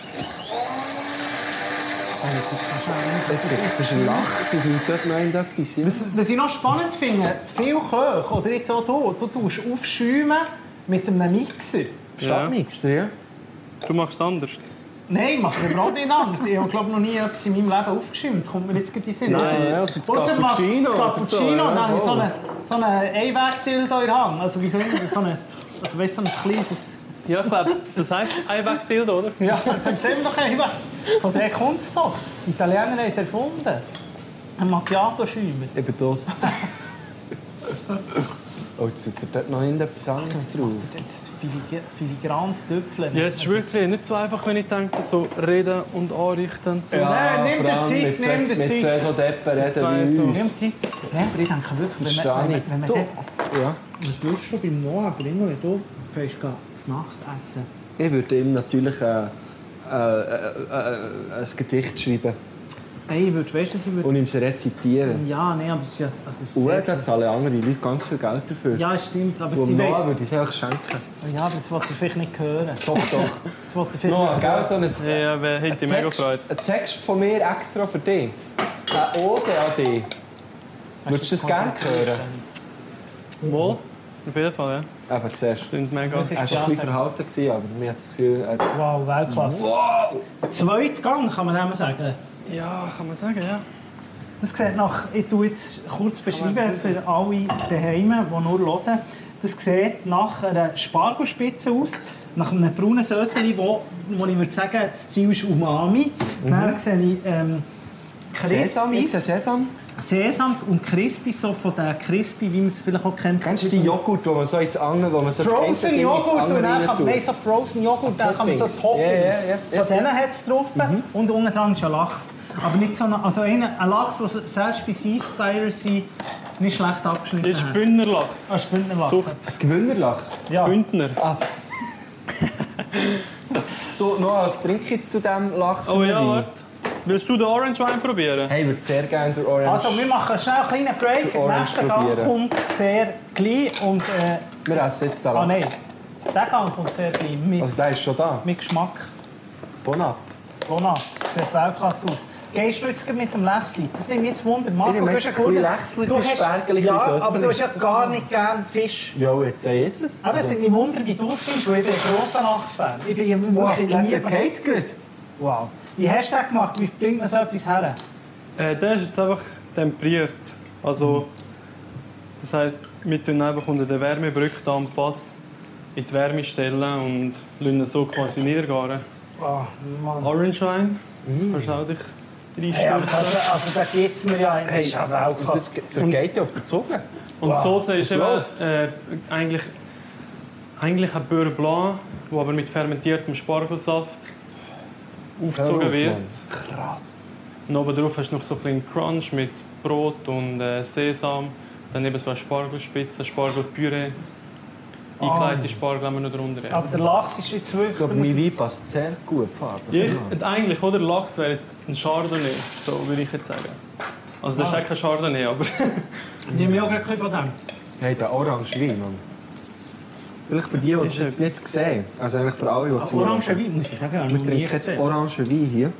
Jetzt ist ein Lachen, sie tut dort noch irgendetwas. Was, was ich noch spannend finde, viele Köche, oder jetzt auch du, du tust aufschäumen mit einem Mixer. Stadtmixer, ja. Du machst es anders. Nein, mach mir überhaupt nicht Angst. Ich habe glaube noch nie etwas in meinem Leben aufgeschäumt. Kommt mir jetzt gerade in den Sinn. Nein, Also, ja, also das ausser man- Cappuccino Das oder so, Cappuccino, ja, dann habe ich so voll. einen so eine Einweg-Dildo in der Hand. Also wie so ein, so eine, also weißt du, so ein kleines... Ja, ich glaube, das heisst Einwegbild, oder? (laughs) Ja, dann sehen wir doch Einweg. Von der kommt es doch. Die Italiener haben es erfunden. Ein Macchiato-Schäumer. Eben das. (laughs) Oh, jetzt tut er dort noch irgendetwas anderes drauf. Jetzt filig- Filigranes Töpfchen. Ja, es ist wirklich nicht so einfach, wenn ich denke, so reden und anrichten. So. Nein, nimm dir vor allem mit Zeit, nimm zwei, dir Mit Zeit. zwei so Deppen zwei reden wie so. uns. Nimmt sie. Nein, aber ich denke wirklich, wenn man, Verstehe wenn man, wenn man ich. Du, ja. Was willst du beim Noah bringen, wenn du fährst das Nachtessen? Ich würde ihm natürlich äh, äh, äh, äh, ein Gedicht schreiben Hey, ich würde, weißt du, was ich würde... und ihm es rezitieren. Ja, nein, aber es ist ja... Also es ist Und sehr- dann zahlen andere Leute ganz viel Geld dafür. ja, stimmt, aber Und sie Noah weiss... Also, würde ich es einfach schenken. Ja, aber das wollte ich vielleicht nicht hören. (laughs) Das Doch, doch. wollte ich vielleicht Noah, nicht gell, hören. so ein... Ja, ja, wer hätte ich mega Text, gefreut. ein Text von mir extra für dich. Eine Ode an dich. Würdest du das gerne hören? Wohl? Auf jeden Fall, ja. Eben, siehst du. Klingt mega. Das Er war ein ist bisschen klasse. verhalten, gewesen, aber mir hat das Gefühl... äh, Er Wow, Weltklasse. Wow! Zweitgang, kann man dem sagen. Ja, kann man sagen, ja. Das sieht nach, ich tu jetzt kurz beschreiben für alle daheim, die nur hören. Das sieht nach einer Spargelspitze aus, nach einem braunen Söseli, wo, wo ich würde sagen, das Ziel ist Umami. Dann sehe ich ähm, Mhm. Sesam, Crispy, ich sehe Sesam. Sesam und Crispy, so von der Crispy, wie man es vielleicht auch kennt. Kennst du die Joghurt, die man so ins Angeln, wo man so das eine Frozen Ding ins Joghurt und andere dann rein kann tut? man so Frozen Joghurt, dann kann man so Toppings. Toppings. Ja, ja, ja. Mhm. Von denen hat es drauf und unten dran ist ein Lachs. Aber nicht so ein, also ein, ein Lachs, der selbst bei Sea Spiracy nicht schlecht abgeschnitten Das ist hat. Bündnerlachs. Ah, Spindlerlachs. Zucht. Gewinnerlachs. Ja. Bündner. Du, Noah, was trinkst du jetzt zu diesem Lachs? Oh ja, warte. Willst du den Orange Wein probieren? Hey, ich würde sehr gerne den Orange. Also wir machen schnell einen kleinen Break. Die Der Orange nächste Gang probieren. kommt sehr klein und... Äh, wir essen jetzt den Lachs. ah nein, der Gang kommt sehr klein. Mit, Also der ist schon da. mit Geschmack. Bon ab. Lona, das sieht Weltklasse aus. Gehst du jetzt gleich mit dem Lächsli? Das nimmt mich jetzt Wunder. Marco, Ich nehme jetzt du hast ein bisschen gewundert- Lächsli, Du ein bisschen hast- Spergeli, ein Ja, bisschen aber Sössli. du hast ja gar nicht gerne Fisch. Ja, jetzt ist es. Aber es nimmt mich Wunder, wie du es findest, weil ich bin ein grosser Lachsfan. Ich bin ein Wow, wirklich jetzt lieber- geht's gut. Wow. Wie hast du das gemacht? Wie bringt man so etwas her? Äh, der ist jetzt einfach temperiert. Also, das heisst, wir tun einfach unter der Wärmebrücke da am Pass in die Wärme stellen und lassen ihn so quasi niedergaren. Oh, Mann. Orange Wein, Mm. kannst du auch dich Hey, aber reinstürzen. das, also, da geht es mir ja ein. Das ist ja Das, Weltklasse. das geht ja auf der Zunge. Und Wow, die Soße ist das eben, läuft. äh, eigentlich, eigentlich ein Beurre Blanc, der aber mit fermentiertem Spargelsaft aufgezogen Hör auf, wird. Mann. Krass. Und oben drauf hast du noch so ein bisschen Crunch mit Brot und äh, Sesam. Dann eben so eine Spargelspitze, Spargelpüree. Eingelegte Spargel haben wir noch drunter. Ja. Ah. Aber der Lachs ist jetzt wirklich... Ich glaube, mein Wein passt sehr gut, Farbe. Ja, ich- eigentlich, oder? Lachs wäre jetzt ein Chardonnay, so würde ich jetzt sagen. Also, das ist Ah. auch kein Chardonnay, (laughs) aber. Ich nehme ja auch gerade von dem. Hey, der orange Wein, Mann. Vielleicht für die, die es jetzt nicht sehen. Also eigentlich für alle, die Ach, zuhören. Ah, Orange Wein, muss ich sagen. habe ich Wir noch nie trinken jetzt gesehen. orange Wein hier.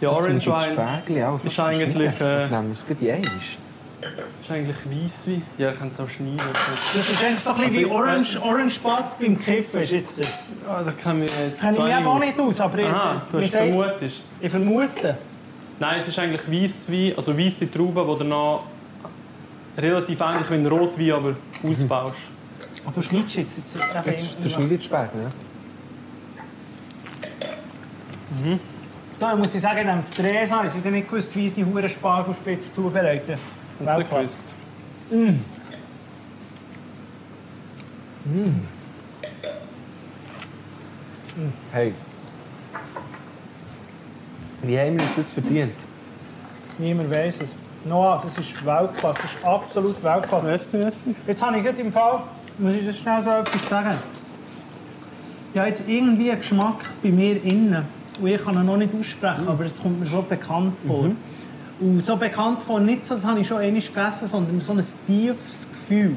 Ja, Orange Wein Wein ist eigentlich, äh, Ich nehme es gerade in eins. ist eigentlich Weisswein. Ja, ich kann es auch schneiden. Das ist eigentlich so ein bisschen wie Also, Orange, Orange Bad beim Kiffen. Ist jetzt das. Ah, da kann ich jetzt Kenne ich mich eben auch nicht aus, aber ich, Aha, du mir hast sagt's- vermutet. ich vermute. Nein, es ist eigentlich Weisswein, also weisse Trauben, die danach relativ ähnlich wie ein Rotwein, (laughs) aber ausbaust. Aber du schneidest jetzt. jetzt eben Jetzt immer. verschneidet spät, ne? Da muss ich sagen, dem Stress habe ich wieder nicht gewusst, wie die Huren Spargelspitze zubereiten. Hast du Weltklasse. gewusst? Hey. Wie haben wir uns jetzt verdient? Niemand weiß es. Noah, das ist Weltklasse. Das ist absolut Weltklasse. Merci, merci. Jetzt habe ich gerade im Fall, muss ich das schnell so etwas sagen. Ja, jetzt irgendwie ein Geschmack bei mir innen. Und ich kann ihn noch nicht aussprechen, aber es kommt mir so bekannt vor. Und so bekannt vor, nicht so, das habe ich schon einmal gegessen, sondern so ein tiefes Gefühl.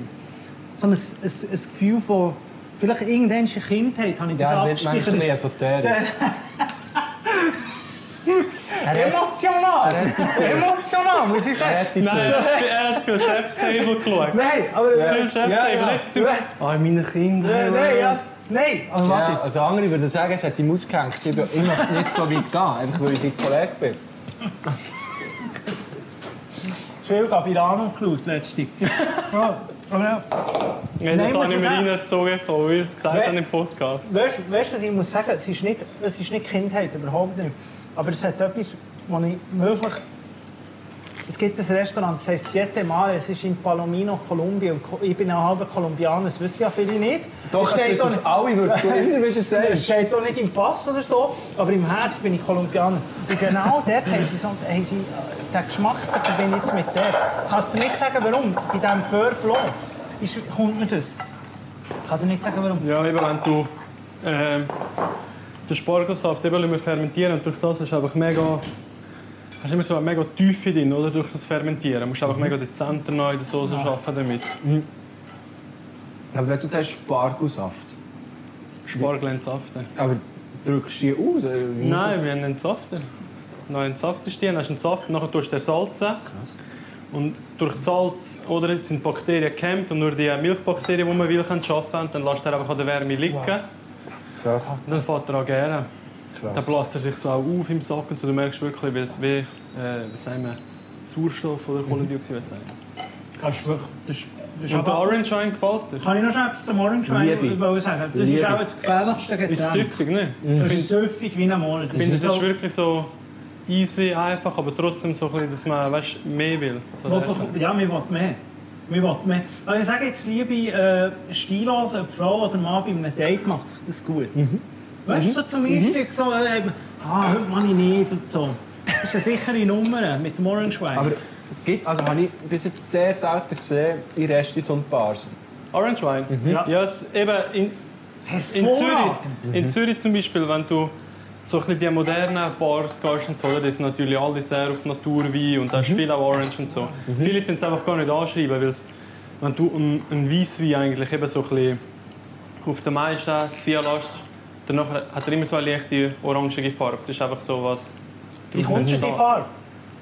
So ein, ein, ein Gefühl von, vielleicht irgendwann in der Kindheit habe ich das abgespeichert. esoterisch. Emotional! Emotional, muss ich sagen. Hätte ich Nein, er hat für Chef's Table geschaut. Nein, aber... Für Chef's Table, nicht Nein, du. Ah, meine Kinder. nein, ja, nein, aber warte. Ja, also andere würden sagen, es hat ihm ausgehängt. Ich bin immer nicht so weit gehen, einfach weil ich dein Kollege bin. zu viel Gabirano geschaut, letztens. ja, aber ja. Nein, das Nein, muss habe ich mir man sagen. reingezogen, wie ich es gesagt Nein. habe im Podcast. Weißt du, weißt du, was ich muss sagen? Es ist, nicht, es ist nicht Kindheit, überhaupt nicht. Aber es hat etwas, wo ich möglich... Es gibt ein Restaurant, das heisst Siete Mare, es ist in Palomino, Kolumbien. Und Ko- ich bin ein halber Kolumbianer, das wissen ja viele nicht. Es Doch, also es steht ist auch es nicht- alle, würdest du (laughs) immer wieder sagen. Es steht doch nicht im Pass oder so, aber im Herz bin ich Kolumbianer. Und genau (laughs) dort haben sie, so, haben sie äh, den Geschmack, den verbinde ich jetzt mit der. Kannst du nicht sagen, warum? Bei diesem Beurre Blanc ist, kommt mir das. Ich kann dir nicht sagen, warum. Ja, eben wenn du ähm, den Spargelsaft eben lassen wir fermentieren und durch das ist einfach mega hast immer so eine mega Tiefe drin, oder? Durch das Fermentieren. Du musst einfach mega dezent noch in der Soße arbeiten damit. Aber wenn du sagst Spargelsaft, Spargel entsaften. aber drückst du die aus? oder wie? Nein, wir haben einen Safter. Noch entsaftest du die, dann hast du einen Saft, nachher tust du den salzen. Und durch das Salz oder, jetzt sind die Bakterien gehemmt und nur die Milchbakterien, die man will, können arbeiten. Und dann lässt er einfach an der Wärme liegen. Krass, Und dann fängt er an zu gären. Dann krass. bläst er sich so auch auf im Sack und so, du merkst wirklich, wie, es- wie, äh, wie sagen wir, Sauerstoff oder Kohlendioxid was sagen. Kannst du wirklich, das ist, das ist Und der aber, Orange Wein gefällt dir? kann ich noch schnell etwas zum Orangewein Liebe. wollen sagen? Das ist Liebe. auch das gefährlichste Getränk. Ist süffig, ne? Das ist süffig wie ein Monat. Das Ich finde, es ist ist so, wirklich so easy, einfach, aber trotzdem so ein bisschen, dass man weißt, mehr will. So Wo der- doch- ja, wir wollen mehr. Wir wollen mehr. Also ich sage jetzt, liebe äh, Stilos, ob Frau oder Mann, bei einem Date macht sich das gut. Mhm. Weißt du, so zum Einstieg so, äh, eben, ah, heute mache ich nicht und so. Das ist eine sichere Nummer mit dem Orange Wein. Aber gibt, also habe ich bis jetzt sehr selten gesehen in Restis und Bars. Orange Wein? Ja. Ja. es- eben in, in, Zürich, Hervorragend. in Zürich zum Beispiel, wenn du so ein bisschen die modernen Bars gehst und so, da sind natürlich alle sehr auf Naturwein und da ist viel auch Orange und so. Viele können es einfach gar nicht anschreiben, weil es, wenn du einen, einen Weisswein eigentlich eben so ein bisschen auf den meisten ziehen lässt, dann nachher hat er immer so eine leichte orangige Farbe. Das ist einfach so was... Wie kommst du in die entsteht. Farbe?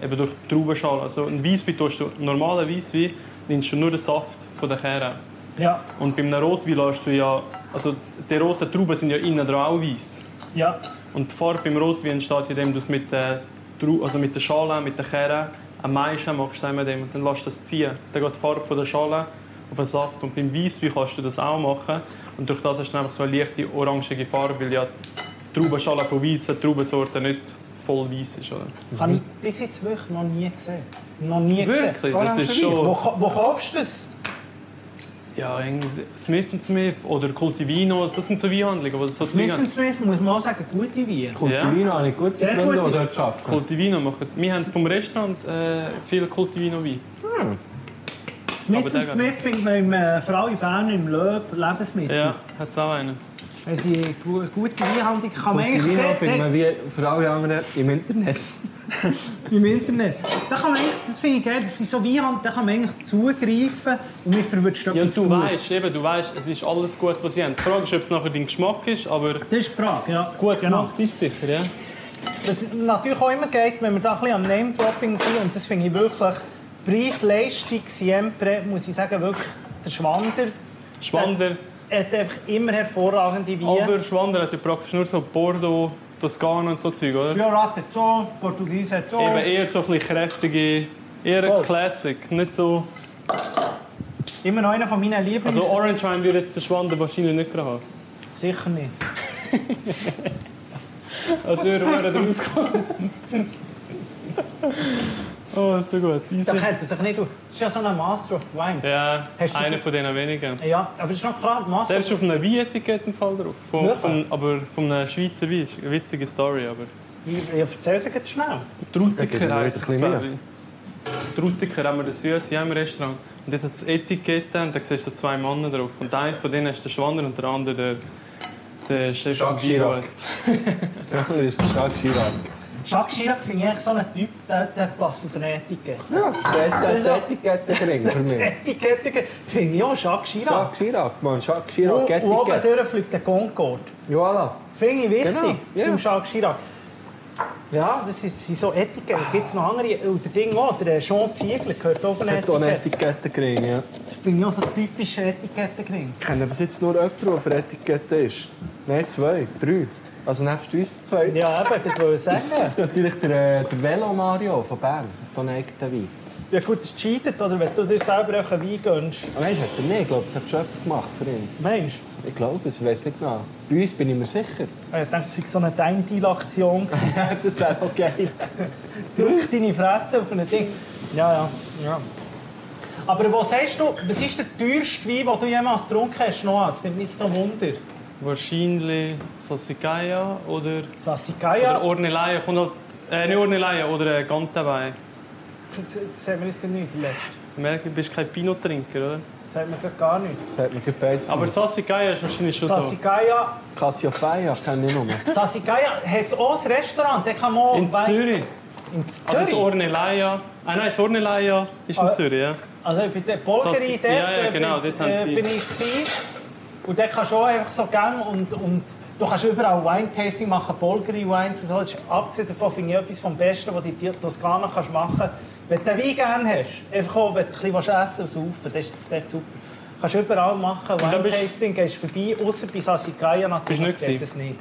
Eben durch die Traubenschale. Also ein Weisswein tust du, einen normalen Weisswein, nimmst du nur den Saft von der Kerne. Ja, Und bei einem Rotwein lässt du ja, also die roten Trauben sind ja innen dran auch weiß. ja. Und die Farbe beim Rotwein entsteht, indem du es mit der, Trau- also mit der Schale, mit der Kerne am meisten machst zusammen mit dem und dann lässt du das ziehen. Dann geht die Farbe von der Schale auf den Saft und beim Weisswein kannst du das auch machen. Und durch das hast du dann einfach so eine leichte orangige Farbe, weil ja die Traubenschale von weißen Traubensorten nicht voll weiß ist. Oder? Habe ich bis jetzt wirklich noch nie gesehen. Noch nie Mhm. Wirklich? gesehen. Das ist schon- Wo, ka- wo kaufst du das? Ja, irgendwie Smith Smith oder Coltivino, das sind so Weinhandlungen, die das so Smith zwingen. Smith, muss man auch sagen, gute Weine. Kulturino habe ich gute Sehr Freunde, die gute. dort arbeiten. Coltivino machen. Wir haben vom Restaurant äh, viel Coltivino Wein. Smith Aber der Smith findet man im, äh, vor allem in Bern im Löb Lebensmittel. Ja, hat es auch einen. Wenn sie gu gute Weinhandlung kann man eigentlich Kulturino dort- findet man wie für alle anderen im Internet. (laughs) dort im Internet. Da kann man eigentlich, das finde ich geil, das sind so Weinhandlungen, da kann man eigentlich zugreifen und man verwirrt Ja, du weißt, eben, du weißt, es ist alles gut, was sie haben. Die Frage ist, ob es nachher dein Geschmack ist, aber Das ist die Frage, ja. Genau. gut gemacht ist sicher, ja. Was natürlich auch immer geht, wenn wir da ein bisschen am Name-Dropping sind, und das finde ich wirklich, Preis-Leistung siempre, muss ich sagen, wirklich, der Schwander Schwander, hat einfach immer hervorragende Weine. aber Schwander hat ja praktisch nur so Bordeaux Toskana und so Zeug, oder? Ja, Rat hat so, Portugies hat so. Eben eher so ein bisschen kräftige, eher Voll. ein Classic, nicht so... Immer noch einer von meinen Lieblings. Also Orange Wine würde jetzt der Schwander wahrscheinlich nicht gerade haben. Sicher nicht. Also würde er rauskommen. (laughs) oh, ist so gut. Da Easy. kennt er sich nicht aus. Das ist ja so ein Master of Wine. Ja, Hast du einer das- von diesen wenigen. Ja, aber das ist noch klar, Master Der ist auf einem Wein-Etikett im Fall drauf. Von, Wirklich? von, aber von einer Schweizer Wein. Ist eine Witzige Story, aber... Ich, ich erzähle es jetzt schnell. gebe Trutiker mir heisst jetzt das, ein bisschen glaube ich. Trutiker haben wir das Süße im Restaurant. Und dort hat das Etikett und da siehst du zwei Männer drauf. Und einer von denen ist der Schwander und der andere der, der Chef von Jacques Chirac. Bio. Dann ist es stark Chirac. Jacques Chirac finde ich echt so einen Typ, der, der passt auf eine Etikette. Ja, das das Etikette bringen für mich. (laughs) Etikette finde ich auch Jacques Chirac. Jacques Chirac, Mann, Jacques Wo- Chirac, Wo oben Etikette. drüber fliegt der Concorde. Voilà. Finde ich wichtig, Genau, ja. beim Jacques Chirac. Ja, das ist, sind so Etiketten. Gibt es noch andere? Und der Ding auch, der Jean Ziegler gehört auch auf eine Hat auch eine Etikette. Etikette gering, ja. Das ist bei mir auch so ein typischer Etikettengring. Ich kenne bis jetzt nur jemanden, der für Etikette ist. Nein, zwei, drei. Also nebst uns zwei. Ja, eben, das wollte ich sagen. Natürlich der, äh, der Velo Mario von Bern hat auch einen eigenen Wein. Ja gut, es cheatet, oder wenn du dir selber auch einen Wein gönnst. Aber Ah, nein, hat er nicht. Ich glaube, das hat schon jemand gemacht für ihn. Mensch, Ich glaube es, ich weiß nicht genau. Bei uns bin ich mir sicher. (laughs) ich dachte, es sei so eine Dein-Deal-Aktion. gewesen. das wäre auch geil. Drück deine Fresse auf ein Ding. Ja, ja, ja. Aber was sagst du, was ist der teuerste Wein, den du jemals getrunken hast, Noah? Es nimmt mich jetzt noch Wunder. Wahrscheinlich Sassicaia oder, oder Sassicaia, Ornelaya. Kommt halt, äh, nicht Ornelaya, oder äh, Gantawein. das das sagt mir jetzt gerade nicht, der letzte. Ich merke, du bist kein Pinot-Trinker, oder? Das sagt mir gerade gar nicht. Das hat mir gepeizt. Aber Sassicaia ist wahrscheinlich schon so. Sassicaia, Cassiopeia kenne ich nur. Sassicaia hat auch ein Restaurant, der kann man In bei- Zürich. in Also das Zürich. Ornelaya. Ah nein, das Ornelaya ist in Ah. Zürich, ja. Also bei der Bolgeri Sassi- dort Ja, ja, äh, genau, bin, dort haben äh, sie- bin ich gewesen. Und dort kannst du auch einfach so gehen und, und du kannst überall Wine-Tasting machen, Bolgeri-Wines und so. Das ist, abgesehen davon finde ich etwas vom Besten, was du in Ti- Toskana kannst machen kannst. Wenn du den Wein gerne hast, einfach auch, wenn du ein bisschen essen und saufen das ist das dort super. Kannst du überall machen, da bist- Wine-Tasting, gehst vorbei, außer bei Sassicaia natürlich Bist du nicht geht das nicht.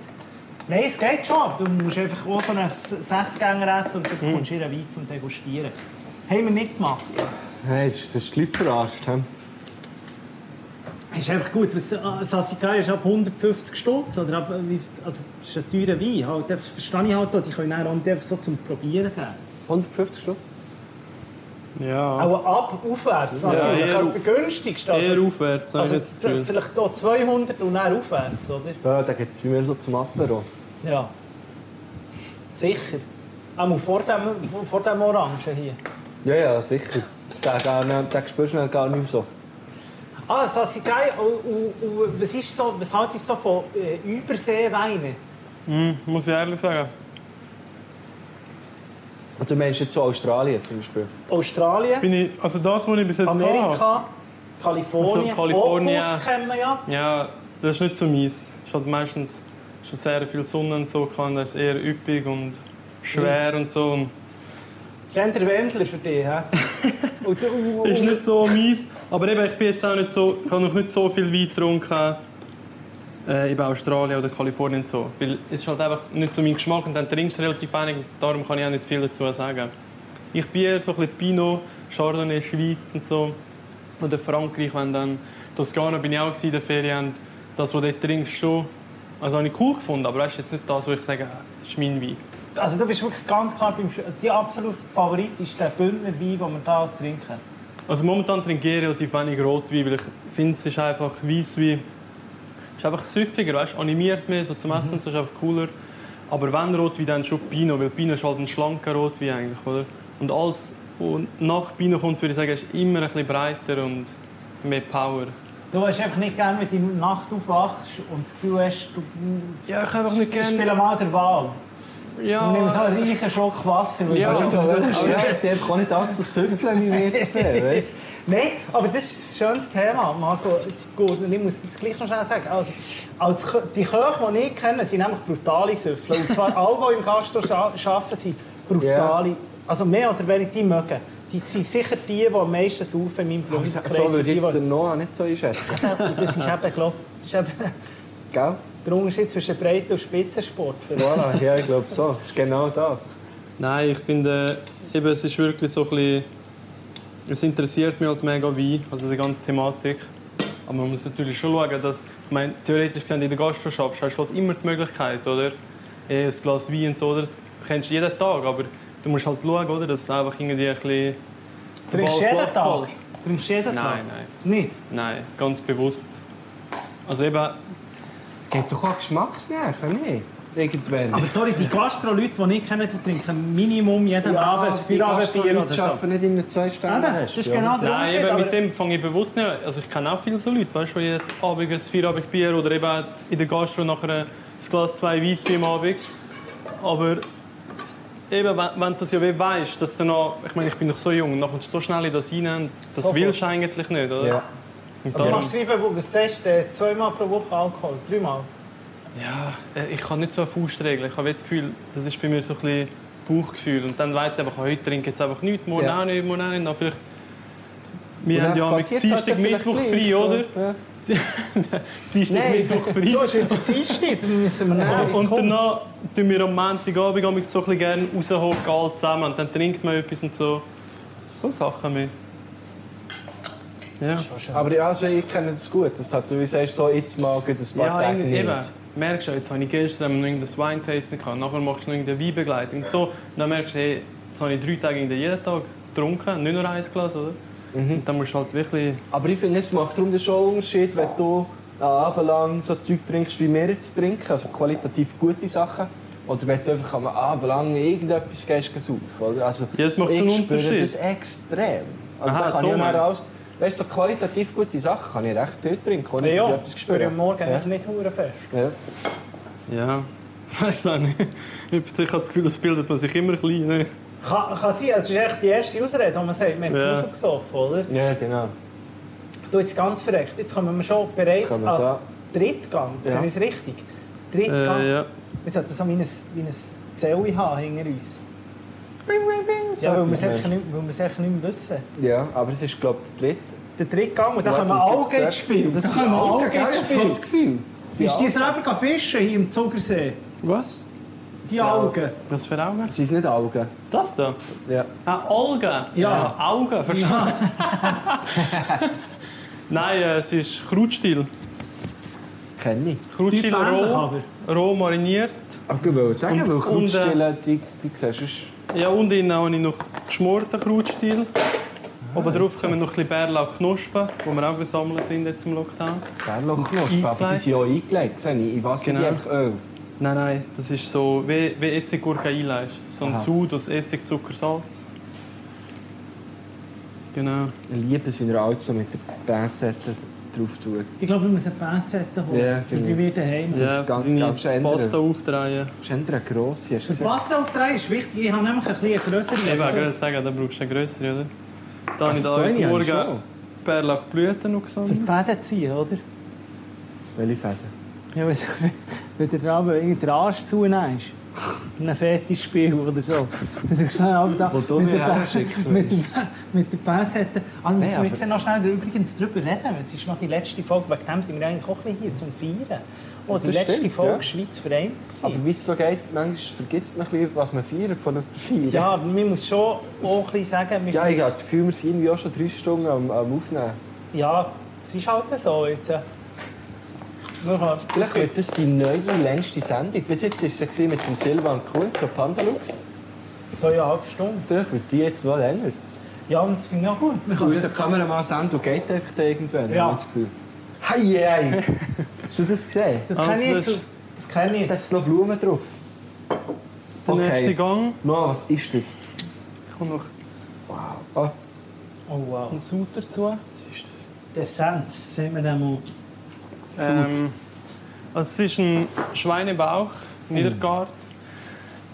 Nein, es geht schon. Du musst einfach auch so einen Sechsgänger essen und dann Hm. bekommst du einen Wein zum Degustieren. Haben wir nicht gemacht. Hey, das ist- das ist die Leute verarscht. hä? Ist einfach gut. Was, äh, Sassikai ist ab 150 Stutz oder ab, äh, wie- also das ist ein teurer Wein. Halt, das verstehe ich halt auch. Die können dann auch nicht einfach so zum Probieren geben. 150 Schuss? Ja. Auch ab aufwärts Ja, natürlich. eher Also der günstigste. Eher Also, aufwärts, habe ich also jetzt das Gefühl. vielleicht hier 200 und dann aufwärts, oder? Ja, da geht es bei mir so zum Apero. Ja. Sicher. Auch vor dem, vor dem Orangen hier. Ja, ja, sicher. Das den, gar nicht, den spürst du dann gar nicht mehr so. Ah, Sassikai, und, und, und oh, was, ist so, was haltest du so von äh, Überseeweinen? Hm, muss ich ehrlich sagen. Also, du meinst jetzt so Australien zum Beispiel? Australien? Bin ich, also das, was ich bis jetzt hatte. Amerika, Kalifornien, Also, Kalifornien. Opus kennen wir ja. Ja, das ist nicht so meins. Es hat meistens schon sehr viel Sonne und so gehabt. Das ist eher üppig und schwer Hm. und so. Und Gender Wendler für dich, (laughs) hä? Und, du- und, ist nicht so meins. Aber eben, ich bin jetzt auch nicht so, ich habe noch nicht so viel Wein getrunken. Äh, eben Australien oder Kalifornien und so. Weil es ist halt einfach nicht so mein Geschmack und dann trinkst du relativ wenig. Darum kann ich auch nicht viel dazu sagen. Ich bin eher so ein bisschen Pinot, Chardonnay, Schweiz und so. Oder Frankreich, wenn dann... Toskana bin ich auch in der Ferien. und Das, was du dort trinkst, schon... Also habe ich cool gefunden, aber das ist jetzt nicht das, wo ich sage, ah, das ist mein Wein. also du bist wirklich ganz klar, beim, Sch- die absolute Favorit ist der Bündner Wein, den wir hier trinken. Also momentan trinke ich relativ wenig Rotwein, weil ich finde, es ist einfach Weisswein. Es ist einfach süffiger, weißt? animiert mehr, so Mhm. zum Essen, so ist einfach cooler. Aber wenn Rotwein, dann schon Pinot, weil Pinot ist halt ein schlanker Rotwein eigentlich, oder? Und alles, was nach Pinot kommt, würde ich sagen, ist immer ein bisschen breiter und mehr Power. Du hast einfach nicht gerne, wenn du in der Nacht aufwachst und das Gefühl hast, du Ja, ich habe einfach nicht ich gerne... spiele mal der Wahl. Ja, Und nimm halt so einen riesen Schock Wasser. weil Ja. du- Weißt du, ja, sie kann nicht alles so süffeln wie wir (laughs) jetzt nehmen, weißt du? Nein, aber das ist ein schönes Thema, Marco. Gut, und ich muss jetzt gleich noch schnell sagen, also, als Kö- die Köche, die ich kenne, sind nämlich brutale Süffler. Und (laughs) zwar alle, die im Gasthaus scha- arbeiten, sind brutale, also mehr oder weniger die mögen. Die sind sicher die, die am meisten saufen in meinem So Freundeskreis. so würde ich Die, jetzt die- den Noah nicht so einschätzen. Und das ist eben, glaub, das ist eben Gell? (laughs) Der Unterschied zwischen Breite- und Spitzensport. vielleicht. Voilà, Ah, ja, ich glaube so. Das ist genau das. Nein, ich finde, eben, es ist wirklich so ein bisschen, Es interessiert mich halt mega wie, also die ganze Thematik. Aber man muss natürlich schon schauen, dass... Ich meine, theoretisch gesehen, in der Gastwirtschaft hast du halt immer die Möglichkeit, oder? Eh, Ein Glas Wein und so, oder? das kennst du jeden Tag, aber du musst halt schauen, oder? Dass es einfach irgendwie ein bisschen... Trinkst du Ball jeden flach Tag? fällt. Trinkst du jeden Tag? Nein, nein. Nicht? Nein, ganz bewusst. Also eben, Es geht doch auch Geschmacksnerven, nicht? Irgendwann. Aber sorry, die Gastro-Leute, die ich kenne, die trinken Minimum jeden Abend ein die Feierabendbier oder Gastroleute so. arbeiten nicht in einem zwei Eben, Sterne. das ist genau der nein, eben mit Unterschied. dem fange ich bewusst nicht an. Also ich kenne auch viele so Leute, weißt du, die jeden Abend ein Feierabendbier oder eben auch in der Gastro nachher ein Glas zwei Weissbier am Abend. Aber eben, wenn, wenn du das ja weißt, dass danach, ich meine, ich bin noch so jung, dann kommst du so schnell in das rein, und das Sofort. willst du eigentlich nicht, oder? Ja. Und Aber Du darum, machst schreiben, wo du sagst, äh, zweimal pro Woche Alkohol, dreimal. ja, äh, ich kann nicht so eine Faustregel. Ich habe jetzt das Gefühl, das ist bei mir so ein bisschen Bauchgefühl. Und dann weiss ich einfach, heute trinke ich jetzt einfach nichts, morgen Ja. auch nicht, morgen auch nicht. Dann vielleicht, wir Und haben dann ja am passiert's halt Dienstag, dann vielleicht Mittwoch gleich, frei, so. oder? Ja. Dienstag, Nein. Mittwoch frei. Du, ist jetzt ein Dienstag, jetzt müssen wir nehmen. Und danach tun wir am Montagabend manchmal so ein bisschen gerne raushocken, alle zusammen. Und dann trinkt man etwas und so. So Sachen mehr. Ja, Aber ja, also ich kenne das gut. Das hat so wie sagst, so jetzt mal gut ein paar ja Tage eben. nicht. eben. Merkst du, jetzt habe ich gestern noch irgendein Wein testen können, nachher machst du noch irgendeine Weinbegleitung. Und so, und dann merkst du, hey, jetzt habe ich drei Tage irgendwie jeden Tag getrunken, nicht nur ein Glas, oder? Mhm. Und dann musst du halt wirklich... Aber ich finde, es macht darum schon einen Unterschied, wenn du einen Abend lang so Zeug trinkst, wie wir jetzt trinken, also qualitativ gute Sachen, oder wenn du einfach am Abend lang irgendetwas gehst, gehst auf, oder? Also, Ja, es macht ich schon einen spüre Unterschied. das extrem. Also Aha, da kann so ich meinst du. auch alles... Weißt du, so qualitativ gute Sachen kann ich recht viel trinken, ohne Ja, dass ich ja. etwas Für spüre. am Morgen Ja. eigentlich nicht hure fest. Ja. Ja, (laughs) weiß auch nicht. Ich habe das Gefühl, das bildet man sich immer ein bisschen. Ne? Kann, kann sein, es ist echt die erste Ausrede, die man sagt, wir haben Ja. zu Hause gesoffen, oder? ja, genau. Du, jetzt ganz verrecht, jetzt kommen wir schon Jetzt bereits kommen an wir da. Drittgang, Ja. ja. ist richtig? Drittgang. Äh, ja. Wir sollten so wie ein, wie ein Zelle haben hinter uns. Bing, bing, bing. Ja, weil wir es etwas einfach nicht, weil wir es einfach nicht mehr wissen. Ja, aber es ist, glaube ich, der dritte. Der Drittgang, und dann können wir Warte, Augen gibt's den? ins Das Spiel. Dann ist können wir Augen, Augen gell? ins Ich habe Spiel. das Gefühl. Das Ist die selber fischen hier im Zugersee? Was? Die So. Augen? Das für Augen? Es sind nicht Augen. Das da? Ja. Ah, Algen? Ja. Augen, verstanden. (laughs) Nein, äh, es ist Krautstil. Kenne ich. Krautstil Typ ähnlich, roh, aber. roh mariniert. Aber ich wollte sagen, Und- weil und, äh, Krautstellen, die, die siehst du sonst- Ja, und innen habe ich noch geschmorten Krautstil. Ah, Oben drauf kommen noch ein bisschen Bärlauchknospen, die wir auch gesammelt sind jetzt im Lockdown. Bärlauchknospen, aber die Eingelegt. sind auch eingelegt, sehe ich. In was sind die Genau. einfach Öl? Nein, nein, das ist so wie, wie Essiggurke einlegst. So ein Aha. Sud aus Essig, Zucker, Salz. Genau. Ich liebe es, wenn er alles so mit der Bassette drauf tut. Ich glaube, wir müssen Bassette holen. Ja, ich finde bin wieder heim. Ja. das Ganze deine kannst du ändern. Pasta aufdrehen. Das ist eine grosse, hast du Das gesehen? Pasta auf drei ist wichtig. Ich habe nämlich ein bisschen größere. Eben, ich würde sagen, dann brauchst du eine grössere, oder? Da habe ich Also so eine da habe heute ich schon. Morgen Perlachblüten noch gesammelt. Fäden ziehen, oder? Welche Fäden? Ja, wenn- (laughs) wenn der Rabe irgendwie den Arsch zunähst. Ein fettes Spiel oder so. Dann sagst du, aber da, Wo du mit, mich der Ba- herschickst, mit, der Ba- mit der Bass hätte. Ah, müssen wir aber- jetzt noch schnell übrigens drüber reden. Es ist noch die letzte Folge. Wegen dem sind wir eigentlich auch ein bisschen hier zum Feiern. Oh, die Das letzte stimmt, Folge ja. Schweiz vereint. gewesen. Aber wie es so geht, manchmal vergisst man ein bisschen, was man feiert von der Feier. ja, aber man muss schon auch ein bisschen sagen, wir ja, ich habe das Gefühl, wir sind irgendwie auch schon drei Stunden am, am Aufnehmen. Ja, es ist halt so jetzt. Nur halt. Vielleicht wird das die neue, längste Sendung. Bis jetzt war es ja mit dem Silvan Kunz von Pandalux. Zweieinhalb Stunden. Vielleicht wird die jetzt noch länger. Ja, und das finde ich auch gut. Man kann Unser sich- Kameramann Sandu geht einfach da irgendwann, Ja. habe ich das Gefühl. Hei, hei. (laughs) Hast du das gesehen? Das kenne ich Also, jetzt. Das kenne ich Da jetzt. hat noch Blumen drauf. Der Okay. nächste Gang No, was ist das? kommt noch Ah, Oh wow. ein Sud dazu. was ist das? Der Sens, sehen wir den mal. Ähm, also es ist ein Schweinebauch, niedergart.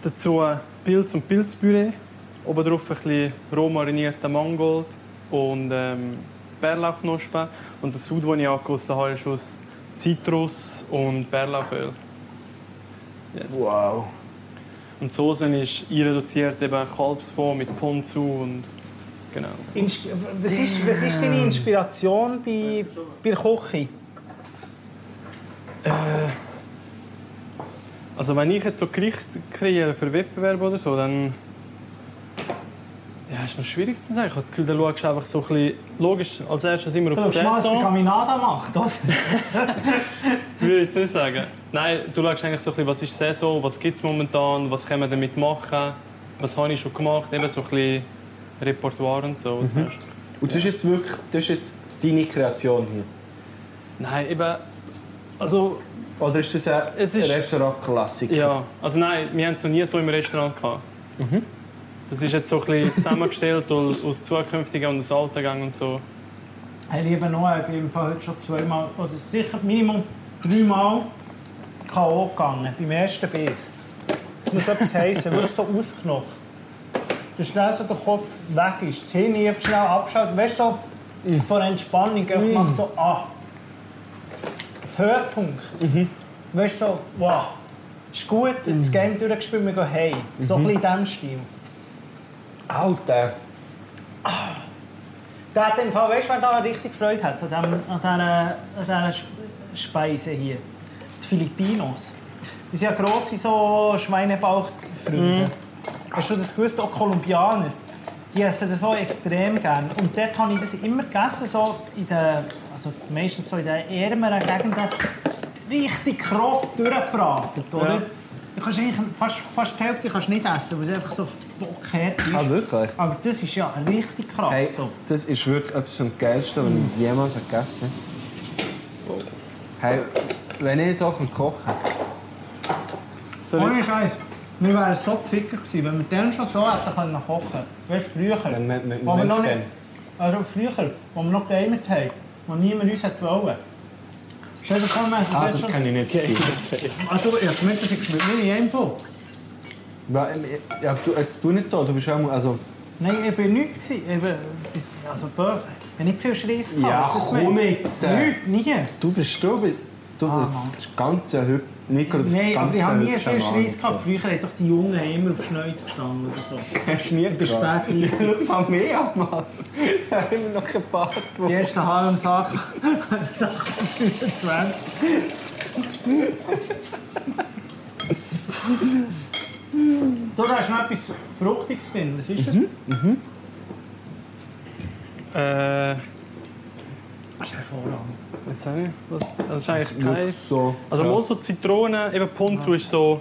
Dazu Pilz und Pilzpüree. Obendrauf ein bisschen roh marinierter Mangold und ähm, Bärlauchknospen. Und der Sud, den ich angegossen habe, ist aus Zitrus und Bärlauchöl. Yes. Wow. Und die Soße ist irreduziert, eben Kalbsfond mit Ponzu und genau. Insp was, ist, was ist deine Inspiration bei, bei der Küche? Also wenn ich jetzt so Gerichte kreiere für Wettbewerbe oder so, dann... Ja, ist noch schwierig zu sagen. Ich habe das Gefühl, da schaust du einfach so ein bisschen... Logisch, als erstes immer auf Du die schaust mal, was der Saison. Caminada macht, oder? Würde ich jetzt nicht sagen. Nein, du schaust eigentlich so ein bisschen, was ist Saison, was gibt es momentan, was können wir damit machen, was habe ich schon gemacht, eben so ein bisschen Repertoire und so. weisst du. Und das ist jetzt wirklich das ist jetzt deine Kreation hier. Nein, eben... Also, Oder ist das ein Es ist- Restaurant-Klassiker? ja. Also nein, wir haben es noch nie so im Restaurant gehabt. Das ist jetzt so ein bisschen zusammengestellt aus, aus zukünftigen und aus alten Gängen und so. Hey, lieber Noah, ich bin im Fall heute schon zweimal, oder sicher Minimum dreimal K.O. gegangen, beim ersten Biss. Das muss etwas heissen, wirklich so ausgeknopft. Du schnell so der Kopf weg ist, das Hirn einfach schnell abschalten. Weißt du, so vor Entspannung, einfach macht so, ah, Höhepunkt. Weißt du, so, wow, ist gut, das Game durchgespielt, wir gehen heim. So ein bisschen in diesem Stil. Alter. Der hat im Fall, weißt du, wer da richtig Freude hat an, dem, an, dieser, an dieser Sp- Speise hier? Die Filipinos. Die sind ja grosse so Schweinebauchfreunde. Hast du das gewusst? Auch Kolumbianer. Die essen das so extrem gern. Und dort habe ich das immer gegessen, so in den, also meistens so in den ärmeren Gegenden. Richtig kross durchgebraten, oder? Ja. Du kannst eigentlich fast, fast die Hälfte kannst du nicht essen, weil es einfach so bockhart ist. Ah, wirklich? Aber das ist ja richtig krass. Hey, so. das ist wirklich etwas vom Geilsten, was ich jemals habe gegessen Oh. habe. Hey, wenn ich Sachen koche. Sorry. Ohne Scheiß. Wir wären so Ficker gewesen, wenn wir dann schon so hätten können kochen können. Weißt du, früher. Wenn wir- wenn- wo wir wenn noch nicht, schon. also früher, wo wir noch gegamet haben, wo niemand uns hat wollen. Stell dir vor, wir hätten Ah, dort das schon- kann ich nicht. Okay. Also, ich habe gemerkt, dass ich mit mir in einem Boot. ähm, Ja, du, jetzt tu nicht so, du bist auch mal, also... Nein, ich war nichts. gewesen. Ich bin- Also, da, ich habe nicht viel Schreis gehabt. Ja, Das komm meine- jetzt. Nichts, nie. Du bist... Du bist... Du Ah, bist Mann. das ganze Hüb... Nico, du bist Nein, das aber ich habe ganze nie viel Hübsche Mann. Schreis gehabt. Früher haben doch die Jungen immer auf Schneuze gestanden oder so. Hast du nie Der gespart? Spätli. Schau mal mehr an, (laughs) Mann. Ich habe immer noch keinen Bart. Die erste halbe (laughs) Sache, Sache 25. du, da ist noch etwas Fruchtiges drin. Was ist das? Mhm. Äh, Das ist ein Vorrang. jetzt sag ich, was, das ist eigentlich kein... Wirklich so... Also mal so Zitronen, eben Ponzu ist so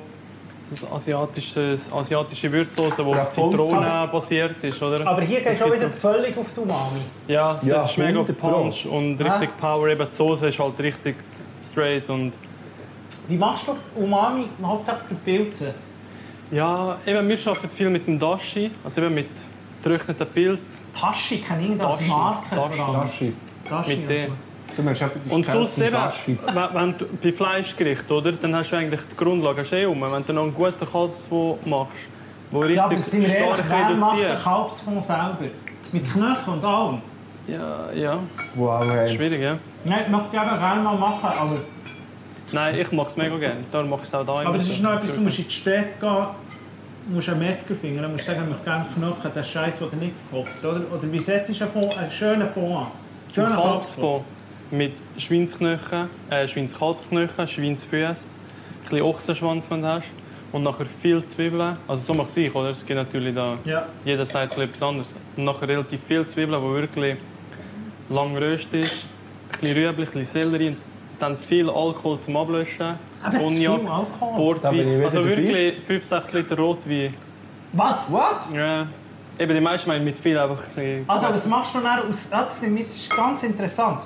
das asiatische, asiatische Würzsoße, die Ja, auf Ponzu. Zitronen basiert ist, oder? Aber hier gehst du auch Das wieder gibt's völlig auf die Umami. Ja, das Ja, ist mega 100 Pro. Punch und richtig Power. Eben die Soße ist halt richtig straight und... Wie machst du Umami hauptsächlich durch Pilze? Ja, eben wir arbeiten viel mit dem Dashi, also eben mit getrockneten Pilzen. Tasche kenne ich das Tashi. Marke vor Tashi. allem. also. Taschi. Tashi Mit und so. dem. Du meinst eben... das Und Kerl sonst zum eben, Taschi. wenn, wenn du, bei Fleischgericht, oder, dann hast du eigentlich die Grundlage hast du eh rum. Wenn du noch einen guten Kalbswurst machst, wo richtig Ja, aber sind wir ehrlich, stark wer macht den reduziert. Kalbsfond selber? Mit Knöcheln und allem. Ja, ja, Wow, hey. schwierig, ja. Nein, mag ich eben gerne mal machen, aber... Nein, ich mache es mega gerne. Darum mache ich es auch da immer Aber es so. ist noch etwas, du musst in die Stadt gehen, musst einen Metzger finden, dann musst du sagen, ich möchte gerne Knochen, den Scheiß, den du nicht gekauft oder? Oder wie setzt du einen, Fond, einen schönen Fond an? Ein Schönen Kalbsfond. Kalbsfond mit Schweinsknochen, äh, Schweinskalbsknochen, Schweinsfüße, ein bisschen Ochsenschwanz, wenn du hast. Und nachher viel Zwiebeln. Also so mache ich es, oder? Es gibt natürlich da... Ja. Jeder sagt ein bisschen etwas anderes. Und nachher relativ viel Zwiebeln, die wirklich lang röst ist. Ein bisschen Rüebli, ein bisschen Sellerie. und Dann viel Alkohol zum Ablöschen. Aber zu viel Alkohol. Da bin ich Portwein. wieder Also dabei. wirklich 5-6 Liter Rotwein. Was? What? Ja. Eben die meisten meinen mit viel einfach ein bisschen... Also, was machst du dann aus... Ah, Das ist- das ist ganz interessant.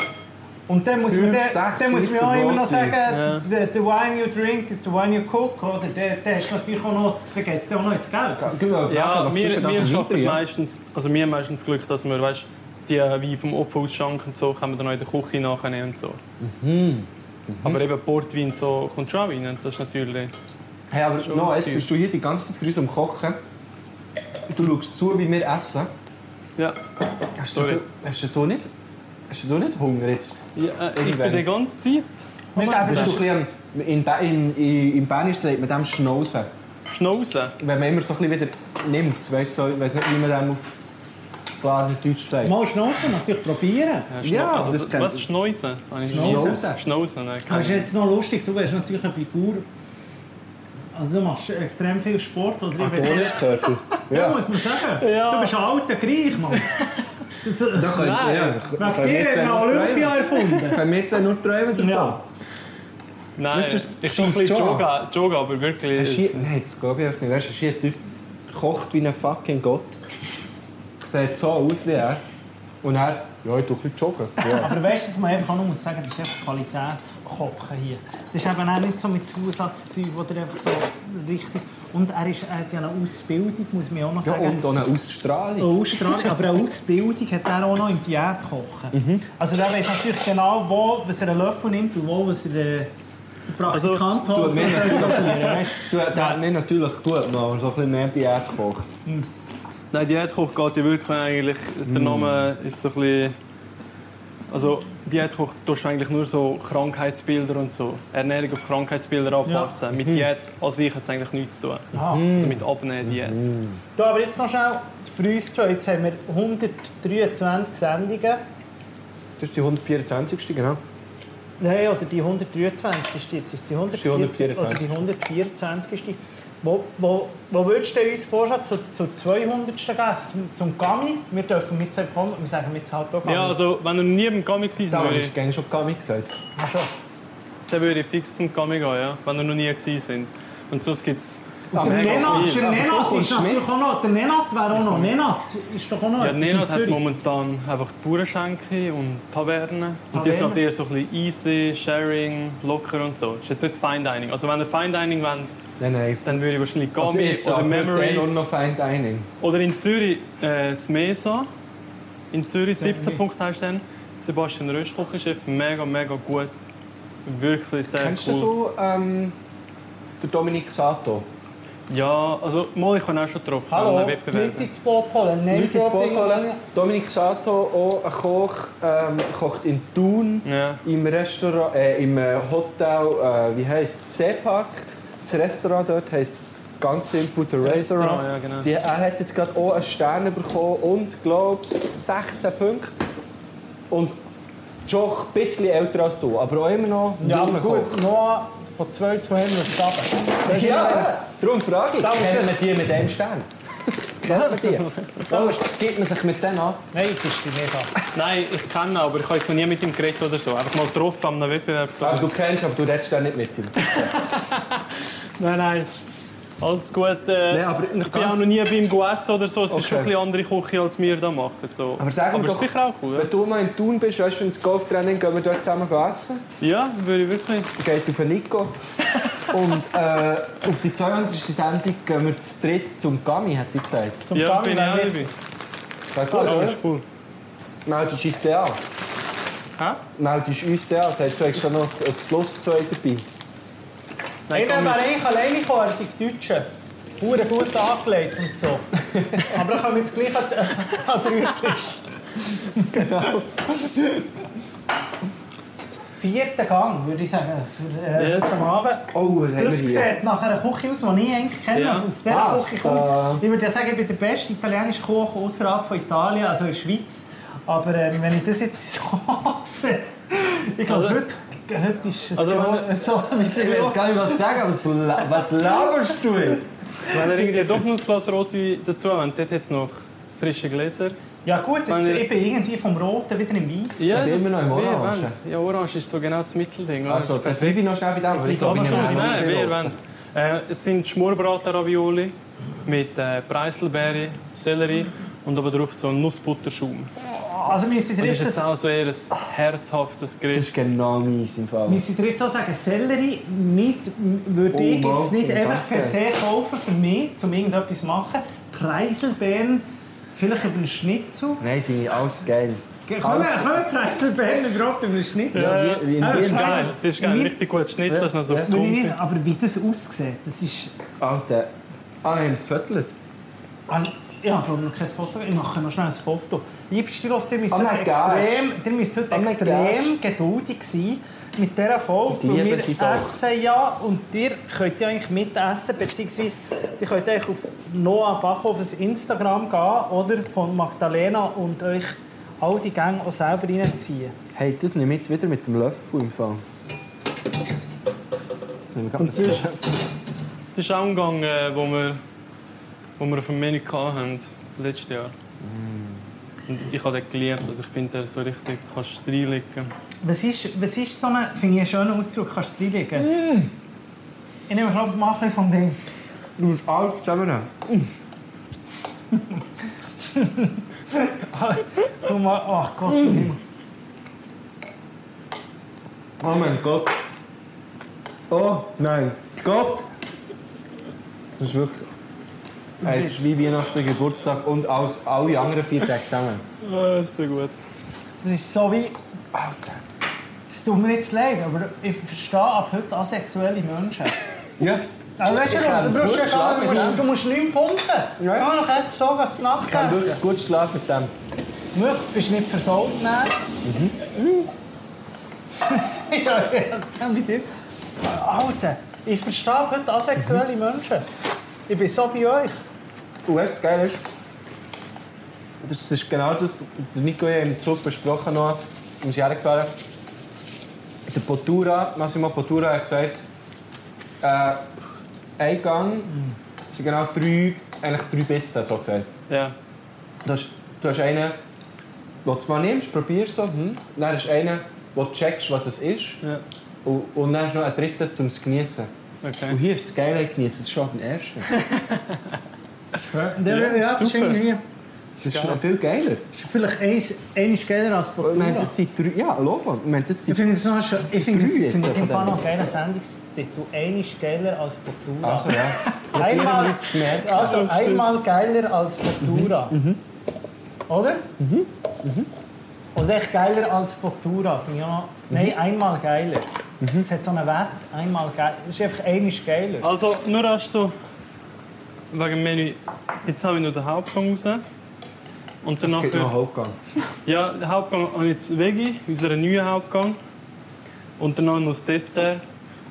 Und dann muss Fünf, man, dann, sechs dann muss man Liter auch immer noch Rotwein. sagen, the, the wine you drink is the wine you cook, oder? Der, der ist natürlich auch noch... Da geht es dir auch noch ins Geld. Das- genau, Ja, wir, wir schaffen ja? meistens, also wir haben meistens Glück, dass wir, weißt, die äh, Wein vom Ofen ausschanken und so, können wir dann auch in der Küche nachnehmen und so. Mhm. Aber eben Portwein so kommt schon auch rein, und das ist natürlich... Hey, aber Schon no, jetzt tief. bist du hier die ganze Zeit für uns am Kochen. Du schaust zu, wie wir essen. Ja, Hast du, Sorry. hast du, da nicht, hast du da nicht Hunger jetzt? ja äh, ich Irgendwann. bin die ganze Zeit... Wir Bist du ein geben- bisschen, am- in, Ba- in, in, in Bernisch sagt man dem Schnauzen. Schnauzen. Wenn man immer so ein bisschen wieder nimmt, weiss, so, ich weiss nicht, wie man dem auf klar Deutsch sagt. Mal schnaufen, natürlich probieren. Ja, Ja, also, das kennt- Was ist Schnäuzen? Habe ich nie- Schnauzen. Also, Schnauzen, nein, Aber keine es ist Ahnung. jetzt noch lustig, du wärst natürlich eine Figur, Also du machst extrem viel Sport. Oder ich weiß nicht. Toniskörper. (laughs) Ja, Ja. muss man sagen. Ja. Du bist ein alter Griech, Mann. Das- Da könnt ihr ja. Wegen dir hat man Olympia erfunden. Können wir zwei nur träumen davon? Ja. Nein, Weißt du, das ich schon ein schießt bisschen schon Yoga, Yoga, aber Ein wirklich. Schier, nein, das glaube ich einfach nicht. Weißt du, ein schier Typ kocht wie ein fucking Gott. Sieht so aus wie er. Und er, ja, ich tue ein bisschen joggen. Ja. Aber weißt du, was man einfach auch noch muss sagen, das ist einfach Qualitätskochen hier. Das ist eben auch nicht so mit Zusatzzeug, wo der einfach so richtig... Und er, ist, er hat ja eine Ausbildung, muss man auch noch ja, sagen. und auch eine Ausstrahlung. Eine Ausstrahlung, aber eine Ausbildung hat er auch noch im Diätkochen. Also der weiß natürlich genau, wo, was er einen Löffel nimmt und wo was er äh, den Praktikant du, holt. wir- Das soll probieren, weißt Du, der hat mir natürlich gut gemacht, so ein bisschen mehr Diät kochen. Nein, Diätkoch geht ja wirklich eigentlich. Mm. Der Name ist so ein bisschen. Also, Diätkoch tust du eigentlich nur so Krankheitsbilder und so. Ernährung auf Krankheitsbilder anpassen. Mit Mhm. Diät an sich hat es eigentlich nichts zu tun. du. Ah. Also mit Abnehmen, Diät. Mhm. Du, aber jetzt noch schnell für uns schon. Jetzt haben wir 123 Sendungen. Das ist die 124. genau. Nein, oder die 123 ist die jetzt. Ist die 124, Oder die 124 ist die. Wo, wo, wo würdest du uns vorschlagen, zur zu 200. Gast? Zum Gami? Wir dürfen mit kommen. Wir sagen jetzt halt auch Gami. Ja, also, wenn ihr nie im Gummy gewesen Das habe wäre, ich gerne schon Gami gesagt. Ach so. dann würde ich fix zum Gummy gehen, ja? wenn ihr noch nie gewesen sind. Und sonst gibt es. Der Nenat, der Nenat kommst ist natürlich mit. auch noch. Der Nenat wäre auch noch. Nenat ist doch auch noch. Ja, etwas in Nenad hat Zürich. momentan einfach die Bauernschenke und Tavernen. Und die sind Tavernen. halt eher so ein bisschen easy, sharing, locker und so. Das ist jetzt nicht Fine Dining. Also wenn ihr Fine Dining wollt, Nein, nein. dann würde ich wahrscheinlich Also Gami jetzt oder aber Memories. nur noch Fine Dining. Oder in Zürich äh, das Mesa. In Zürich 17 Punkte hast du dann. Sebastian Rösch, Küchenchef, mega, mega gut. Wirklich sehr Kennst cool. du ähm, den Dominik Sato? Ja, also mal, ich habe ihn auch schon getroffen an Hallo, einem Leute Wettbewerb. ins Boot holen. Name Leute ins Boot Dropping. holen. Dominik Sato, auch ein Koch, ähm, kocht in Thun Ja. im Restaurant, äh, im äh, Hotel, äh, wie heißt es, Sepak. Das Restaurant dort heisst ganz simpel The Restaurant. Restaurant, ja, genau. Die, er hat jetzt gerade auch einen Stern bekommen und, glaube ich, 16 Punkte. Und schon ein bisschen älter als du, aber auch immer noch ein Ja, aber junger Koch. gut, Noah von 12 zu 1 ist runter. Das ist Ja, darum frage ich. Da muss Kennen ich- wir die mit dem (laughs) Stern? Kennen wir die? Weißt, gibt man sich mit denen an? Nein, das ist die Nenat. Nein, ich kenne ihn, aber ich habe jetzt noch nie mit ihm geredet oder so. Einfach mal getroffen an einem Wettbewerb. Aber du kennst, aber du redest da nicht mit ihm. Äh, Nein, nein, es ist alles gut. Äh, Nein, aber ich bin ganz- auch noch nie bei ihm gegessen oder so. Es Okay. ist schon ein bisschen andere Küche, als wir hier machen. So. Aber sag mir aber es doch- ist sicher auch cool. Wenn du mal in Thun bist, weißt du, ins Golftraining gehen wir dort zusammen essen. Ja, ja würde ich wirklich. Geht auf den Nico. Und äh, auf die 200. Sendung gehen wir zu dritt zum Gami, hat ich gesagt. Zum ja, Gami bin ich wäre auch nicht- dabei. Wäre gut, Ja, oder? ist cool. Meldest du uns den an? Hä? Meldest du uns den an? Sagst du, du hast schon noch ein ein Plus 2 dabei? Nein, Einer gar nicht. wäre eigentlich alleine gekommen, er sei Deutscher. Hure gut angelegt und so. (laughs) Aber er kommt jetzt gleich an an den Rührtisch. Genau. Vierter Gang, würde ich sagen, für äh, Yes. am Abend. Oh, das Das sieht nach einer Küche aus, die ich eigentlich kenne. Ja. Aus dieser Pasta. Küche komme ich. Ich würde ja sagen, ich bin der beste italienische Koch außerhalb von Italien, also in der Schweiz. Aber ähm, wenn ich das jetzt so (laughs) sehe, ich glaube, Also- heute, heute ist es Also, genau wenn- so, wie es Ich weiß gar nicht, was zu sagen, aber was la- was laberst du? jetzt? Wenn ihr irgendwie doch noch ein Glas Rotwein dazu habt, dort hat es noch frische Gläser. Ja gut, jetzt Wenn ihr- ich bin irgendwie vom Roten wieder im Weiß. sind immer noch im wie ihr Orange. wollt. Ja, Orange ist so genau das Mittelding. oder? Also, dann bleibe ich noch schnell bei dem, weil ich glaube, Aber ich schon, nehme nein, noch wie ihr den wollt. Äh, es sind Schmorbraten-Ravioli mit äh, Preiselbeere, Sellerie und obendrauf so ein Nussbutterschaum. Also müsst ihr Das ist jetzt, jetzt das, auch so eher ein herzhaftes Das Gericht. ist genau meins im Fall. müsst ihr jetzt auch sagen, Sellerie nicht, würde Oh, ich wow, jetzt nicht das einfach ist per ganz se kaufen für mich, um irgendetwas zu machen. Kreiselbeeren, vielleicht über einen Schnitzel. Nein, finde ich alles geil. Können Alles- wir Kreiselbeeren überhaupt über einen Schnitzel? Ja, wie- wie in Aber Wien. Scheiße, Geil, das ist geil. Mir- Richtig gut Schnitzel, das ist noch so Ja. Wenn ich dumpf. nicht- Aber wie das aussieht, das ist... Alter. Ah, wir haben es gefüttert. Ah, Ich habe noch kein Foto. Ich mache noch schnell ein Foto. Liebste Leute, ihr müsst Oh heute mein Gott. extrem, ihr müsst heute Oh mein extrem geduldig sein mit dieser Folge. Das lieben weil wir sie doch. essen ja und ihr könnt ja eigentlich mitessen, beziehungsweise ihr könnt eigentlich auf Noah Backhofers Instagram gehen oder von Magdalena und euch all die Gänge auch selber reinziehen. Hey, das nehme ich jetzt wieder mit dem Löffel im Fall. Das nehme ich gar Und nicht. das, Das ist auch ein Gang, äh, wo, wir, wo wir auf dem Menü hatten, letztes Jahr. Und ich habe den geliebt. Also ich finde den so richtig, du kannst reinlegen. Was ist, was ist so ein... Finde ich einen schönen Ausdruck, kannst du reinlegen. Mm. Ich nehme schon mal ein bisschen vom Ding. Du musst alles zusammennehmen. Guck mal, ach Gott. Mm. Oh mein Gott. Oh nein, Gott. Das ist wirklich... Hey, das ist wie Weihnachten, Geburtstag und alles, alle anderen vier Tage zusammen. Ah, so gut. Das ist so wie... Alter. Das tut mir jetzt leid, aber ich verstehe ab heute asexuelle Menschen. (laughs) Ja. Also, weißt du, Ich kann du, brauchst ja gut gar nicht, du, schlafen, musst, du musst nicht pumpen. Ja. Kann man doch einfach so gehen zu Nacht Ich habe essen. wirklich gut geschlafen mit dem. Milch bist nicht versaut. Nein. Mhm. (laughs) ja, ja, mit dir. Alter, ich verstehe heute asexuelle Mhm. Menschen. Ich bin so bei euch. Und weißt du, was geil ist? Das ist genau das, der Nico hat im Zug besprochen noch, als ich hergefahren bin. Der Potura, Massimo Potura hat gesagt, äh, ein Gang sind genau drei, eigentlich drei Bissen, so gesagt. Ja. Du hast, du hast einen, den du mal nimmst, probierst so, hm. dann hast du einen, wo du checkst, was es ist, Ja. und, und dann hast du noch einen dritten, um es zu genießen. Und Okay. hier ist das Geile genießen, das ist schon den ersten. Ja, ja, das ist super. irgendwie- Das ist noch viel geiler. vielleicht eins, eins geiler als Ich Portura. meine, das sind drei, ja, Logo, ich meine, das Ich sind finde es noch schön. Ich finde Drei ich finde jetzt es im von Fall denen. noch geiler Sendungstitel. Einisch geiler als Portura. Also ja. Einmal- Ihr müsst es merken. Also einmal geiler als Portura. Oder? Oder echt geiler als Portura. Finde ich auch noch. Nein, einmal geiler. Es hat so einen Wert. Einmal geiler. Es ist einfach einisch geiler. Also, nur hast du wegen dem Menü. Jetzt habe ich noch den Hauptgang raus. Und Es danach. gibt noch Hauptgang. Ja, den Hauptgang habe ich jetzt Veggie, unseren neuen Hauptgang. Und danach noch das Dessert.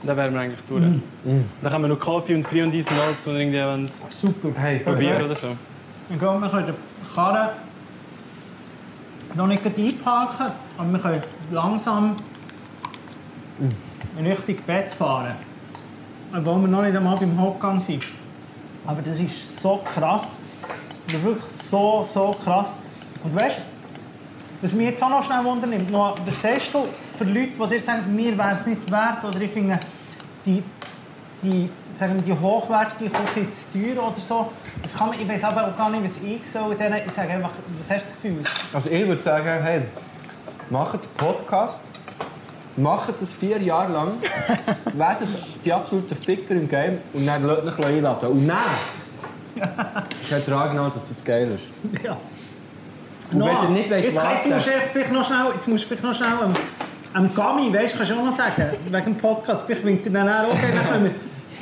Und dann wären wir eigentlich durch. Mm. Dann haben wir noch Kaffee und Free und Eis und alles, was ihr irgendwie wollt Super. Hey, probieren oder so. Ich glaube, wir können den Karren noch nicht gleich einparken, aber wir können langsam in Richtung Bett fahren. Obwohl wir noch nicht einmal beim Hauptgang sind. Aber das ist so krass. Das ist wirklich so, so krass. Und weißt du, was mich jetzt auch noch schnell wundernimmt, noch, was sagst du für Leute, die dir sagen, mir wäre es nicht wert oder ich finde eh, die, die, sagen wir, die hochwertige Küche zu teuer oder so. Das kann man, ich weiß aber auch gar nicht, was ich soll. denen- Ich sage einfach, was hast du das Gefühl? Also ich würde sagen, hey, macht einen Podcast, macht das vier Jahre lang, werdet die absoluten Ficker im Game und dann lasst euch einladen. Und dann vertragen genau, dass das geil ist. Ja. Und Nou, wenn ihr nicht wollt jetzt, jetzt warten- musst du echt vielleicht noch schnell, jetzt musst du vielleicht noch schnell am, am Gami, weißt, kannst du auch noch sagen, wegen dem Podcast, vielleicht winkt er dann auch, okay, dann können wir,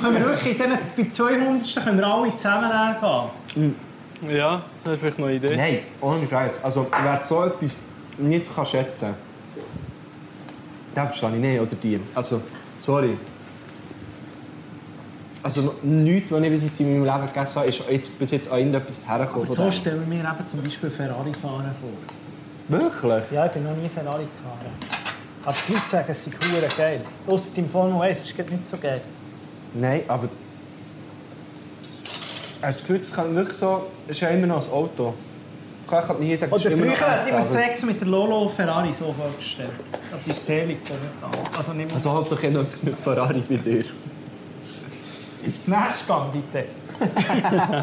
können wir wirklich, dann, bei 200. können wir alle zusammen hergehen. Ja, das wäre vielleicht noch eine Idee. Nein, ohne Scheiß. Also wer so etwas nicht kann schätzen kann, den verstehe ich nicht, oder die. Also, sorry. Also nichts, was ich bis jetzt in meinem Leben gegessen habe, ist jetzt bis jetzt an irgendetwas hergekommen. Aber von so dem. stellen wir mir eben zum Beispiel Ferrari-Fahren vor. Wirklich? Ja, ich bin noch nie Ferrari gefahren. Aber die Leute sagen, es sei verdammt geil. Ausser im Formel 1 ist es nicht so geil. Nein, aber. Hast du das Gefühl, das kann wirklich so. Es ist ja immer noch ein Auto. Klar, ich kann nicht sagen, es Oder ist immer früher noch hat Essen, immer aber- Sex mit der Lolo Ferrari so vorgestellt. Aber die ist selig momentan. Also nicht mehr. Also hauptsächlich noch etwas mit Ferrari bei dir. Nächstgang, bitte. (laughs)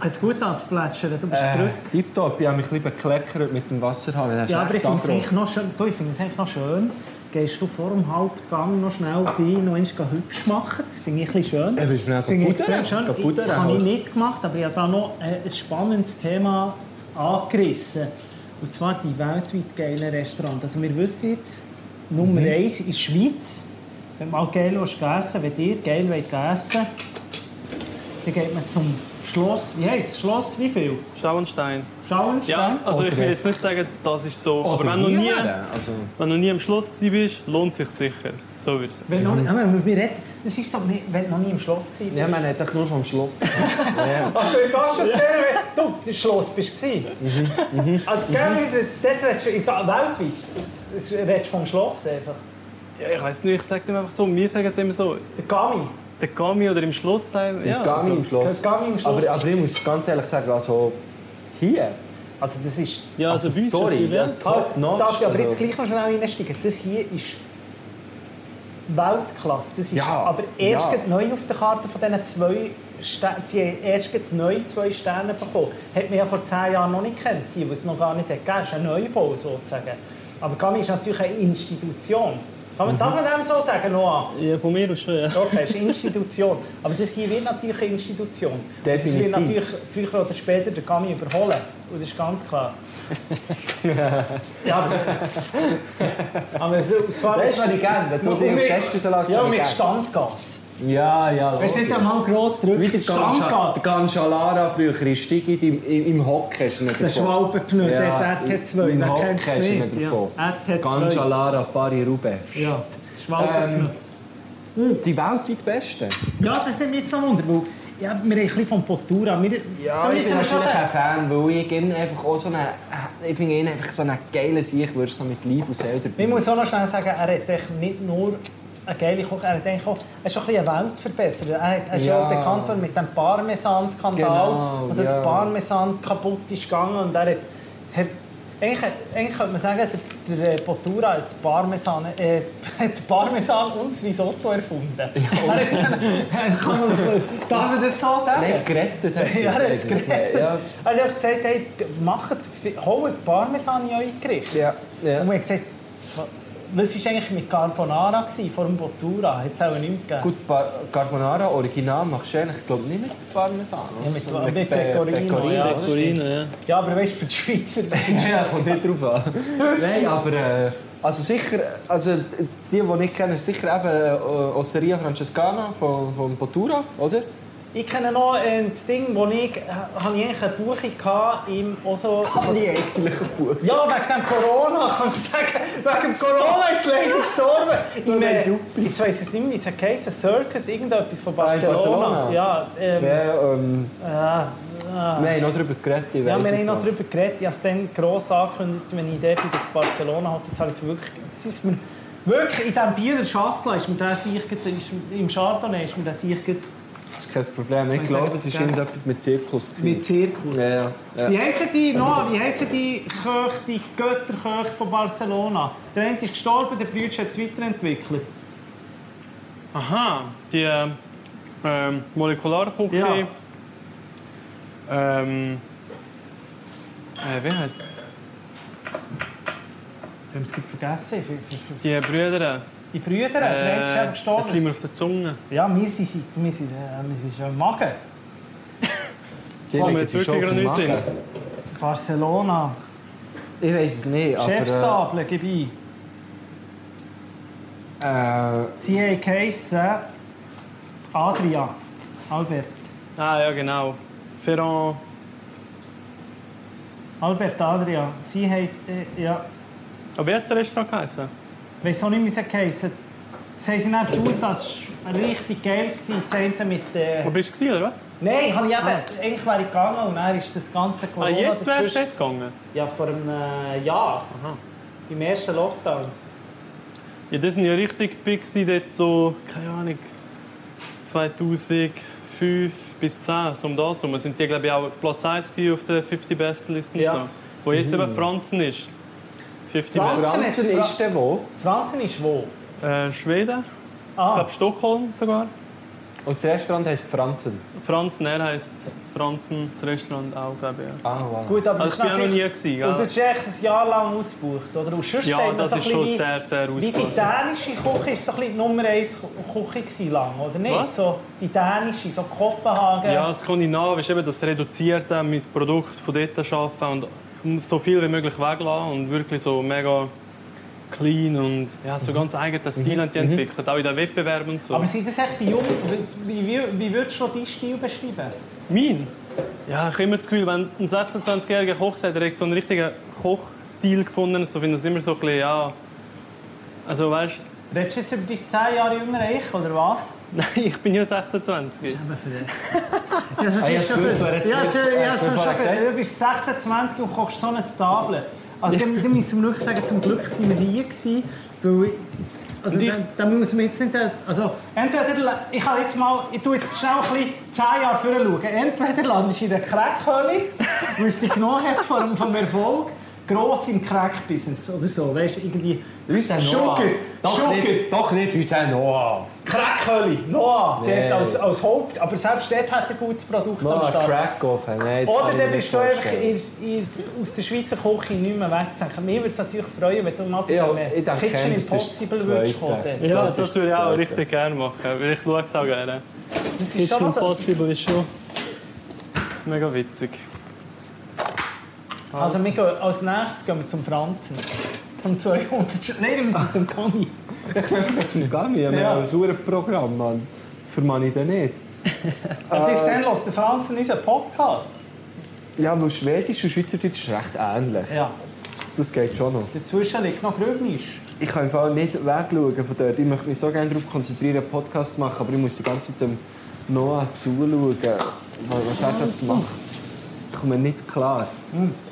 Hat's gut anzuplätschern, du Äh. bist zurück. Tipptopp, ich habe mich ein bisschen bekleckert mit dem Wasserhahn. Das ist Ja, aber echt ich finde es aggro. eigentlich noch schön. Du, ich finde es eigentlich noch schön. Gehst du vor dem Hauptgang noch schnell dich noch einmal hübsch machen? Das finde ich ein bisschen schön. Ja, bist du mir auch Finde ich kaputt extrem daran? schön. Kaputt Ich, daran habe ich halt. nicht gemacht, aber ich habe da noch äh, ein spannendes Thema angerissen. Und zwar die weltweit geilen Restaurants. Also wir wissen jetzt, Mhm. Nummer eins in der Schweiz, wenn du mal geil willst essen wenn ihr geil wollt essen dann geht man zum Schloss, wie heisst es? Schloss wie viel? Schauenstein. Schauenstein? Ja, also ich Oder- will jetzt nicht sagen, das ist so. Oder aber wenn du noch nie, hier wäre, Also, wenn du noch nie am Schloss warst, lohnt es sich sicher. So würde ich sagen. Wenn noch nicht, aber wir reden, das ist so, wir- wenn du noch nie im Schloss warst. ja, man hat doch nur vom Schloss. ja. Also ich kann schon sehen, wenn du im Schloss bist. Mhm. Also gell, wie- dort redest du ich gehe weltweit. Das redest du vom Schloss einfach. Ja, ich weiß nicht, ich sage dem einfach so, wir sagen dem so. Der Gami. der Gami oder im Schloss sein. Ja, Im Gami also- im Schloss. das Gami im Schloss. Aber, aber ich muss ganz ehrlich sagen, also hier, Also das ist... Ja, also, also Bücher, sorry, ja. ja, top notch. Darf ich aber jetzt also. gleich noch schnell reinsteigen? Das hier ist Weltklasse. Das ist Ja, aber erst ja. grad neu auf der Karte von diesen zwei Sternen. Sie haben erst grad neu zwei Sterne bekommen. Hat man ja vor zehn Jahren noch nicht gekannt, hier, was es noch gar nicht hat gegeben. Das ist ein Neubau sozusagen. Aber Gami ist natürlich eine Institution. Kann Mhm. man, Darf man dem so sagen, Noah? Ja, von mir aus schon, ja. Okay, ist eine Institution. Aber das hier wird natürlich eine Institution. Das Definitiv. wird natürlich früher oder später der Gami überholen. Und das ist ganz klar. ja, aber, aber so, und zwar Weißt du, was ich gerne? Wenn du Und dich auf mit- Gäste rauslässt, Ja, was ich mit gerne. Standgas. Ja, ja, Wir sind am halb gross drücken. Wieder Ganscha- der Ganchalara früher ist Stieg im, im, im Hocken ist nicht Der davon. Schwalbenpneu, Ja, der RT2. im wer Hockey kennt's ist er nicht? nicht davon. Ja, RT2. Ganchalara Pari Rube. Ja, Schwalbenpneu. Ähm, Die weltweit beste. Ja, das nimmt mich jetzt noch wunder, weil ja, wir haben ein bisschen von Potura. Wir, da Ja, ich müssen bin wir schon wahrscheinlich sagen- ein Fan, weil ich ihn einfach auch so einen, ich finde ihn einfach so einen geilen Siechwürster mit Leib und Seele dabei. Ich muss auch noch schnell sagen, er hat echt nicht nur eine geile Küche, er hat eigentlich auch, er ist auch ein bisschen eine Welt verbessert. Er, hat, er ist Ja. ja. auch bekannt worden mit dem Parmesan-Skandal, Genau, wo der ja. Parmesan kaputt ist gegangen und er hat, hat eigentlich, eigentlich könnte man sagen, der, der Potura hat die Parmesan, äh, (laughs) hat Parmesan und das Risotto erfunden. Er hat, er kann, (laughs) darf man das so sagen? Nein, gerettet hat (laughs) Ja, er hat es eigentlich. gerettet. Ja, Er hat gesagt, hey, macht, holt Parmesan in euer Gericht. ja. ja. Und man hat gesagt, was war eigentlich mit Carbonara gewesen, vor dem Bottura? Hat es auch nicht gegeben. Gut, Bar- Carbonara original machst du eigentlich, ich glaube nicht mit Parmesan. Ja, mit- sondern mit Pe- Pecorino, ja. oder? Pecorino, ja. Ja, aber weißt du, für die Schweizer. (laughs) Ja, das kommt nicht drauf (laughs) an. Nein, aber... Äh, also sicher, also die, die ich nicht kenne, ist sicher eben äh, Osseria Francescana von, von Potura, oder? Ich kenne noch äh, das Ding, wo ich, äh, habe ich eigentlich eine Buche hatte, im auch so. Alle eigentlich ein Buch. Ja, wegen dem Corona, (laughs) kann man sagen. Wegen dem Corona ist (laughs) leider gestorben. So Im, eine äh, ich weiß es nicht mehr, wie es heisst, Circus, irgendetwas von Ah, in Barcelona. Barcelona. Ja, ähm, äh, Ja, ähm, ja. wir haben noch darüber geredet, ich Ja, weiss es wir haben eh noch noch. darüber geredet. Ich habe es dann gross angekündigt, wenn ich dort in das Barcelona hatte. Jetzt habe ich es wirklich... Es ist mir, wirklich, in diesem Bieler Schassler ist mir der Sieg... gerade- Ist, Im Chardonnay ist mir der Sieg gerade Das ist kein Problem. Ich glaube, es war irgendetwas mit Zirkus. gewesen. mit Zirkus. Ja, ja. ja. Wie heissen die noch? Wie heissen die Köche, die Götterköche von Barcelona? Der eine ist gestorben, der Brütsch hat es weiterentwickelt. Aha, die ähm, Molekularküche. Ja. Ähm, äh, wie heißt es? Wir haben es gerade vergessen. Für, für, für Die Brüder. äh, die Brüder, der eine ist einfach es liegt gestorben. mir auf der Zunge. Ja, wir sind, seit- wir sind, äh, wir sind schon im Magen. Die legen Kommen wir jetzt sich schon wirklich auf den gar nicht Magen. Barcelona, Ich weiß es nicht, aber... äh, Chefstable, gib ein. Äh, Sie haben geheissen äh, Adria, Albert. Ah ja, genau. Ferrand. Albert Adria. Sie heisst, äh, ja, Aber wie hat das Restaurant geheißen? ich weiss auch nicht, wie sie geheissen. Sie haben sie dann Zutas, richtig geil gewesen, die eine mit... Äh, Wo bist du, gewesen, oder was? nein, hab ich eben, eigentlich wäre ich gegangen und dann ist das ganze Corona Ah, jetzt wärst dazwischen. du dort gegangen. Ja, vor einem äh, Jahr. Im ersten Lockdown. Ja, das sind ja richtig big gewesen, dort so, keine Ahnung, 2005 bis 10, so um das herum. Sind die, glaube ich, auch Platz 1 gewesen auf der 50 Best List und Ja. so. Wo jetzt eben Franzen ist. 50 Ja. Best. Franzen Fra- ist der wo? Franzen ist wo? Äh, Schweden, ich Ah, glaube Stockholm sogar. Und das Restaurant heisst Franzen. Franzen, er heisst Franzen, das Restaurant auch, glaube ich. Ja. Ah, wow. gut, aber Also das ich war ist auch noch nie, natürlich... gewesen, Und das gell? ist echt ein Jahr lang ausgebucht, oder? Und sonst sagt Ja, man das so ist ein schon bisschen wie- sehr, sehr Wie die ausgebaut. dänische Küche ist so ein bisschen die Nummer 1 Küche gewesen lang, oder nicht? Was? So die dänische, so Kopenhagen. Ja, skandinavisch, eben das Reduzierte mit Produkten von dort arbeiten und um so viel wie möglich weglassen und wirklich so mega clean und ja, so ganz eigenen Stil haben die entwickelt, auch in den Wettbewerben und so. Aber sind das echt die Jungen? Wie, wie, wie würdest du deinen Stil beschreiben? mein? Ja, ich habe immer das Gefühl, wenn ein 26-jähriger Koch sagt, er hat so einen richtigen Kochstil gefunden, so finde ich es immer so ein bisschen, ja... Also weißt (laughs) du, Redest du jetzt über dein 10 Jahre jünger ich, oder was? nein, ich bin ja 26. Also, Ah, ja, stimmt, so, jetzt- ja, jetzt- sorry, ja, jetzt so, wird vorher schon- gesagt. du bist 26 und kochst so eine Table. Also, dann, dann müssen wir wirklich sagen, zum Glück sind wir hier gewesen, weil ich- Also Und ich- da, da muss man jetzt nicht... äh, Also, Entweder, la- ich kann jetzt mal, ich tue jetzt schnell ein bisschen 10 Jahre vorher schauen. Entweder landest du in der Crackhöhle, weil es dich genommen hat vom, vom Erfolg, gross im Crack-Business oder so, weißt du, irgendwie... Unser Sugar, Sugar. doch nicht unser Noah. Crackhöhle, Noah, Nee. dort als, als Haupt, aber selbst dort hat er ein gutes Produkt am Noah Start. Crack offen. Nein, das Oder kann ich dann mir nicht bist du einfach vorstellen. in, in, aus der Schweizer Küche nicht mehr wegzudenken. Mir würde es natürlich freuen, wenn du mal bei Ja, dem ich denke, Kitchen das ist das Impossible Zweite. würdest kommen. dort. Ja, Das das, ist würde ich das auch Zweite. richtig gerne machen, weil ich schaue es auch gerne. Das ist Kitchen schon so. Impossible ist schon Mega witzig. Also wir gehen, als nächstes gehen wir zum Franzen. Zum 200. (laughs) Nein, wir müssen zum Conny. Jetzt nicht gar nicht. Wir Ja. haben ein super Programm, Mann. Das vermag ich dir nicht. Und Ah. bis dann hört der Franzen unseren Podcast. Ja, weil Schwedisch und Schweizerdeutsch ist recht ähnlich. Ja. Das, das geht schon noch. Dazwischen liegt noch Grünisch. Ich kann im Fall nicht wegschauen von dort. Ich möchte mich so gerne darauf konzentrieren, einen Podcast zu machen, aber ich muss die ganze Zeit dem Noah zuschauen, weil was er dort macht. Ich komme nicht klar.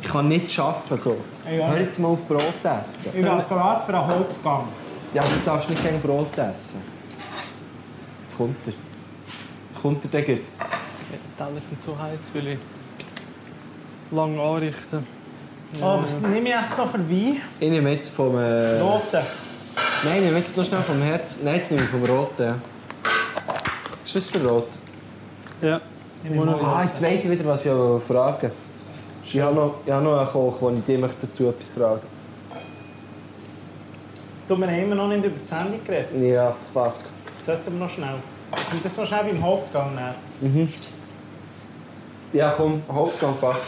Ich kann nicht arbeiten so. Ja. Hör jetzt mal auf Brot essen. Ich war bereit für einen Hauptgang. Ja, aber du darfst nicht gerne Brot essen. Jetzt kommt er. Jetzt kommt er, der geht. Die Teller sind so heiß, will ich lang anrichten. Aber das Oh, nehme ich echt noch für Wein. Ich nehme jetzt vom... Äh... Rote. Nein, ich nehme jetzt noch schnell vom Herz. Nein, jetzt nehme ich vom Roten. Ist das für Rot? Ja. Ah, jetzt weiss ich wieder, was ich auch fragen wollte. Ich habe noch, ich habe noch einen Koch, den ich dir möchte dazu etwas fragen Du, Ah, wir haben immer noch nicht über die Sendung geredet. möchte. Ja, fuck. Das sollten wir noch schnell. Und das noch schnell beim Hauptgang ne? nehmen. Ja, komm, Hauptgang passt.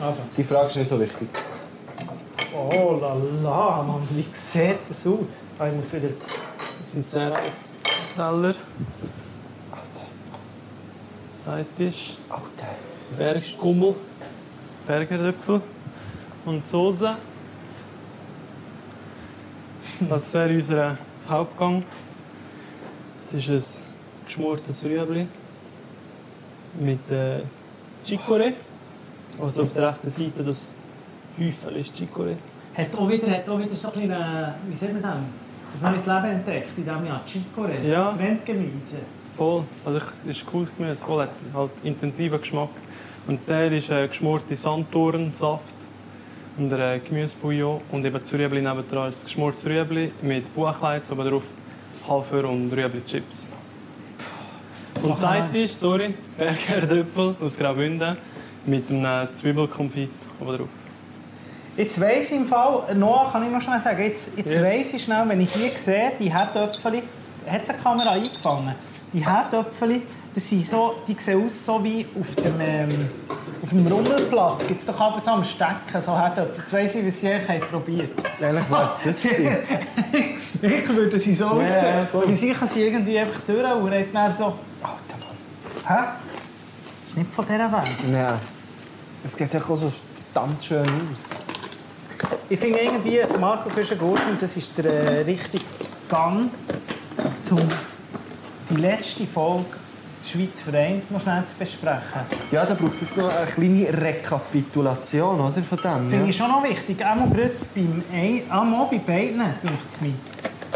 Also. Die Frage ist nicht so wichtig. Oh la la, Mann, wie sieht das aus? Ah, ich muss wieder... Das sind sehr heiß. Teller. Seitisch. Alter. Bergkummel. Bergeröpfel. Und Soße. Das wäre unser Hauptgang. Es ist ein geschmortes Rüebli mit äh, Chicorée. Also auf der rechten Seite das Häufel ist Chicorée. hat auch wieder, hat auch wieder so ein bisschen, äh, wie sehen wir das? Ein neues Leben entdeckt in diesem Jahr. Chicorée, Ja. Trendgemüse. Voll. Also ich- ist cooles Gemüse, voll hat halt intensiven Geschmack. Und der ist äh, geschmorte Sandtorensaft und ein äh, Gemüsebouillon und eben das Rüebli nebendran ist das geschmortes Rüebli mit Buchweiz, aber drauf Hafer und Rüebli-Chips. Und Seitisch, sorry, (laughs) Bergerdöpfel aus Graubünden mit einem äh, Zwiebelkonfit oben drauf. Jetzt weiss ich im Fall, Noah kann ich noch schnell sagen, jetzt, jetzt Yes. weiss ich schnell, wenn ich hier sehe, die Herdöpfel, hat es eine Kamera eingefangen, die Herdöpfel, das sind so, die sehen aus so wie auf dem, ähm, auf dem Rummelplatz, gibt es doch ab und zu am Stecken so Herdöpfel. Jetzt weiss ich, was sie eigentlich haben probiert Eigentlich weiss das sein. (laughs) (laughs) Ich würde sie so aussehen. ja, voll. die sicher sie irgendwie einfach durch und es dann so, Alter, Mann. hä? Ist nicht von dieser Welt. Nein. Es sieht auch so verdammt schön aus. Ich finde irgendwie, Marco Küschen-Gurten, das ist der äh, richtige Gang zum die letzte Folge «Schweiz vereint» noch schnell zu besprechen. Ja, da braucht es jetzt noch eine kleine Rekapitulation, oder, von Finde dem. Ja? ich schon noch wichtig, auch mal gerade beim Ein- auch mal bei beiden, denkt es mir.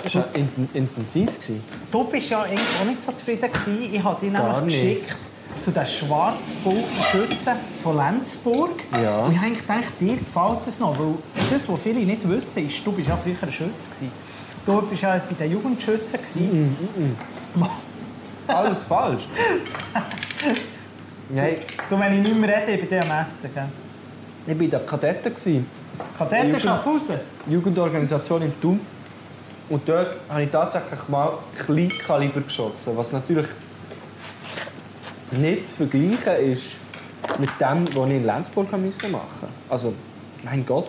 Das war in intensiv. gewesen. Du bist ja eigentlich auch nicht so zufrieden gewesen. Ich habe dich Gar nämlich nicht. geschickt zu den schwarzburger Schützen von Lenzburg. Ja. Und ich habe eigentlich gedacht, dir gefällt das noch, weil das, was viele nicht wissen, ist, du bist ja früher ein Schütze gewesen. Du bist ja bei den Jugendschützen Mhm. gewesen. Alles (laughs) falsch. Nein, Du, wenn ich nicht mehr rede, ich bin dir am Essen. Gell? ich war der Kadetten. gewesen. Kadetten Jugend- Schaffhausen. Jugendorganisation im Thun. Und dort habe ich tatsächlich mal Kleinkaliber geschossen, was natürlich nicht zu vergleichen ist mit dem, was ich in Lenzburg machen musste. Also, mein Gott,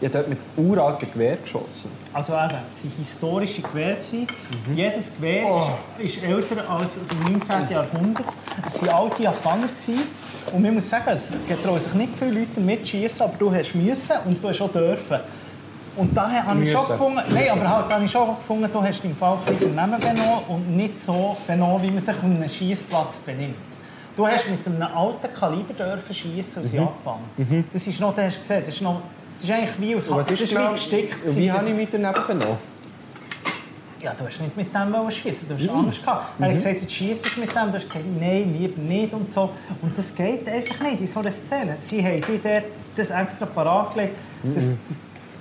ich habe dort mit uralten Gewehr geschossen. Also eben, es waren historische Gewehre. Mhm. Jedes Gewehr Oh. ist, ist älter als im 19. Jahrhundert. Es waren alte Japaner. gewesen. Und man muss sagen, es getrauen sich nicht viele Leute mitschießen, aber du hast müssen und du hast auch dürfen. Und daher habe ich schon Müssen. gefunden, nein, aber halt, habe ich schon gefunden, du hast im Fall ein bisschen daneben benommen und nicht so benommen, wie man sich auf einem Schießplatz benimmt. Du hast mit einem alten Kaliber dürfen schießen Mhm. aus Japan. Das ist noch, das hast du gesehen, das ist noch, das ist eigentlich wie aus, Und was ist das ist genau- wie gestickt. Wie gewesen. habe ich mich daneben genommen? ja, du hast nicht mit dem wollen schießen, du hast Mhm. Angst gehabt. Er hat gesagt, jetzt schießt mit dem, du hast gesagt, nein, lieber nicht und so. Und das geht einfach nicht in so einer Szene. Sie haben dir dort das extra parat gelegt. Das, das,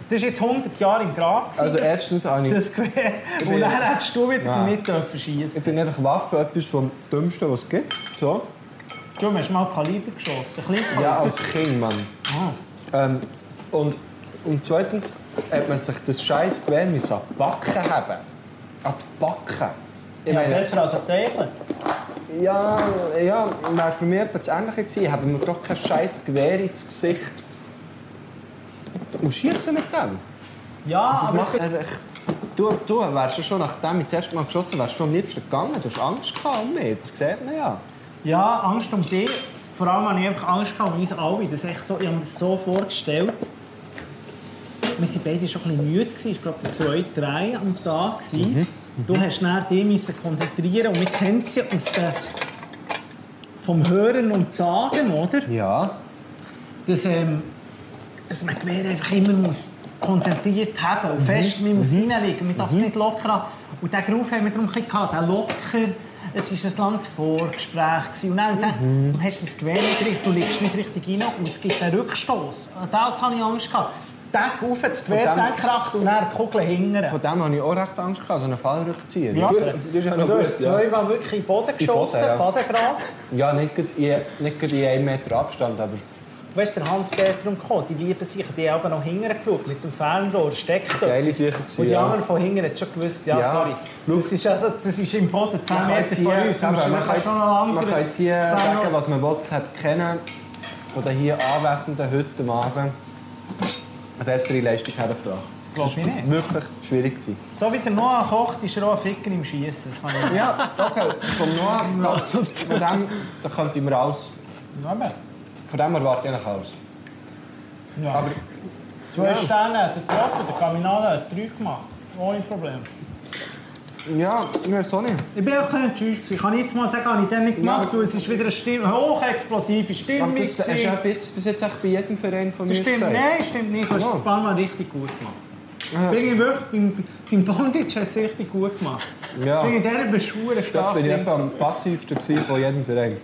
das ist jetzt 100 Jahre im Grab. gewesen, Mhm. Also das- erstens habe ich... das Gewehr. Und dann hättest du wieder Nein. nicht dürfen Ich schießen. finde einfach Waffen etwas vom Dümmsten, was es gibt. So. Du hast mal Kaliber geschossen. Kleinkaliber. Ja, als Kind, Mann. Ah. Ähm, und, und zweitens hat man sich das scheiß Gewehr müssen an die Backen haben. An die Backen. Ich ja, meine, besser als ein Teufel. ja, ja, wäre für mich etwas Ähnliches gewesen. Haben wir doch kein scheiß Gewehr ins Gesicht. Und schießen mit dem. Ja, Also Das aber macht er echt. Du, du wärst ja schon, nachdem ich das erste Mal geschossen wärst du am liebsten gegangen. Du hast Angst gehabt um mich. Das sieht man ja. Ja, Angst um dich. Vor allem hatte ich einfach Angst gehabt um uns alle. Das ist echt so, ich habe mir das so vorgestellt. Wir waren beide schon ein bisschen müde. gewesen. Ich glaube, es waren zwei, drei am Tag. Mhm. Du hast dann dich müssen konzentrieren und wir kennen sie aus den, vom Hören und Sagen, oder? Ja. dass, ähm, dass man die Gewehr einfach immer muss konzentriert haben Mhm. und fest man muss reinlegen. Man darf es nicht locker haben. Und diesen Geruf haben wir darum ein bisschen gehabt, den locker. Es war ein langes Vorgespräch. gewesen. Und dann dachte ich, Mhm. du hast das Gewehr nicht richtig, du liegst nicht richtig rein und es gibt einen Rückstoß. An Das hatte ich Angst. Gehabt. Deck auf, das Gewehr Und dann- senkrecht und dann die Kugel hinterher. Von dem habe ich auch recht Angst gehabt, so einen Fallrückzieher. Ja. Das ist ja noch Du gut. hast ja. zweimal wirklich in den Boden geschossen, ja. Fadengrad. Ja, nicht gerade in, nicht gerade in einem Meter Abstand, aber Weißt du, der Hans-Peter und Co., die lieben sich, die haben aber noch hinterher geschaut, mit dem Fernrohr steckt dort. geile sicher Und gewesen. die Ja. anderen von hinten hat schon gewusst, ja, Ja. sorry. Schau. Das ist, also, das ist im Boden 10 Man kann Meter jetzt hier, von uns. eben, man Und man kann kann jetzt, schon noch man kann jetzt hier sagen, was man will, hat kennen von den hier Anwesenden heute am Abend eine bessere Leistung hergebracht. Das glaube ich nicht. Wirklich schwierig gewesen. So wie der Noah kocht, ist er auch ein Ficker im Schießen. Das kann ich nicht. Ja, okay, vom Noah, da, von dem, da könnte ich mir alles, Aber, von dem erwarte ich eigentlich alles. ja. Aber- Zwei Sterne hat er getroffen, der Caminale hat drei gemacht. Ohne Problem. Ja, ich weiß auch nicht. Ich bin auch ein bisschen enttäuscht. gewesen. Kann ich jetzt mal sagen, habe ich den nicht gemacht, weil es ist wieder eine Stimme, hochexplosive Stimmung. Aber das hast du gewesen. ja bis bis jetzt echt bei jedem Verein von mir Das stimmt, gesagt. nein, stimmt nicht. Du hast es Ja. ein paar Mal richtig gut gemacht. Bin ich wirklich, beim, beim Bondage hast du es richtig gut gemacht. Ja. Deswegen der beschuhe Da stark. bin ich drin. etwa am passivsten gewesen von jedem Verein.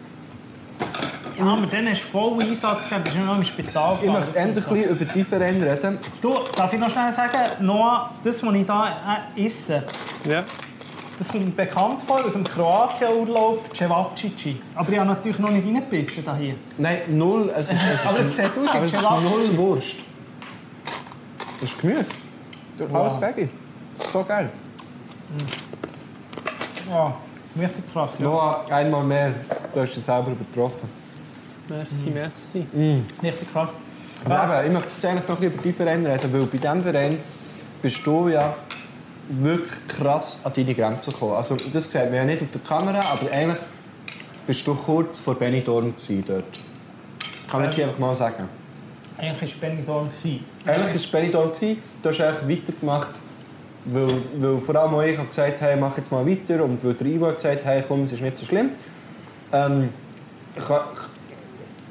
Ja, aber dann hast du voll Einsatz gegeben, bist du noch im Spital Ich möchte endlich ein bisschen über die Vereine reden. Du, darf ich noch schnell sagen, Noah, das, was ich da äh, esse, Ja. das kommt mir bekannt vor aus dem Kroatien-Urlaub Cevacici. Aber ich habe natürlich noch nicht reingebissen da hier. Nein, null. Es ist, es ist, Aber es sieht aus wie aber es ist Cevacici. null Wurst. Das ist Gemüse. Durch alles Veggie. Das ist so geil. Ja, richtig Ah, krass. Ja. Noah, einmal mehr. Du hast dich selber übertroffen. Merci, Mhm. merci. Richtig krass. Aber eben, Äh, ich möchte jetzt eigentlich noch ein bisschen über die Vereine reden, also, weil bei diesem Verein bist du ja wirklich krass an deine Grenzen gekommen. Also, das sieht man ja nicht auf der Kamera, aber eigentlich bist du kurz vor Benidorm gewesen dort. Kann ich dir einfach mal sagen. Eigentlich war Benidorm. gewesen. Eigentlich war Benidorm, gewesen. du hast eigentlich weitergemacht, weil, weil vor allem auch ich habe gesagt habe, hey, mach jetzt mal weiter und weil der Ivo hat gesagt hat, hey, komm, es ist nicht so schlimm. Ähm, ich, kann-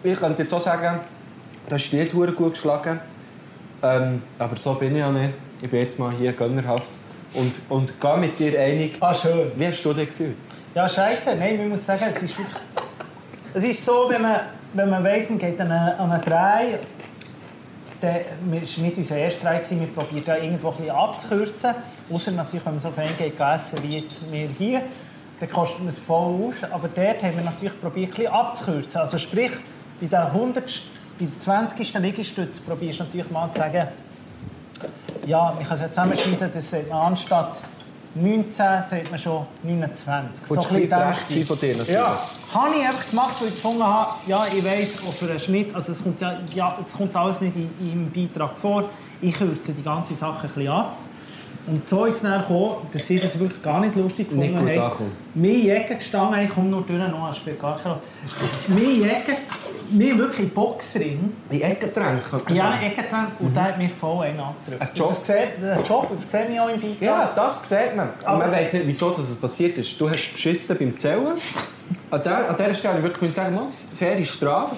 ich könnte jetzt auch sagen, das ist nicht verdammt gut geschlagen, ähm, aber so bin ich ja nicht. Ich bin jetzt mal hier gönnerhaft und, und gehe mit dir einig. Ah, schön. Wie hast du dich gefühlt? Ja, scheiße. Nein, man muss sagen, es ist wirklich. Es ist so, wenn man, wenn man weiss, man geht an einen, an einen Drei. Der, es war nicht unser erster Drei, gewesen, wir probieren da irgendwo ein bisschen abzukürzen. Außer natürlich, wenn man so fein geht essen wie jetzt wir hier. Dann kostet man es voll aus. Aber dort haben wir natürlich probiert, ein bisschen abzukürzen. Also sprich, bei der 100. Bei der 20. Liegestütze probierst du natürlich mal zu sagen, ja, ich kann es ja zusammenschneiden, das sagt man anstatt 19, sagt man schon 29. Wolltest du ein in bisschen dem frech Stil. sein von dir natürlich. Ja, habe ich einfach gemacht, weil ich gefunden habe, ja, ich weiss, auch für einen Schnitt, also es kommt, ja, ja, es kommt alles nicht in, im Beitrag vor, ich kürze die ganze Sache ein bisschen ab. Und so ist es dann gekommen, dass sie das wirklich gar nicht lustig gefunden gut haben. angekommen. Mir Jäger gestanden, ich komme nur durch, noch ein Spiel, gar keine Rolle. Mir Jäger, mir wirklich im Boxring, In Eckentränke? ja, Eckentrend, Mhm. und der hat mir voll einen abgedrückt. Ein Job. Das sieht, ein Job, das sehen wir auch im Beitrag. Ja, Genau, das sieht man. Aber Aber- man weiß nicht, wieso das passiert ist. Du hast beschissen beim Zählen. An der, an dieser Stelle wirklich muss ich sagen, no, faire Strafe.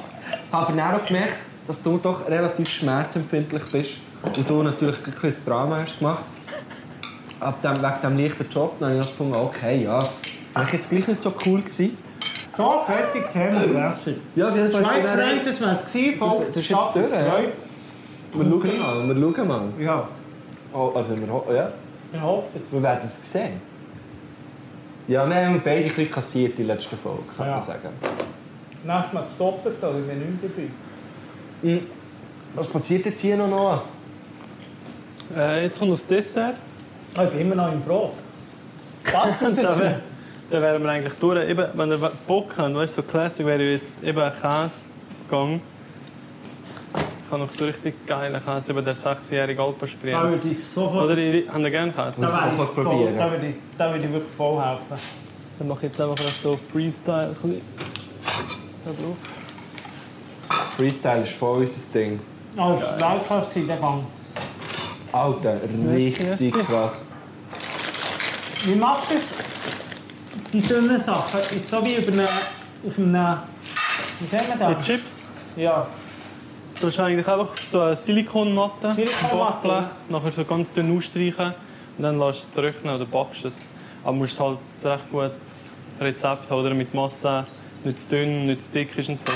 Aber dann auch gemerkt, dass du doch relativ schmerzempfindlich bist und du natürlich ein bisschen Drama hast gemacht. ab dem, wegen diesem leichten Job, dann habe ich noch gefunden, okay, ja, vielleicht jetzt gleich nicht so cool gewesen. So, fertig, Thema gewechselt. Ja, auf jeden Fall Zwei ist dann- Freunde, das wär's gewesen. Das- Folgt das ist jetzt durch, ja. Wir schauen mal, wir schauen mal. Ja, Oh, also wir, ho- ja, ich hoffe es. wir werden es sehen. Ja, wir haben beide ein bisschen kassiert die letzte Folge, kann Ja. man sagen. Nächstes Mal das Doppelte, oder wenn nicht dabei. Was passiert jetzt hier noch? noch? Äh, jetzt kommt das Dessert. Ich bin immer noch im Brot. Was ist Da das? wär- da wären wir eigentlich durch. Eben, wenn ihr Bock habt, weißt du, so Classic wäre jetzt eben Käse gegangen. Ich habe noch so richtig geilen Käse, eben der 6-jährige Alpenspritz. Da würde ich Oder sofort... ihr habt ihr gerne Käse? Da muss wär ich sofort voll- probieren. Da würde ich, da würde ich wirklich voll helfen. Dann mache ich jetzt einfach noch so Freestyle. ein bisschen. Da drauf. Freestyle ist voll unser Ding. Oh, das war Weltklasse, der Gang. Alter, merci. richtig krass. Wie macht es die dünnen Sachen? Jetzt so wie über eine, auf einem... Wie sagen wir Mit das? Chips. Ja. Du hast eigentlich einfach so eine Silikonmatte, Silikonmatte. Backblech, nachher so ganz dünn ausstreichen und dann lässt du es trocknen oder backst es. Aber du musst halt ein recht gutes Rezept haben, oder mit Masse, nicht zu dünn, nicht zu dick ist und so.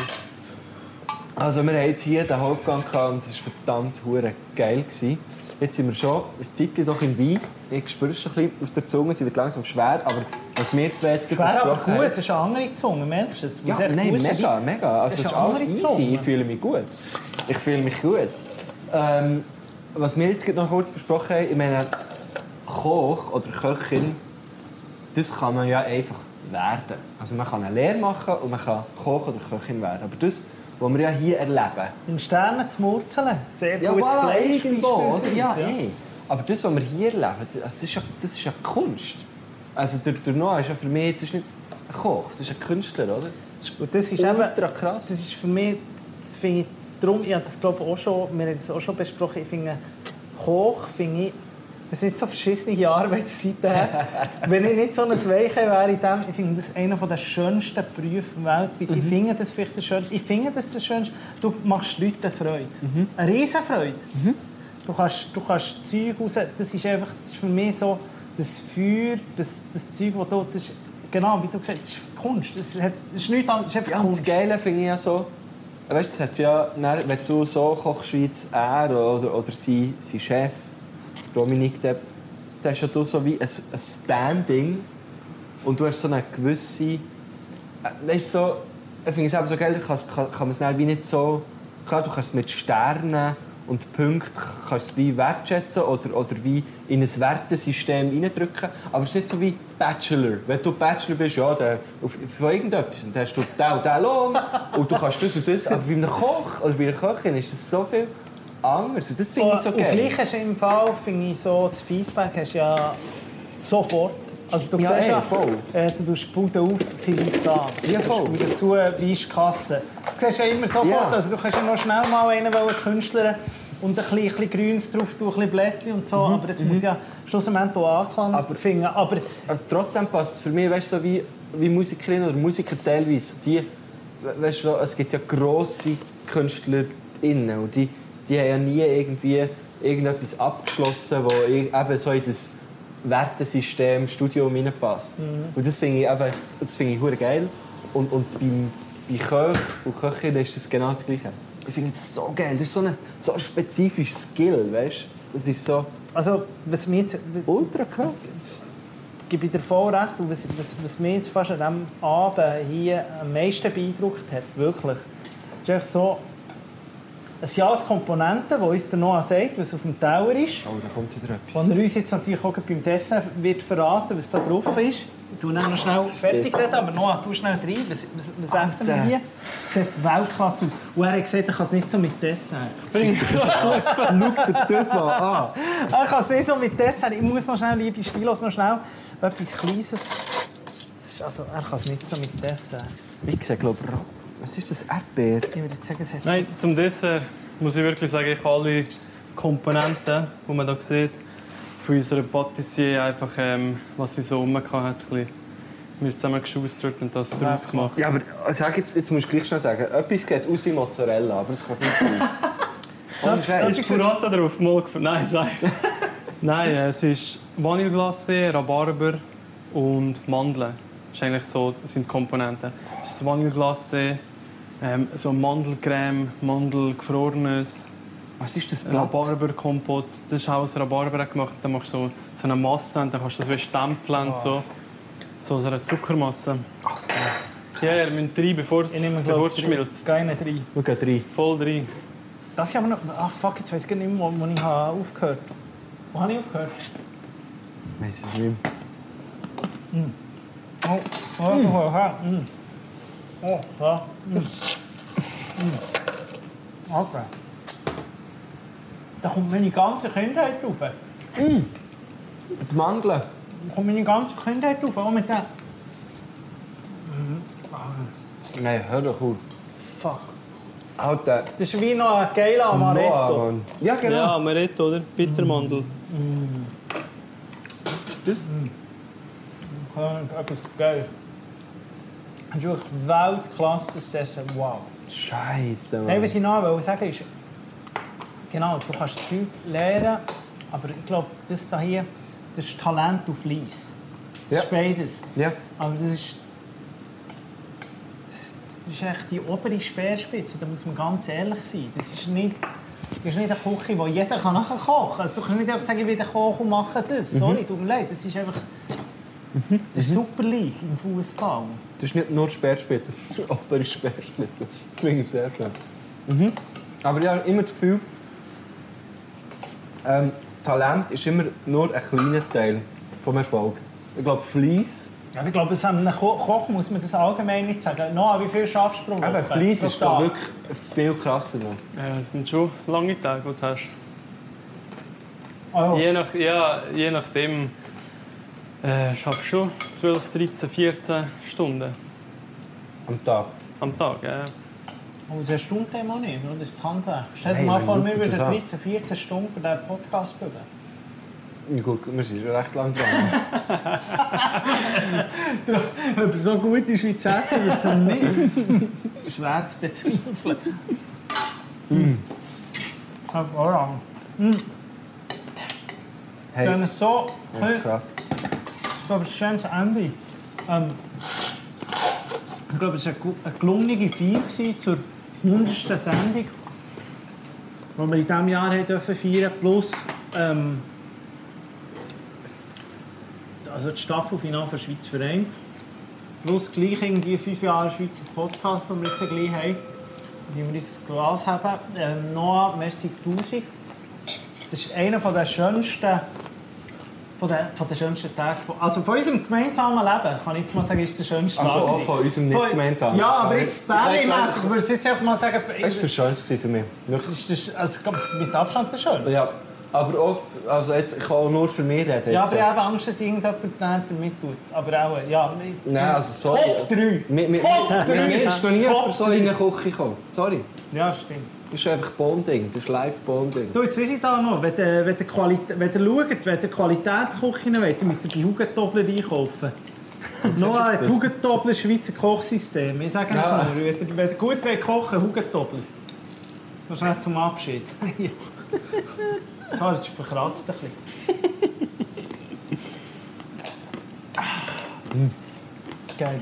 Also wir haben jetzt hier den Hauptgang gehabt und es war verdammt hure geil. Gewesen. Jetzt sind wir schon ein Zeitchen doch in Wein. Ich spüre es schon ein bisschen auf der Zunge, sie wird langsam schwer, aber was wir zwei jetzt gerade Wäre aber besprochen haben- gut, das ist eine andere Zunge, merkst du es? Ja, Sehr nein, gut. mega, mega. Also, es Das ist ist alles eine easy. andere Zone. Ich fühle mich gut. Ich fühle mich gut. Ähm, was wir jetzt gerade noch kurz besprochen haben, ich meine, Koch oder Köchin, das kann man ja einfach werden. Also man kann eine Lehre machen und man kann Koch oder Köchin werden. Aber das, was wir ja hier erleben, Im Sternen zu murzeln. Sehr ja, gutes voilà, Fleisch. irgendwo, oder? beispielsweise, Ja, ey. Aber das, was wir hier erleben, das ist ja, das ist ja Kunst. Also nou der, der Noah ist ja für mich, das ist nicht ein Koch, das ist ein Künstler, oder? Und das ist eben, Ultra krass. das ist für mich, das finde ich, darum, ich habe das glaube ich auch schon, wir haben das auch schon besprochen, ich finde, Koch finde ich, es sind so verschissene Arbeitszeiten. Wenn ich nicht so ein Weiche wäre in dem, ich finde das einer der schönsten Berufe weltweit. Ich finde das vielleicht der schönste, ich finde das der schönste, du machst Leuten eine Freude. Eine riesen Freude. Du kannst, du kannst Zeug raus, das ist einfach, das ist für mich so, das Feuer, das, das Zeug, das du, das ist, genau, wie du gesagt hast, das ist Kunst. Das, hat, das ist nichts anderes, das ist einfach Ja, und das Kunst. Geile finde ich ja so, weißt, du, es hat ja, dann, wenn du so kochst wie jetzt er oder, oder sein, sein Chef, Dominik Depp, dann hast ja du so wie ein, ein Standing und du hast so eine gewisse, äh, weißt du, so, ich finde es eben so geil, ich kann, kann, kann man es dann wie nicht so, klar, du kannst es mit Sternen und Punkten kannst du es wie wertschätzen oder, oder wie in ein Wertesystem reindrücken, aber es ist nicht so wie Bachelor. Wenn du Bachelor bist, ja, dann auf, von irgendetwas, dann hast du den und den Lohn und du kannst das und das, aber bei einem Koch oder bei einer Köchin ist das so viel anders und das finde ich so Oh, Und geil. gleich hast du im Fall, finde ich, so, das Feedback hast du ja sofort. Also du Ja, siehst ey, ja, voll. Äh, du tust Bude auf, sie liegt da. Ja, voll. Du tust Bude zu, weisst die Kasse. Das siehst du ja immer sofort. Ja. Also du kannst ja noch schnell mal einen wollen künstlern und ein bisschen, ein bisschen Grüns drauf tun, ein bisschen Blättchen und so. Aber es muss ja schlussendlich auch Anklang Mhm. Aber- finden. Aber Aber Äh, trotzdem passt es für mich, weißt du, so wie, wie Musikerinnen oder Musiker teilweise. Die, we- weißt du, es gibt ja grosse KünstlerInnen und die, die haben ja nie irgendwie irgendetwas abgeschlossen, wo i- eben so in das Wertesystem Studium hineinpasst. Und das finde ich eben, das, das finde ich hure geil. Und, und beim, bei Köch und Köchinnen ist das genau das Gleiche. Ich finde es so geil. Das ist so ein, so ein spezifisches Skill, weißt du? Das ist so also, was mir jetzt... ultra krass. gebe ich dir voll recht. Und was, was, was mich jetzt fast an diesem Abend hier am meisten beeindruckt hat, wirklich, ist einfach so ein Jahr als Komponente, das uns der Noah sagt, was auf dem Teller ist. Oh, da kommt wieder etwas. Und er uns jetzt natürlich auch gleich beim Dessert wird verraten, was da drauf ist. Ich tue dann noch schnell fertig reden, aber Noah, du schnell rein. Was, was, was essen wir Alter. hier? Es sieht Weltklasse aus. Und er hat gesagt, er kann es nicht so mit Dessert. Schau dir das mal an. Ah, Ich kann es nicht so mit Dessert. Ich muss noch schnell, liebe Stilos, noch schnell etwas Kleines. Das ist also, er kann es nicht so mit Dessert. Ich sehe, glaube ich, was ist das? Erdbeer? Ich würde jetzt sagen, es hat... Nein, zum Dessert muss ich wirklich sagen, ich habe alle Komponenten, die man hier sieht, von unserer Patissier einfach, ähm, was sie so rum hatte, ein bisschen mir zusammen geschustert und das daraus gemacht. Ja, aber äh, sag jetzt, jetzt musst du gleich schnell sagen, etwas sieht aus wie (laughs) Mozzarella, aber das kann es nicht sein. Ohne Ist Scheiß. Burrata drauf? Mal gef- Nein, nein. Nein, äh, es ist Vanilleglace, Rhabarber und Mandeln. Das ist eigentlich so, das sind die Komponenten. Es ist Vanilleglace, ähm, so Mandelcreme, Mandelgefrorenes, Was ist das Blatt? Rhabarberkompott. Das ist auch aus Rhabarber gemacht. Dann machst du so, so eine Masse und dann kannst du das wie stempeln und so. So aus einer Zuckermasse. Ja, ihr müsst rein, bevor es Ich nehme, bevor glaube es ich, schmilzt. keine rein. Wir gehen rein. Voll rein. Darf ich aber noch... Ach, fuck, jetzt weiss ich gar nicht mehr, wo, wo ich habe aufgehört habe. Wo habe ich aufgehört? Weiss es nicht mehr. Oh, oh, oh, oh, mm. oh ja. Mm. Mm. Okay. Da kommt meine ganze Kindheit rauf. Da Die Mandeln. kommt meine ganze Kindheit rauf, auch mit dem... Nein, hör doch auf. Fuck. Alter, Das ist wie nou, noch ein geiler Noah, Amaretto. Mann. Ja, genau. Ja, Amaretto, oder? Bittermandel. Ja. Etwas geil. Das ist wirklich Weltklasse, das Dessert. Wow. Scheiße, Nein, Mann. was ich noch wollte sagen ist, genau, du kannst das Zeug lernen, aber ich glaube, das da hier, das ist Talent auf Fleiss. Ja. Das ist beides. Ja. Aber das ist, das, das ist echt die obere Speerspitze, da muss man ganz ehrlich sein. Das ist nicht, das ist nicht eine Küche, wo jeder kann nachher kochen kann. Also, du kannst nicht einfach sagen, ich will den Koch und mache das. Mhm. Sorry, tut mir leid, das ist einfach... Das ist Super League im Fußball. Das ist nicht nur (laughs) Sperrspitze, das ist opere Sperrspitze. Das finde ich sehr schön. Mhm. Aber ich habe immer das Gefühl, ähm, Talent ist immer nur ein kleiner Teil vom Erfolg. Ich glaube, Fleiss, Ja, ich glaube, es einem Ko Koch muss man das allgemein nicht sagen. Noah, wie viel schaffst du pro Woche? eben, Fleiss ist da Pro Tag? wirklich viel krasser. Noch. Äh, Es sind schon lange Tage, die du hast. Ah, ja. Je, nach, ja, je nachdem äh, schaffst du schon 12, 13, 14 Stunden Am Tag. am Tag. Ja. Aber Oh, das stimmt dem auch nicht, oder? Das ist das Handwerk. Stell dir Nein, mal wenn vor, du wir guckst würden das an. 13, 14 Stunden für diesen Podcast bügeln. Ja, Gut, wir sind schon recht lang dran. Über so gute Schweizer Essen wissen wir nicht. (laughs) Schwer zu bezweifeln. Mm. Hervorragend. Hey. Wenn wir so Ja, krass. Ich glaube, es ist ein schönes Ende. Ähm, ich glaube, es war eine gu- eine gelungene Feier gewesen zur 100. Sendung, die wir in diesem Jahr haben dürfen feiern Plus ähm, also die Staffelfinale für Schweiz Verein. Plus gleich irgendwie fünf Jahre Schweizer Podcast, den wir jetzt gleich haben. Die wir uns ein Glas haben. Ähm, Noah, merci tausend. Das ist einer der schönsten von den, von den schönsten Tagen. Von, also von unserem gemeinsamen Leben, kann ich jetzt mal sagen, ist der schönste Also Tag. auch gewesen. von unserem nicht gemeinsamen. Ja, Aber aber ich- jetzt ich kann jetzt Berlin-mässig würde ich jetzt einfach mal sagen, Das war das Schönste für mich. Wirklich. ist das, also, mit Abstand der schönste. Ja, aber auch, also jetzt, ich kann auch nur für mich reden. Ja, jetzt. aber ich habe Angst, dass irgendjemand damit tut. Aber auch, ja. ich- Nein, also sorry. Top 3! Mit, mit, Top mit, drei. mit mir ist noch nie Top jemand so in eine Küche gekommen. Sorry. Ja, stimmt. Das ist einfach Bonding. Das ist Live-Bonding. Du, jetzt ist ich da noch. Wenn ihr, wenn ihr, Qualitä wenn ihr schaut, wenn ihr Qualitätsküchen wollt, dann müsst ihr bei Hugentobler einkaufen. Noah sagst du (laughs) hat das. Hugentobler Schweizer Kochsystem. Ich sage Ja. einfach nur, wenn ihr, wenn ihr gut wollt kochen wollt, Hugentobler. Das ist nicht zum Abschied. (laughs) Zwar, es ist verkratzt ein bisschen. Hm. Geil.